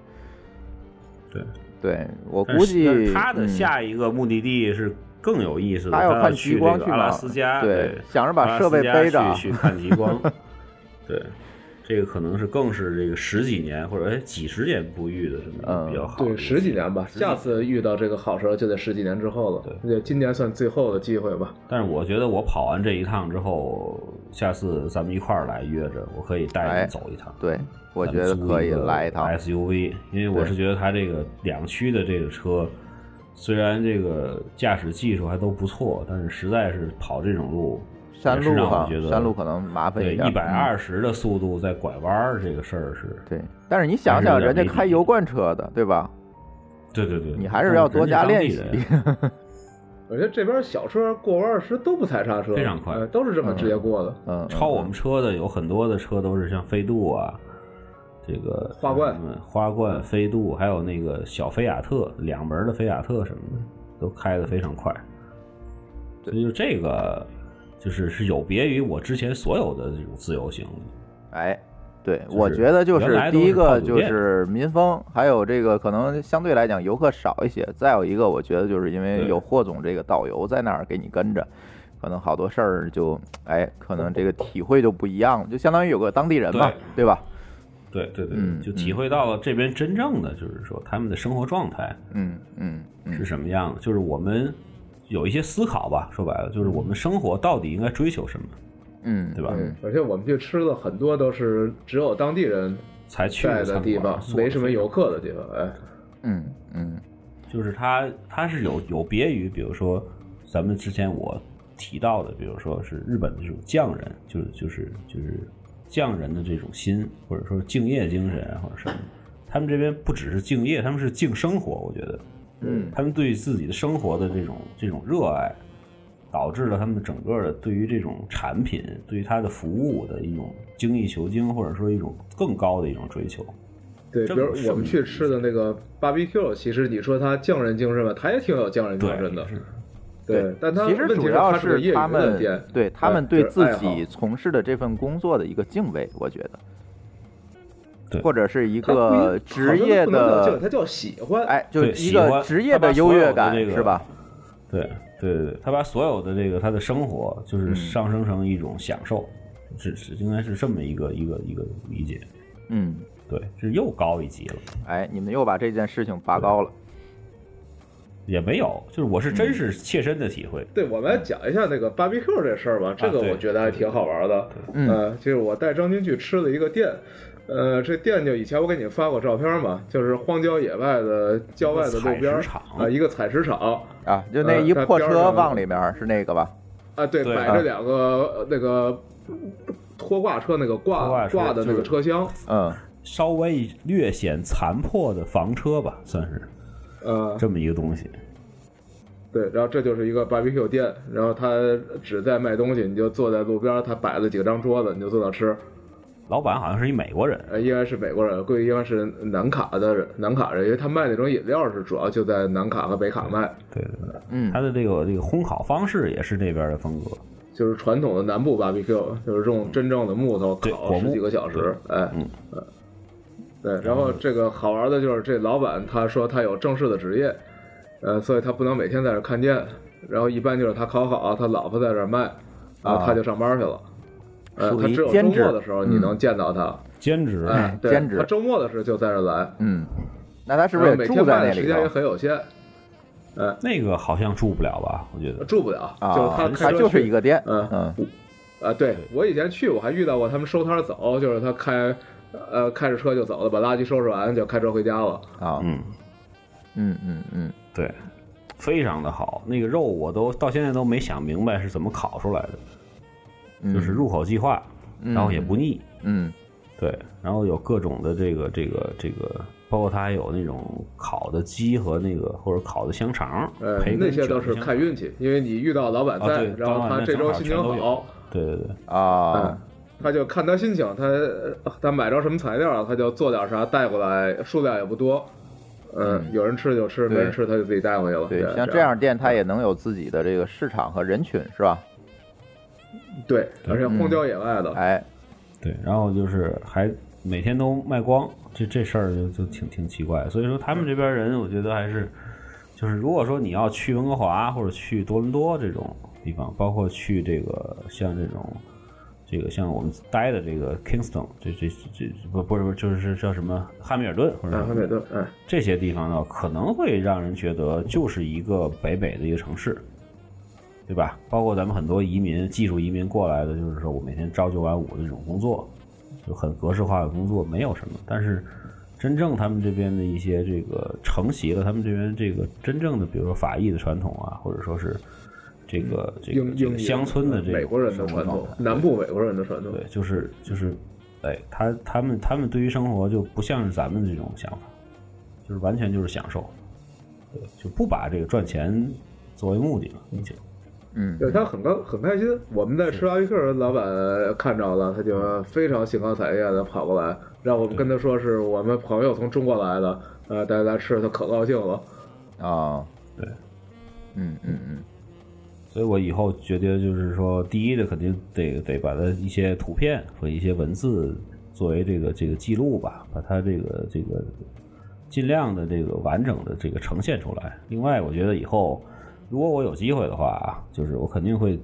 D: 对，
C: 对我
D: 但
C: 估
D: 是但
C: 计
D: 是他的
C: 嗯
D: 下一个目的地是更有意思的，
C: 他
D: 他
C: 要看
D: 去
C: 极光
D: 这
C: 去
D: 个阿拉
C: 哪儿
D: 斯加，
C: 对
D: 对，
C: 想着把
D: 阿拉
C: 设备
D: 斯加
C: 背着
D: 去去看
C: *laughs*
D: 极光，对。这个可能是更是这个十几年或者哎几十年不遇的这么一
C: 嗯
D: 个比较好的一
E: 对，
D: 个
E: 十几
D: 地方
E: 年吧，下次遇到这个好时候就得十几年之后了。对，今年算最后的机会吧。
D: 但是我觉得我跑完这一趟之后，下次咱们一块儿来约着，我可以带
C: 哎
D: 你走一趟。
C: 对，我
D: 咱
C: 觉
D: 们
C: 得
D: 租
C: 可以
D: 个
C: 来一趟。
D: SUV，因为我
C: 对
D: 是觉得它这个两驱的这个车，虽然这个驾驶技术还都不错，但是实在是跑这种路，
C: 山
D: 也是
C: 路
D: 让
C: 哈
D: 我觉，得
C: 山路可能麻烦
D: 对
C: 点。
D: 一百
C: 嗯
D: 二十的速度在拐弯儿这个事儿是，
C: 对，但是你想想，
D: 还是有
C: 人
D: 点
C: 家
D: 没底
C: 开油罐车的，对吧？
D: 对对对，
C: 你还是要多加练习。
D: 人家当地人
E: 我觉得这边小车过弯儿时都不踩刹车，
D: 非常快
E: 呃都是这么直接过的。
C: 嗯，嗯
D: 超我们车的有很多的车都是像飞度啊，这个
E: 花冠
D: 什么花冠、飞度，还有那个小菲亚特两门的菲亚特什么的，都开得非常快。所以就这个，就是是有别于我之前所有的这种自由行的。
C: 哎，对，
D: 就是
C: 我觉得就
D: 原来都
C: 第一
D: 是
C: 个
D: 靠酒
C: 就
D: 店
C: 是民风，还有这个可能相对来讲游客少一些。再有一个，我觉得就是因为
D: 对
C: 有霍总这个导游在那儿给你跟着，可能好多事儿就哎，可能这个体会就不一样了，就相当于有个当地人嘛，对吧？
D: 对对对，
C: 嗯
D: 就体会到了这边真正的就是说他们的生活状态
C: 嗯嗯
D: 是
C: 嗯，
D: 什么样的，就是我们有一些思考吧。说白了，就是我们生活到底应该追求什么，
C: 嗯，
D: 对吧？
C: 嗯
E: 而且我们去吃的很多都是只有当地人
D: 才去
E: 在
D: 餐
E: 的
D: 馆
E: 地方，
D: 做
E: 没
D: 得
E: 什么
D: 非常
E: 游客的地方。哎，
C: 嗯嗯
D: 就是它它是有有别于，比如说咱们之前我提到的，比如说是日本的这种匠人，就是就是就是匠人的这种心，或者说敬业精神啊，或者什么的，他们这边不只是敬业，他们是敬生活，我觉得，
C: 嗯
D: 他们对自己的生活的这种这种热爱。导致了他们整个的对于这种产品、对于它的服务的一种精益求精，或者说一种更高的一种追求。
E: 对，比
D: 这
E: 如
D: 不是
E: 我们去吃的那个 barbecue，其实你说它匠人精神吧，它也挺有匠人精
D: 对，
E: 神的。
D: 是
E: 对，但它
C: 其实
E: 问题
C: 主
E: 是
C: 要
E: 它个业余
C: 他
E: 的
C: 们
E: 店，
C: 对他
E: 哎
C: 们对
E: 就是
C: 自
E: 爱好
C: 己从事的这份工作的一个敬畏，我觉得，
D: 对
C: 或者是一
E: 它不一
C: 个职业
E: 好像不能叫敬
C: 的
E: 畏，它叫喜欢。
C: 哎，就
D: 对
C: 一
D: 喜
C: 个
D: 欢
C: 职业
D: 他把
C: 的优
D: 所有
C: 越
D: 的
C: 感
D: 这个
C: 是吧？
D: 对对对对，他把所有的这个他的生活，就是
C: 嗯
D: 上升成一种享受，是是应该是这么一个一个一个理解，
C: 嗯，
D: 对，是又高一级了，
C: 哎，你们又把这件事情拔高了。
D: 也没有，就是我是真是切身的体会，
E: 对，我们来讲一下那个 barbecue 这事儿吧，这个
D: 啊对
E: 我觉得还挺好玩的。
C: 嗯
E: 呃，就是我带张军去吃了一个店，呃，这店就以前我给你们发过照片嘛，就是荒郊野外的郊外的路边
D: 采
E: 儿
D: 石场
E: 啊，一个采石场
C: 啊，就那一
E: 呃它
C: 破
E: 边
C: 车
E: 上
C: 往里面是那个吧？
E: 啊，对，
D: 对
E: 摆着两个呃那个拖挂车那个
D: 拖
E: 挂
D: 挂车
E: 挂的那
D: 就
E: 个
D: 是
E: 车厢，
C: 嗯，
D: 稍微略显残破的房车吧，算是
E: 呃，
D: 这么一个东西，
E: 对，然后这就是一个 barbecue 店，然后他只在卖东西，你就坐在路边儿，他摆了几张桌子，你就坐那儿吃。
D: 老板好像是一美国人，
E: 呃，应该是美国人，估计应该是南卡的人，南卡人，因为他卖那种饮料是主要就在南卡和北卡卖，
D: 对对对，
C: 嗯
D: 他的这个这个烘烤方式也是那边的风格，
E: 就是传统的南部 BBQ，就是用真正的木头
D: 对
E: 烤
D: 果木
E: 十几个小时，哎，嗯，对，然
C: 嗯
E: 后这个好玩的就是这老板他说他有正式的职业，呃，所以他不能每天在这看店，然后一般就是他烤好，啊他老婆在这卖，然后
C: 啊
E: 他就上班去了，呃，
C: 属于
E: 他只有周
C: 兼职嗯
E: 末的时候你能见到他，
D: 兼职。
E: 哎，对
C: 兼职
E: 他周末的时候就在这来，
C: 嗯，那他是不
E: 然
C: 是
E: 后
C: 也
E: 呃每
C: 住
E: 天
C: 在
E: 卖
C: 那
E: 的时
C: 里
E: 间也
C: 头？
E: 很有限，哎，
D: 那个好像住不了吧？我觉得
E: 住不了，就是
C: 啊，
E: 开
C: 他
E: 车
C: 就是
E: 去
C: 一个店，
E: 嗯
C: 嗯
E: 啊，对我以前去我还遇到过他们收摊儿走，就是他开，呃，开着车就走了，把垃圾收拾完就开车回家了。
C: 啊，
D: 嗯，
C: 嗯嗯嗯，
D: 对，非常的好。那个肉我都到现在都没想明白是怎么烤出来的，
C: 嗯
D: 就是入口即化，
C: 嗯
D: 然后也不腻。
C: 嗯
D: 对，然后有各种的这个这个这个，包括它还有那种烤的鸡和那个或者烤的香肠，
E: 呃
D: 培，根
E: 那些都
D: 卷
E: 是
D: 的香
E: 看运气，因为你遇到老板
D: 啊
E: 在，
D: 对
E: 然后
D: 当然
E: 他
D: 那
E: 这周
D: 正好
E: 心情
D: 全都有
E: 好，
D: 对对对，
E: 嗯
C: 啊，
E: 他就看他心情，他呃他买着什么材料了，他就做点啥带过来，数量也不多。嗯，有人吃就吃，没
C: 对
E: 人吃他就自己带回去了。
C: 对，
E: 对，
C: 像这样店，它也能有自己的这个市场和人群，是吧？
E: 对，而且
C: 嗯
E: 荒郊野外的，
C: 哎，
D: 对，然后就是还每天都卖光，这这事儿就就挺挺奇怪。所以说他们这边人，我觉得还是就是如果说你要去温哥华或者去多伦多这种地方，包括去这个像这种这个像我们待的这个 Kingston，这这这这不不是不是就是叫什么汉密尔顿或者
E: 哎，
D: 什
E: 汉
D: 么
E: 密尔顿，哎，
D: 这些地方呢，可能会让人觉得就是一个北美的一个城市，对吧？包括咱们很多移民、技术移民过来的，就是说我每天朝九晚五的这种工作，就很格式化的工作，没有什么。但是真正他们这边的一些这个承袭了他们这边这个真正的，比如说法裔的传统啊，或者说是这个这个
E: 英
D: 这
E: 英
D: 个乡村的这个啊
E: 美国人的
D: 生活
E: 传
D: 状
E: 统
D: 态，
E: 南部美国人的传统
D: 对，，就是就是，哎，他他们他们对于生活就不像是咱们这种想法，就是完全就是享受，对，就不把这个赚钱作为目的了，已经。
C: 嗯
E: 对他很高很开心。我们在吃拉比克的老板看着了，他就非常兴高采烈的跑过来，让我们跟他说是我们朋友从中国来的，呃，带他吃，他可高兴了。
C: 啊，
D: 对，
C: 嗯嗯嗯，
D: 所以我以后觉得就是说，第一的肯定得得把它一些图片和一些文字作为这个这个记录吧，把它这个这个尽量的这个完整的这个呈现出来。另外，我觉得以后如果我有机会的话啊，就是我肯定会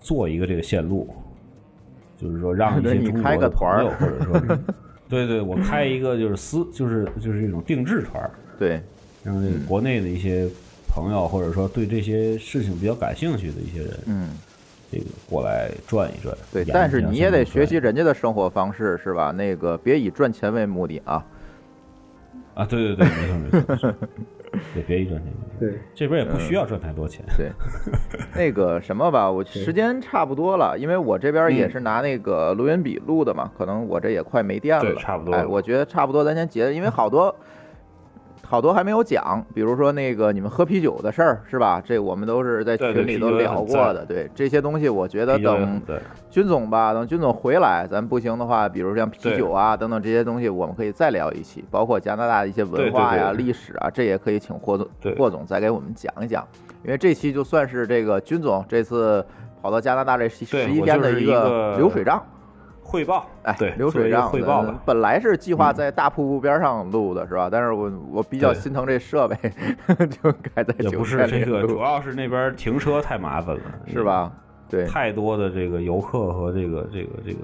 D: 做一个这个线路，就是说让一
C: 对
D: 些
C: 你
D: 中
C: 开
D: 国
C: 个
D: 的
C: 团儿
D: 朋友或者说， *laughs* 对对，我开一个就是私就是就是这种定制团儿，
C: 对，
D: 让这个
C: 嗯
D: 国内的一些朋友，或者说对这些事情比较感兴趣的一些人，
C: 嗯
D: 这个过来转一转。
C: 对，
D: 研究
C: 但是
D: 一下
C: 你也得
D: 生活
C: 学习人家的生活方式，是吧？那个别以赚钱为目的啊，
D: 啊，对对对，没错没错没错，对，别一赚钱，
E: 对，
D: 这边也不
C: 嗯
D: 需要赚太多钱。 *laughs*
C: 对，那个什么吧，我时间差不多了，因为我这边
D: 嗯
C: 也是拿那个录音笔录的嘛，可能我这也快没电了，
D: 对差不多
C: 哎，我觉得差不多，咱先结，因为好
D: *laughs*
C: 多好多还没有讲，比如说那个你们喝啤酒的事儿，是吧？这我们都是在
D: 对对
C: 群里都
D: 啤酒也
C: 聊
D: 很
C: 过的，对这些东西，我觉得
D: 啤酒也
C: 等
D: 很对，
C: 军总吧，等军总回来，咱不行的话，比如像啤酒啊等等这些东西，我们可以再聊一期，包括加拿大的一些文化呀、
D: 对对对
C: 历史啊，这也可以请霍总
D: 对
C: 霍总再给我们讲一讲，因为这期就算是这个军总这次跑到加拿大这十
D: 对
C: 十一天的
D: 我就是一
C: 个
D: 个
C: 流水账，
D: 汇报，
C: 哎，
D: 对，
C: 流
D: 作
C: 水
D: 为一个
C: 账
D: 汇报
C: 嗯
D: 吧。
C: 本来是计划在大瀑布边上录的是吧？但是我我比较
D: 对
C: 心疼这设备， *laughs* 就改在
D: 也
C: 酒
D: 不是
C: 店
D: 这
C: 里
D: 个，主
C: 录，
D: 要是那边停车太麻烦了，
C: 是？吧？对。
D: 太多的这个游客和这个这个这个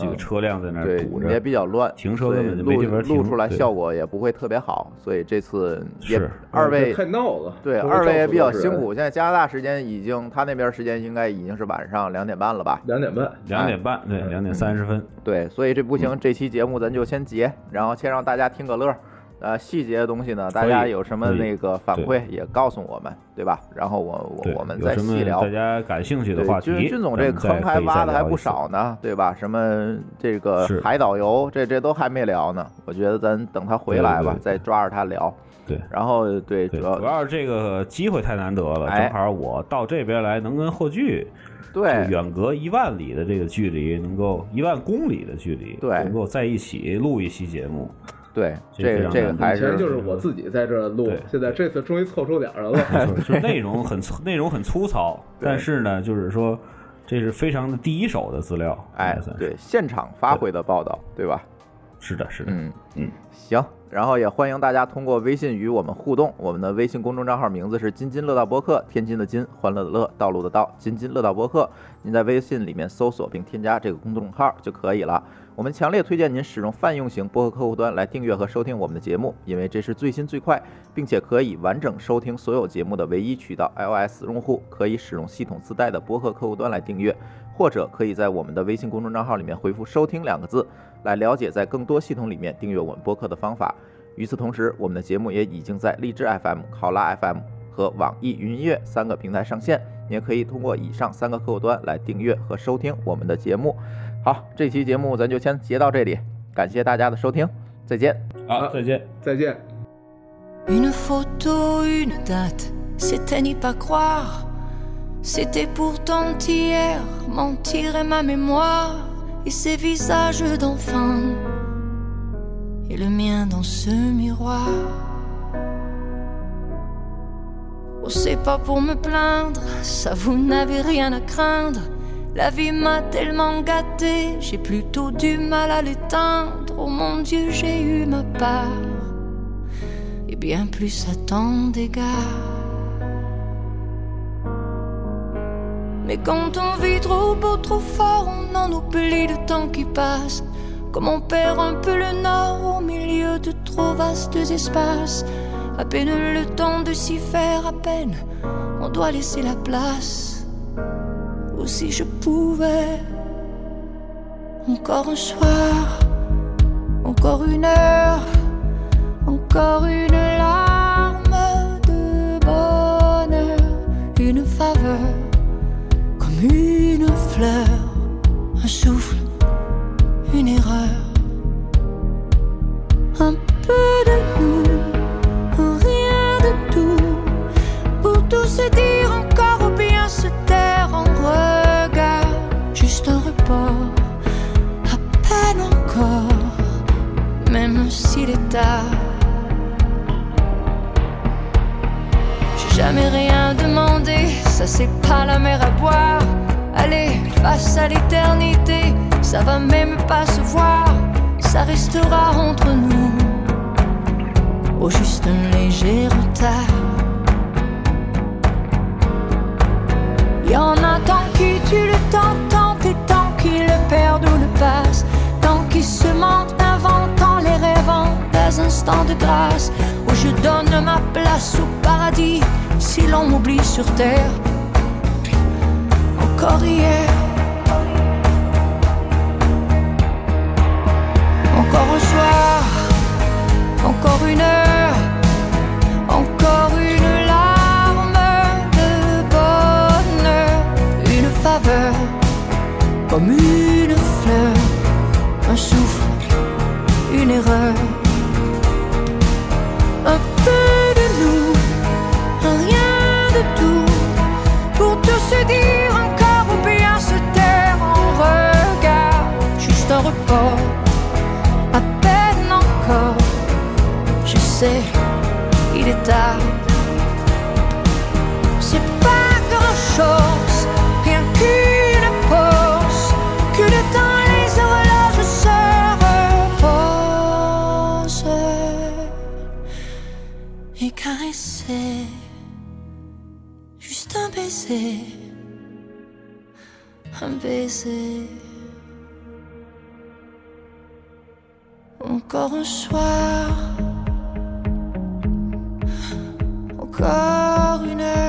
D: 这个
C: 嗯
D: 车辆在那儿
C: 对
D: 堵，着，
C: 也比较乱，
D: 停车
C: 所以
D: 根本就没
C: 录
D: 地方
C: 录
D: 停
C: 出来
D: 对
C: 效果也不会特别好，所以这次也
D: 是
C: 二位
E: 嗯太闹了，
C: 对
E: 都是
C: 二位也比较
E: 到处都
C: 辛
E: 是
C: 苦。，现在加拿大时间已经，他那边时间应该已经是晚上两点半了吧？
E: 两点半，
D: 两点半，对，两点三十分，嗯
C: 对，所以这不行，这期节目咱就先结，然后先让大家听个乐儿，呃，细节的东西呢，
H: 可以
C: 大家有什么
H: 可以
C: 那个反馈也告诉我们，对吧？然后我我
H: 对，
C: 我们
H: 有
C: 再
H: 什么
C: 细聊
H: 大。家感兴趣的
C: 对，
H: 话题，
C: 君君总
H: 咱
C: 这
H: 们再
C: 坑还
H: 可以再
C: 挖的还
H: 聊一
C: 不
H: 次
C: 少呢，对吧？什么这个
H: 是
C: 海岛游，这这都还没聊呢。我觉得咱等他回
H: 对对
C: 来吧，
H: 对
C: 再抓着他聊。
H: 对
C: 然后对，
H: 对，
C: 主
H: 主要是这个机会太难得了，
C: 哎
H: 正好我到这边来，能跟后剧就
C: 对
H: 远隔一万里的这个距离，能够一万公里的距离，
C: 对
H: 能够在一起录一期节
C: *laughs*
H: 目，
C: 对，
H: 这
C: 这
H: 非
C: 个
H: 常
C: 这个
H: 难得
C: 还
E: 以前
C: 是嗯
E: 就是我自己在这儿录
H: 对，
E: 现在这次终于凑出脸儿来
C: *laughs*
E: 了。
H: 就是内容很粗内容很粗糙，
C: 对
H: 但是呢，就是说这是非常的第一手的资料，
C: 哎
H: 应该算，是
C: 对，现场发挥的报道，对吧？
H: 是的，是的，
C: 嗯嗯，行。然后也欢迎大家通过微信与我们互动，我们的微信公众账号名字是“津津乐道播客”，天津的津，欢乐的乐，道路的道，津津乐道播客。您在微信里面搜索并添加这个公众号就可以了。我们强烈推荐您使用泛用型播客客户端来订阅和收听我们的节目，因为这是最新最快，并且可以完整收听所有节目的唯一渠道。iOS 用户可以使用系统自带的播客客户端来订阅，或者可以在我们的微信公众账号里面回复“收听”两个字，来了解在更多系统里面订阅我们播客的方法。与此同时，我们的节目也已经在荔枝 FM、考拉 FM 和网易云音乐三个平台上线，你也可以通过以上三个客户端来订阅和收听我们的节目。好，这期节目咱就先截到这里，感谢大家的收听，再见。
D: 好，再见。
E: 再见。
G: Une photo, une date, c'était n'y pas croire. C'était pourtant hier, mentir et ma mémoire, et ses visages d'enfant, et le mien dans ce miroir. Oh, c'est pas pour me plaindre, ça vous n'avez rien à craindre. La vie m'a tellement gâtée, j'ai plutôt du mal à l'éteindre. Oh mon Dieu, j'ai eu ma part et bien plus à tant d'égards. Mais quand on vit trop beau, trop fort, on en oublie le temps qui passe. Comme on perd un peu le nord au milieu de trop vastes espaces. À peine le temps de s'y faire, à peine on doit laisser la place. Oh, si je pouvais, encore un soir, encore une heure encore une larme de bonheur, une faveur, comme une fleur, un souffle, une erreur, un peu de nous, rien de tout, pour tout se dire encore ou bien se taire en regard, juste un report, à peine encore même s'il est tard. J'ai jamais rien demandé, ça c'est pas la mer à boire. Allez, face à l'éternité, ça va même pas se voir, ça restera entre nous. Au juste un léger retard. Y en a tant qui tuent le temps, tant et tant qui le perdent ou le passent, tant qui se mentent, inventant les rêvant des instants de grâce où je donne ma place au paradis si l'on m'oublie sur terre. Encore hier, encore au soir, encore une heure. Encore une larme de bonheur, une faveur, comme une fleur, un souffle, une erreur. Un peu de nous, un rien de tout, pour tout se dire encore ou bien se taire en regard, juste un report, à peine encore, je sais il est tard. C'est pas grand chose, rien qu'une pause, que le temps et les horloges se reposent et caresser juste un baiser, un baiser. Encore un soir encore une heure.